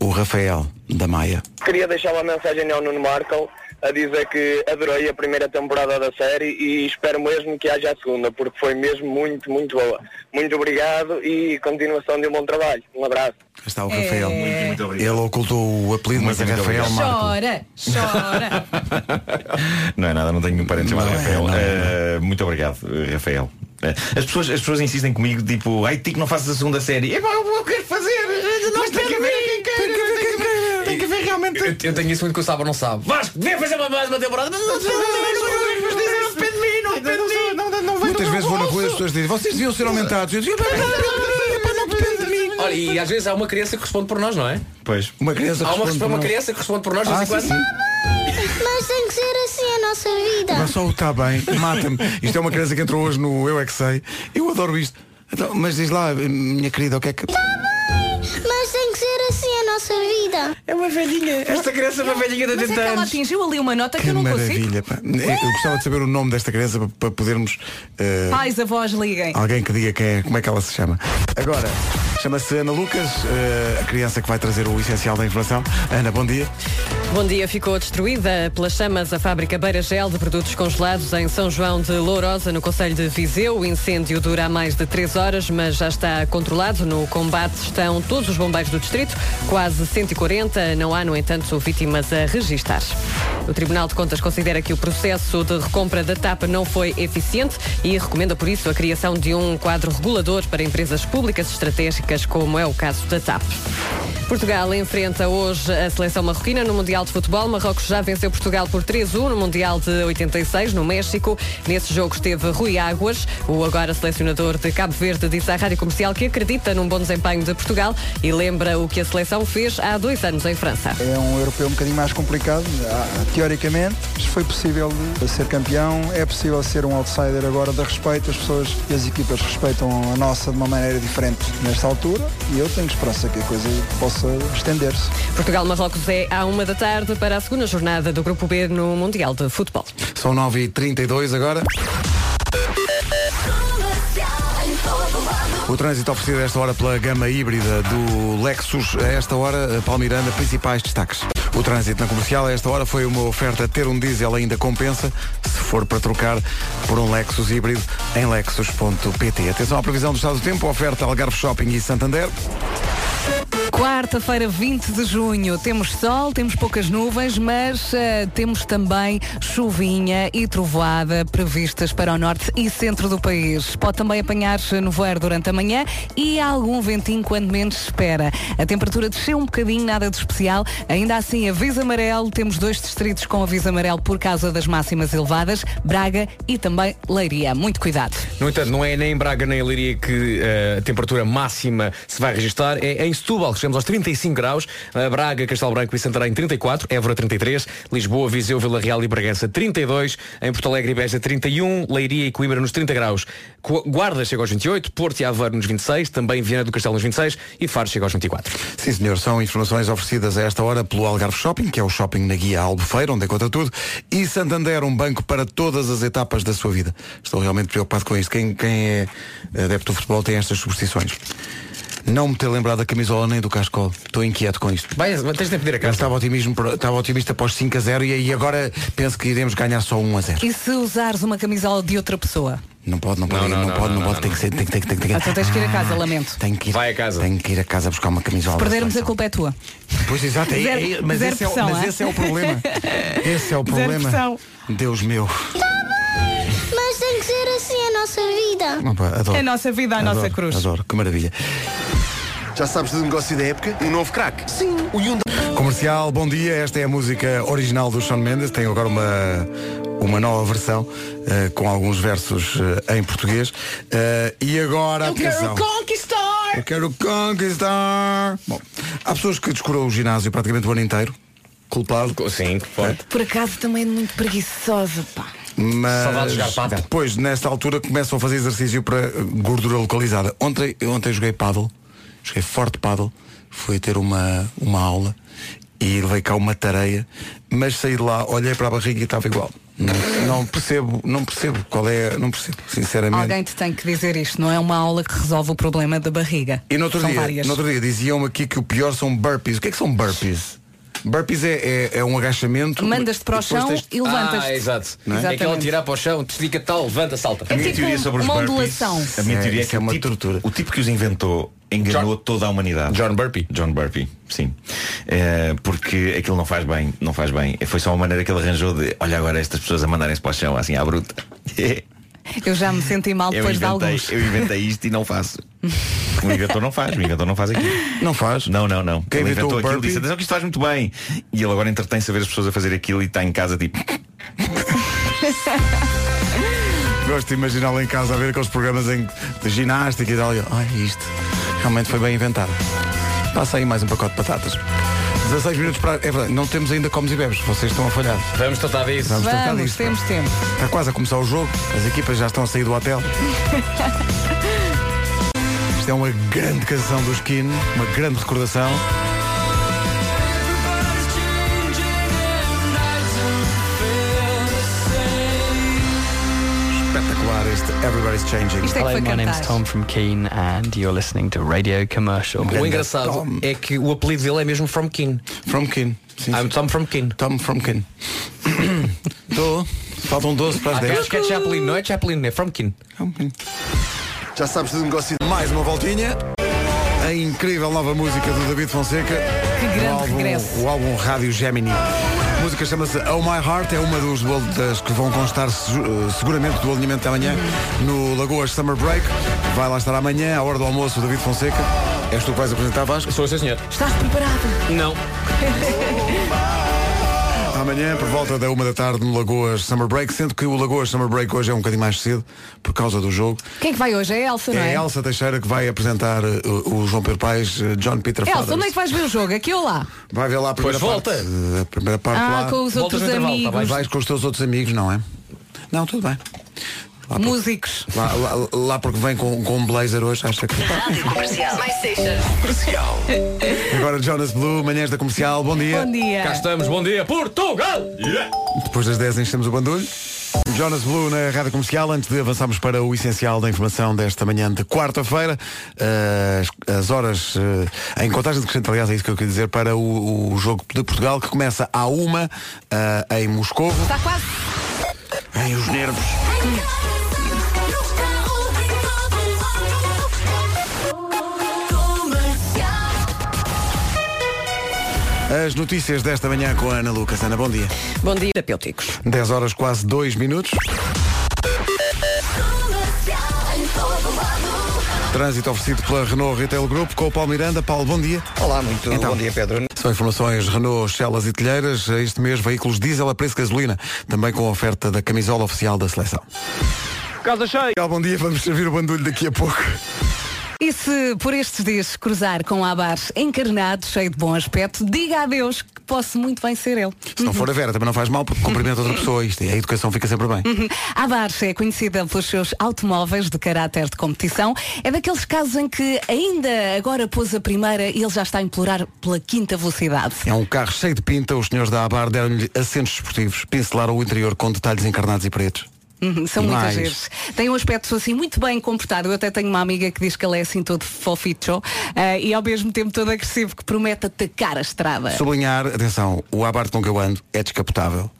[SPEAKER 1] O Rafael da Maia.
[SPEAKER 19] Queria deixar uma mensagem ao Nuno Markel a dizer que adorei a primeira temporada da série e espero mesmo que haja a segunda, porque foi mesmo muito, muito boa. Muito obrigado e continuação de um bom trabalho. Um abraço.
[SPEAKER 1] Cá está o
[SPEAKER 4] É.
[SPEAKER 1] Rafael. Ele ocultou o apelido, mas é
[SPEAKER 7] Muito, muito
[SPEAKER 1] Rafael
[SPEAKER 7] obrigado.
[SPEAKER 1] Marco.
[SPEAKER 2] Chora, chora.
[SPEAKER 7] Não é nada, não tenho nenhum parente chamado Rafael. Eh, muito obrigado, eh, Rafael. Eh, As pessoas, as pessoas insistem comigo, tipo, ai Tico, não faças a segunda série. É pá, eu vou querer fazer. Mas tem que haver quem queira. Tem que haver quem queira. Tem que haver realmente.
[SPEAKER 4] Eu, eu tenho isso muito que eu sabe ou não sabe. Vasco, devia fazer uma mais uma temporada. Mas não-
[SPEAKER 1] Muitas vezes vou na rua e as pessoas dizem, vocês deviam ser aumentados. Eu digo, "Epá, não, não, não, epá, não depende de mim.
[SPEAKER 4] Olha, e às vezes há uma criança que responde por nós, não é?
[SPEAKER 7] Pois.
[SPEAKER 1] Uma criança que
[SPEAKER 4] há uma,
[SPEAKER 1] responde
[SPEAKER 4] responde- uma
[SPEAKER 1] por nós.
[SPEAKER 4] criança que responde por nós de
[SPEAKER 1] Ah,
[SPEAKER 4] vez em quando.
[SPEAKER 1] sim, sim.
[SPEAKER 8] Mas tem que ser assim a nossa vida.
[SPEAKER 1] Mas só o está bem, mata-me. Isto é uma criança que entrou hoje no Eu É Que Sei. Eu adoro isto. Então, mas diz lá, minha querida, o que é que.
[SPEAKER 8] Mas tem que ser assim a nossa vida.
[SPEAKER 4] É uma velhinha. Esta criança é uma velhinha de
[SPEAKER 2] Mas
[SPEAKER 4] 80
[SPEAKER 2] é que ela
[SPEAKER 4] anos.
[SPEAKER 2] atingiu ali uma nota que,
[SPEAKER 1] Que
[SPEAKER 2] eu não consigo.
[SPEAKER 1] maravilha, pá. Eu gostava de saber o nome desta criança para, para podermos. eh,
[SPEAKER 2] Pais, avós, liguem.
[SPEAKER 1] Alguém que diga quem é, como é que ela se chama. Agora, chama-se Ana Lucas, eh, a criança que vai trazer o essencial da informação. Ana, bom dia.
[SPEAKER 12] Bom dia, ficou destruída pelas chamas a fábrica Beira Gel de produtos congelados em São João de Lourosa, no Conselho de Viseu. O incêndio dura há mais de três horas, mas já está controlado. No combate estão todos os bombeiros do distrito, quase 140. Não há, no entanto, vítimas a registar. O Tribunal de Contas considera que o processo de recompra da TAP não foi eficiente e recomenda, por isso, a criação de um quadro regulador para empresas públicas estratégicas, como é o caso da TAP. Portugal enfrenta hoje a seleção marroquina no Mundial de Futebol. Marrocos já venceu Portugal por 3-1 no Mundial de 86, no México. Nesse jogo esteve Rui Águas, o agora selecionador de Cabo Verde, disse à Rádio Comercial que acredita num bom desempenho de Portugal e lembra o que a seleção fez há dois anos em França.
[SPEAKER 20] É um europeu um bocadinho mais complicado, ah, teoricamente, mas foi possível de ser campeão, é possível ser um outsider agora de respeito, as pessoas e as equipas respeitam a nossa de uma maneira diferente nesta altura e eu tenho esperança que a coisa possa estender-se.
[SPEAKER 12] Portugal-Marrocos é à uma da tarde para a segunda jornada do Grupo B no Mundial de Futebol.
[SPEAKER 1] São 9h32 agora. O trânsito oferecido a esta hora pela gama híbrida do Lexus. A esta hora, Palmiranda, principais destaques. O trânsito na comercial a esta hora foi uma oferta. Ter um diesel ainda compensa se for para trocar por um Lexus híbrido em lexus.pt. Atenção à previsão do estado do tempo, oferta Algarve Shopping e Santander.
[SPEAKER 2] Quarta-feira, 20 de junho, temos sol, temos poucas nuvens, mas eh, temos também chuvinha e trovoada previstas para o norte e centro do país. Pode também apanhar nevoeiro durante a manhã e algum ventinho quando menos se espera. A temperatura desceu um bocadinho, nada de especial. Ainda assim, aviso amarelo, temos dois distritos com aviso amarelo por causa das máximas elevadas, Braga e também Leiria. Muito cuidado.
[SPEAKER 4] No entanto, não é nem em Braga nem em Leiria que eh, a temperatura máxima se vai registar, é em Setúbal que chegamos aos 35 graus. Eh, Braga, Castelo Branco e Santarém 34, Évora 33, Lisboa, Viseu, Vila Real e Bragança 32, em Porto Alegre e Beja 31, Leiria e Coimbra nos 30 graus. Co- Guarda chega aos 28, Porto e Aveiro nos 26, também Viana do Castelo nos 26 e Faro chega aos 24.
[SPEAKER 1] Sim, senhor, são informações oferecidas a esta hora pelo Algarve Shopping, que é o shopping na guia Albufeira, onde encontra tudo, e Santander, um banco para todas as etapas da sua vida. Estou realmente preocupado com isto. Quem, quem é adepto do futebol tem estas superstições. Não me ter lembrado da camisola nem do cascol. Estou inquieto com isto.
[SPEAKER 4] Vai, tens de pedir a
[SPEAKER 1] casa. Estava, otimismo, para- estava otimista após 5 a 0 e, e agora penso que iremos ganhar só 1 a 0.
[SPEAKER 2] E se usares uma camisola de outra pessoa?
[SPEAKER 1] Não pode, não pode, não, pode, não, pode. Tem que ser, tem que, tem que, tem que.
[SPEAKER 2] Ah, então tens que ir a casa,
[SPEAKER 1] Ah,
[SPEAKER 2] lamento.
[SPEAKER 1] Tenho que ir, Vai a casa. Tenho que ir a casa buscar uma camisola.
[SPEAKER 2] Se perdermos, a culpa é tua.
[SPEAKER 1] Pois exato, é-
[SPEAKER 2] Zero-
[SPEAKER 1] é- mas,
[SPEAKER 2] zero
[SPEAKER 1] esse, é, o-
[SPEAKER 2] pressão,
[SPEAKER 1] mas
[SPEAKER 2] hã?
[SPEAKER 1] esse é o problema. Esse é o
[SPEAKER 2] Zero
[SPEAKER 1] problema.
[SPEAKER 2] pressão.
[SPEAKER 1] Deus meu.
[SPEAKER 8] Mas tem que ser assim a nossa vida.
[SPEAKER 1] Opa, adoro.
[SPEAKER 8] É a nossa vida, a
[SPEAKER 1] Adoro,
[SPEAKER 8] nossa cruz.
[SPEAKER 1] Adoro, que maravilha.
[SPEAKER 13] Já sabes do negócio da época? Um novo craque? Sim. O Hyundai.
[SPEAKER 1] Comercial, bom dia. Esta é a música original do Sean Mendes. Tem agora uma, uma nova versão eh, com alguns versos eh, em português. Eh, e agora, atenção.
[SPEAKER 5] conquistar.
[SPEAKER 1] Eu quero conquistar. Bom, há pessoas que descurou o ginásio praticamente o ano inteiro. Culpado. Eh,
[SPEAKER 4] Sim, culpado.
[SPEAKER 2] Por acaso também é muito preguiçosa, pá.
[SPEAKER 1] Mas
[SPEAKER 4] Saudades de jogar pato.
[SPEAKER 1] depois, nesta altura, começam a fazer exercício para gordura localizada. Ontem, eu ontem joguei paddle, joguei forte paddle, fui ter uma, uma aula e levei cá uma tareia, mas saí de lá, olhei para a barriga e estava igual. Não, não percebo, não percebo qual é, não percebo, sinceramente.
[SPEAKER 2] Alguém te tem que dizer isto, não é uma aula que resolve o problema da barriga.
[SPEAKER 1] E no outro,
[SPEAKER 2] São
[SPEAKER 1] dia,
[SPEAKER 2] várias.
[SPEAKER 1] no outro dia diziam-me aqui que o pior são burpees. O que é que são burpees? Burpees é, é, é um agachamento.
[SPEAKER 2] Mandas-te para o
[SPEAKER 1] Depois
[SPEAKER 2] chão
[SPEAKER 1] tens-
[SPEAKER 2] e levantas-te.
[SPEAKER 4] Ah, exato.
[SPEAKER 1] Não é?
[SPEAKER 4] É aquela
[SPEAKER 1] Exatamente.
[SPEAKER 4] tirar para o chão, desliga tal, levanta,
[SPEAKER 2] É
[SPEAKER 4] salta.
[SPEAKER 7] A minha
[SPEAKER 2] tipo
[SPEAKER 7] teoria sobre os burpees, A minha teoria é que o, tipo, o tipo que os inventou enganou toda a humanidade.
[SPEAKER 4] John Burpee.
[SPEAKER 7] John Burpee, sim. Eh, porque aquilo não faz bem, não faz bem. Foi só uma maneira que ele arranjou de olha agora estas pessoas a mandarem-se para o chão assim à bruta.
[SPEAKER 2] Eu já me senti mal
[SPEAKER 7] eu,
[SPEAKER 2] depois de
[SPEAKER 7] inventei,
[SPEAKER 2] alguns.
[SPEAKER 7] eu inventei isto e não faço. O inventor não faz, o inventor não faz aquilo.
[SPEAKER 1] Não faz?
[SPEAKER 7] Não, não, não.
[SPEAKER 1] Quem
[SPEAKER 7] ele
[SPEAKER 1] inventou
[SPEAKER 7] inventou
[SPEAKER 1] o
[SPEAKER 7] aquilo
[SPEAKER 1] burpee?
[SPEAKER 7] disse, atenção que isto faz muito bem. E ele agora entretém-se a ver as pessoas a fazer aquilo e está em casa tipo.
[SPEAKER 1] Gosto de imaginar lá em casa a ver aqueles programas em, de ginástica e tal. e eu, Ai, isto realmente foi bem inventado. Passa aí mais um pacote de batatas. 16 minutos para. É verdade, não temos ainda comes e bebes, vocês estão a falhar.
[SPEAKER 4] Vamos tratar disso.
[SPEAKER 1] Vamos tratar
[SPEAKER 2] Vamos,
[SPEAKER 1] disso,
[SPEAKER 2] temos tempo.
[SPEAKER 1] Está quase a começar o jogo, as equipas já estão a sair do hotel. Isto é uma grande canção do Skin, uma grande recordação. Espetacular este Everybody's
[SPEAKER 8] é
[SPEAKER 1] Changing.
[SPEAKER 21] Hello, my name is Tom from Keen and you're listening to Radio Commercial.
[SPEAKER 4] O engraçado é que o apelido dele é mesmo From King.
[SPEAKER 1] From King.
[SPEAKER 4] I'm Tom From King.
[SPEAKER 1] Tom From King. Tô. Faltam 12 para as 10.
[SPEAKER 4] Acho que é Chaplin, não é Chaplin, é From King.
[SPEAKER 1] Já sabes do negócio. Mais uma voltinha. A incrível nova música do David Fonseca. Que
[SPEAKER 2] grande
[SPEAKER 1] o álbum,
[SPEAKER 2] regresso.
[SPEAKER 1] O álbum Rádio Gemini. A música chama-se Oh My Heart, é uma dos bol- das que vão constar se- eh, seguramente do alinhamento da manhã no Lagoas Summer Break. Vai lá estar amanhã, à hora do almoço, o David Fonseca. És tu que vais apresentar, Vasco?
[SPEAKER 4] Sou, sim, senhor.
[SPEAKER 2] Estás preparado?
[SPEAKER 4] Não.
[SPEAKER 1] Amanhã, por volta da uma da tarde, no Lagoas Summer Break, sendo que o Lagoas Summer Break hoje é um bocadinho mais cedo, por causa do jogo.
[SPEAKER 2] Quem é que vai hoje? É a Elsa,
[SPEAKER 1] É
[SPEAKER 2] não
[SPEAKER 1] a
[SPEAKER 2] é?
[SPEAKER 1] Elsa Teixeira que vai apresentar eh, o o João Pedro Paes, eh, John Peter
[SPEAKER 2] Elsa,
[SPEAKER 1] Fathers.
[SPEAKER 2] onde é que vais ver o jogo? Aqui ou lá?
[SPEAKER 1] Vai ver lá a primeira
[SPEAKER 2] Pois
[SPEAKER 1] parte.
[SPEAKER 2] volta.
[SPEAKER 1] eh, A primeira parte
[SPEAKER 2] Ah,
[SPEAKER 1] lá.
[SPEAKER 2] com os Voltas outros no intervalo, tá amigos. bem.
[SPEAKER 1] Vais com os teus outros amigos, não é? Não, tudo bem. Lá por-
[SPEAKER 2] Músicos.
[SPEAKER 1] Lá, lá- lá porque vem com, com um blazer hoje, acha que.
[SPEAKER 5] Comercial. Mais seixas. Comercial.
[SPEAKER 1] Agora Jonas Blue, manhãs da comercial, bom dia.
[SPEAKER 5] Bom dia.
[SPEAKER 4] Cá estamos, bom dia, Portugal!
[SPEAKER 1] Depois das 10 enchemos o bandulho. Jonas Blue na Rádio Comercial, antes de avançarmos para o essencial da informação desta manhã de quarta-feira, eh, as, as horas eh, em contagem decrescente, aliás, é isso que eu queria dizer, para o, o jogo de Portugal, que começa à uma eh, em Moscou.
[SPEAKER 2] Está quase.
[SPEAKER 1] Ai, os nervos. As notícias desta manhã com a Ana Lucas. Ana, bom dia.
[SPEAKER 12] Bom dia, terapêuticos.
[SPEAKER 1] 10 horas, quase 2 minutos. Trânsito oferecido pela Renault Retail Group com o Paulo Miranda. Paulo, bom dia.
[SPEAKER 3] Olá, muito
[SPEAKER 1] Então,
[SPEAKER 3] bom dia, Pedro.
[SPEAKER 1] São informações Renault, Chelas e Telheiras. Este mês, veículos diesel a preço de gasolina. Também com a oferta da camisola oficial da seleção.
[SPEAKER 6] Casa cheia.
[SPEAKER 1] Bom dia, vamos servir o bandulho daqui a pouco.
[SPEAKER 2] E se por estes dias cruzar com Abar encarnado, cheio de bom aspecto, diga adeus que posso muito bem ser ele.
[SPEAKER 1] Se não for a Vera, também não faz mal, porque cumprimenta outra pessoa. Isto, é, a educação fica sempre bem.
[SPEAKER 2] Uhum. A Abarth é conhecida pelos seus automóveis de caráter de competição. É daqueles casos em que ainda agora pôs a primeira e ele já está a implorar pela quinta velocidade.
[SPEAKER 1] É um carro cheio de pinta, os senhores da Abar deram-lhe assentos esportivos, pincelaram o interior com detalhes encarnados e pretos.
[SPEAKER 2] Uhum, São muitas
[SPEAKER 1] Demais.
[SPEAKER 2] vezes. Tem um aspecto assim muito bem comportado. Eu até tenho uma amiga que diz que ele é assim todo foficho eh, e ao mesmo tempo todo agressivo que promete atacar a estrada.
[SPEAKER 1] Sublinhar, atenção, o Abarth com que eu ando é descapotável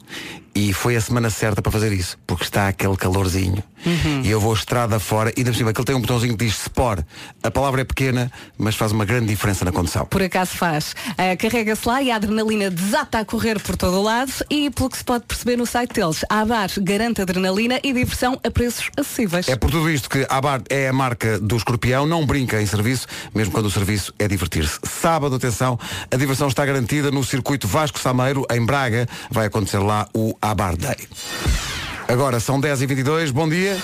[SPEAKER 1] e foi a semana certa para fazer isso, porque está aquele calorzinho
[SPEAKER 2] Uhum.
[SPEAKER 1] e eu vou estrada fora e ainda por cima aquele tem um botãozinho que diz Sport. A palavra é pequena, mas faz uma grande diferença na condução.
[SPEAKER 2] Por acaso faz. Eh, Carrega-se lá e a adrenalina desata a correr por todo o lado e pelo que se pode perceber no site deles, a Abar garante adrenalina e diversão a preços acessíveis.
[SPEAKER 1] É por tudo isto que a Abarth é a marca do escorpião, não brinca em serviço, mesmo quando o serviço é divertir-se. Sábado, atenção, a diversão está garantida no circuito Vasco Sameiro, em Braga. Vai acontecer lá o Abarth Day. Agora são 10h22, bom dia.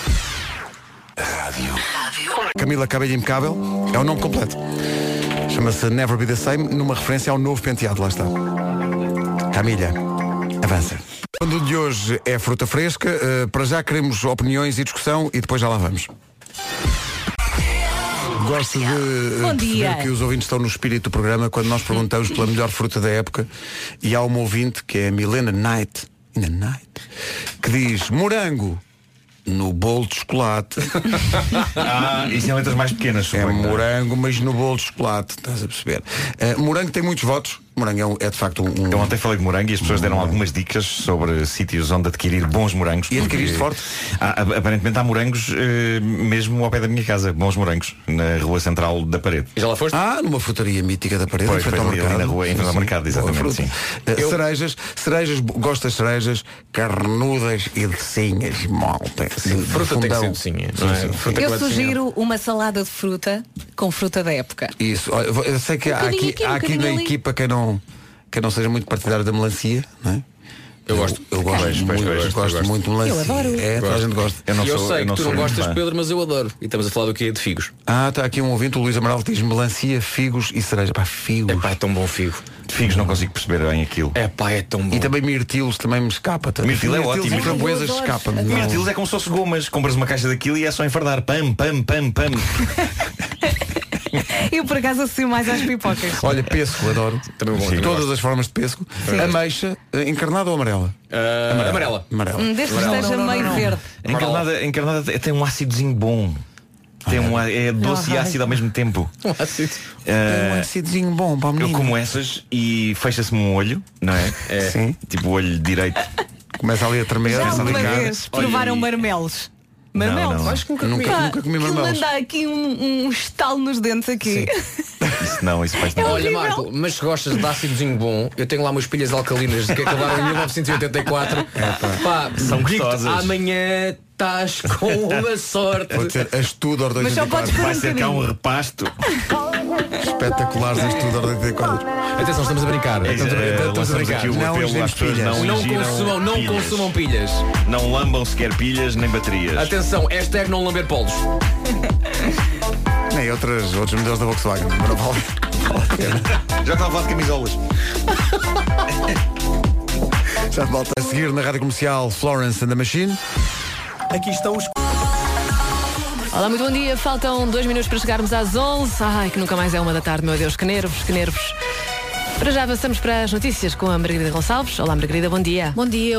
[SPEAKER 1] Camila Cabelho Impecável é o nome completo. Chama-se Never Be The Same, numa referência ao novo penteado, lá está. Camila, avança. O mundo de hoje é fruta fresca. eh, para já queremos opiniões e discussão e depois já lá vamos. Gosto de eh,
[SPEAKER 2] Bom dia.
[SPEAKER 1] perceber que os ouvintes estão no espírito do programa quando nós perguntamos pela melhor fruta da época e há uma ouvinte que é a Milena Knight, Milena Knight que diz morango no bolo de chocolate.
[SPEAKER 7] Ah, isso em letras mais pequenas.
[SPEAKER 1] É morango, mas no bolo de chocolate, estás a perceber? Eh, morango tem muitos votos. Morango é, um- é de facto um. Hum.
[SPEAKER 7] Eu ontem falei de morango e as pessoas deram algumas dicas sobre sítios onde adquirir bons morangos. E
[SPEAKER 1] adquiriste forte?
[SPEAKER 7] aparentemente há morangos eh, mesmo ao pé da minha casa, bons morangos, na rua central da parede.
[SPEAKER 4] já lá foste?
[SPEAKER 1] Ah, numa frutaria mítica da parede,
[SPEAKER 7] Pois,
[SPEAKER 1] em frente ao
[SPEAKER 7] pois, ali- ali
[SPEAKER 1] mercado.
[SPEAKER 7] na rua, em frente ao
[SPEAKER 1] Sim,
[SPEAKER 7] mercado,
[SPEAKER 1] boa
[SPEAKER 7] exatamente,
[SPEAKER 1] fruta.
[SPEAKER 7] sim.
[SPEAKER 1] Eh, Cerejas, cerejas, gosto das cerejas, carnudas e docinhas, malta. Sim,
[SPEAKER 4] fruta tem que ser docinha, não é? Fruta
[SPEAKER 2] Eu sugiro uma salada de fruta com fruta da época.
[SPEAKER 1] Isso, olha, eu sei que
[SPEAKER 2] Um
[SPEAKER 1] há
[SPEAKER 2] bocadinho
[SPEAKER 1] aqui,
[SPEAKER 2] aqui, um
[SPEAKER 1] há aqui na
[SPEAKER 2] bocadinho ali.
[SPEAKER 1] equipa quem não, quem não seja muito partidário da melancia, não é? Eu gosto. Eu, gosto,
[SPEAKER 7] Pois,
[SPEAKER 1] muito,
[SPEAKER 7] pois, pois,
[SPEAKER 1] gosto,
[SPEAKER 7] eu gosto.
[SPEAKER 1] muito de melancia.
[SPEAKER 7] Eu adoro.
[SPEAKER 1] É, toda a gente gosta.
[SPEAKER 4] Eu, sei que tu não gostas, Pedro, mas eu adoro. E estamos a falar do quê? De figos.
[SPEAKER 1] Ah, está aqui um ouvinte, o Luís Amaral, que diz melancia, figos e cereja. Pá, figos. É
[SPEAKER 4] pá, é tão bom figo.
[SPEAKER 7] Figos não consigo perceber bem aquilo.
[SPEAKER 4] É pá, é tão bom.
[SPEAKER 1] E também mirtilos também me escapa. tá?
[SPEAKER 7] Mirtilo é ótimo.
[SPEAKER 1] E framboesas escapa-me. não.
[SPEAKER 7] Mirtilos é como se fosse gomas. Compras uma caixa daquilo e é só enfardar. Pam, pam, pam, pam.
[SPEAKER 2] Eu por acaso associo mais às pipocas.
[SPEAKER 1] Olha, pêssego, adoro.
[SPEAKER 4] bom,
[SPEAKER 1] Sim,
[SPEAKER 4] também
[SPEAKER 1] Todas
[SPEAKER 4] gosto.
[SPEAKER 1] as formas de pêssego.
[SPEAKER 7] é
[SPEAKER 4] Sim.
[SPEAKER 1] Ameixa, eh, encarnada ou amarela?
[SPEAKER 4] Ah, amarela.
[SPEAKER 1] Amarela.
[SPEAKER 2] Hum, desde que esteja meio verde.
[SPEAKER 7] Encarnada, encarnada te- tem um ácidozinho bom. Tem um, á- é doce e
[SPEAKER 2] Ah,
[SPEAKER 1] vai.
[SPEAKER 7] ácido ao mesmo tempo.
[SPEAKER 1] Tem um
[SPEAKER 7] Eh,
[SPEAKER 1] acidozinho bom para
[SPEAKER 7] eu
[SPEAKER 1] o menino.
[SPEAKER 7] como essas e fecha-se-me um olho, não é? é
[SPEAKER 1] Sim.
[SPEAKER 7] Tipo o olho direito.
[SPEAKER 1] Começa ali a tremer,
[SPEAKER 2] Já alguma vez provaram marmelos? Marmelos?
[SPEAKER 7] Não, não. Acho que nunca
[SPEAKER 2] Nunca,
[SPEAKER 7] comi- nunca comi marmelos.
[SPEAKER 2] dá aqui um, um estalo nos dentes aqui.
[SPEAKER 7] Isso não, isso faz
[SPEAKER 4] Olha, Marco, mas se gostas de ácidozinho bom, eu tenho lá umas pilhas alcalinas que acabaram em 1984. pá,
[SPEAKER 1] São
[SPEAKER 4] digo-te,
[SPEAKER 1] gostosas.
[SPEAKER 4] Amanhã estás com uma sorte.
[SPEAKER 1] Vou ter as tudo ordens
[SPEAKER 4] Mas só podes pôr
[SPEAKER 1] Vai
[SPEAKER 4] um
[SPEAKER 1] ser cá um
[SPEAKER 4] bocadinho.
[SPEAKER 7] repasto.
[SPEAKER 1] Espetaculares as tudo ordens de
[SPEAKER 4] Atenção, estamos a brincar. Estamos a,
[SPEAKER 7] Eh,
[SPEAKER 4] brincar. estamos a
[SPEAKER 7] lançamos
[SPEAKER 4] brincar.
[SPEAKER 7] aqui o apelo
[SPEAKER 4] ingirem
[SPEAKER 7] às pessoas, não
[SPEAKER 4] Não
[SPEAKER 7] ingiram
[SPEAKER 4] consumam, não
[SPEAKER 7] pilhas.
[SPEAKER 4] consumam pilhas.
[SPEAKER 7] Não lambam sequer pilhas nem baterias.
[SPEAKER 4] Atenção, hashtag não lamber polos.
[SPEAKER 1] Nem outras, outros modelos da Volkswagen. Não vale, vale a pena.
[SPEAKER 7] Já estava a falar de camisolas.
[SPEAKER 1] Já de volta a seguir na rádio comercial Florence and the Machine.
[SPEAKER 12] Aqui estão os. Olá, muito bom dia. Faltam dois minutos para chegarmos às 11. Ai, que nunca mais é uma da tarde, meu Deus, que nervos, que nervos. Para já avançamos para as notícias com a Margarida Gonçalves. Olá, Margarida, bom dia.
[SPEAKER 9] Bom dia.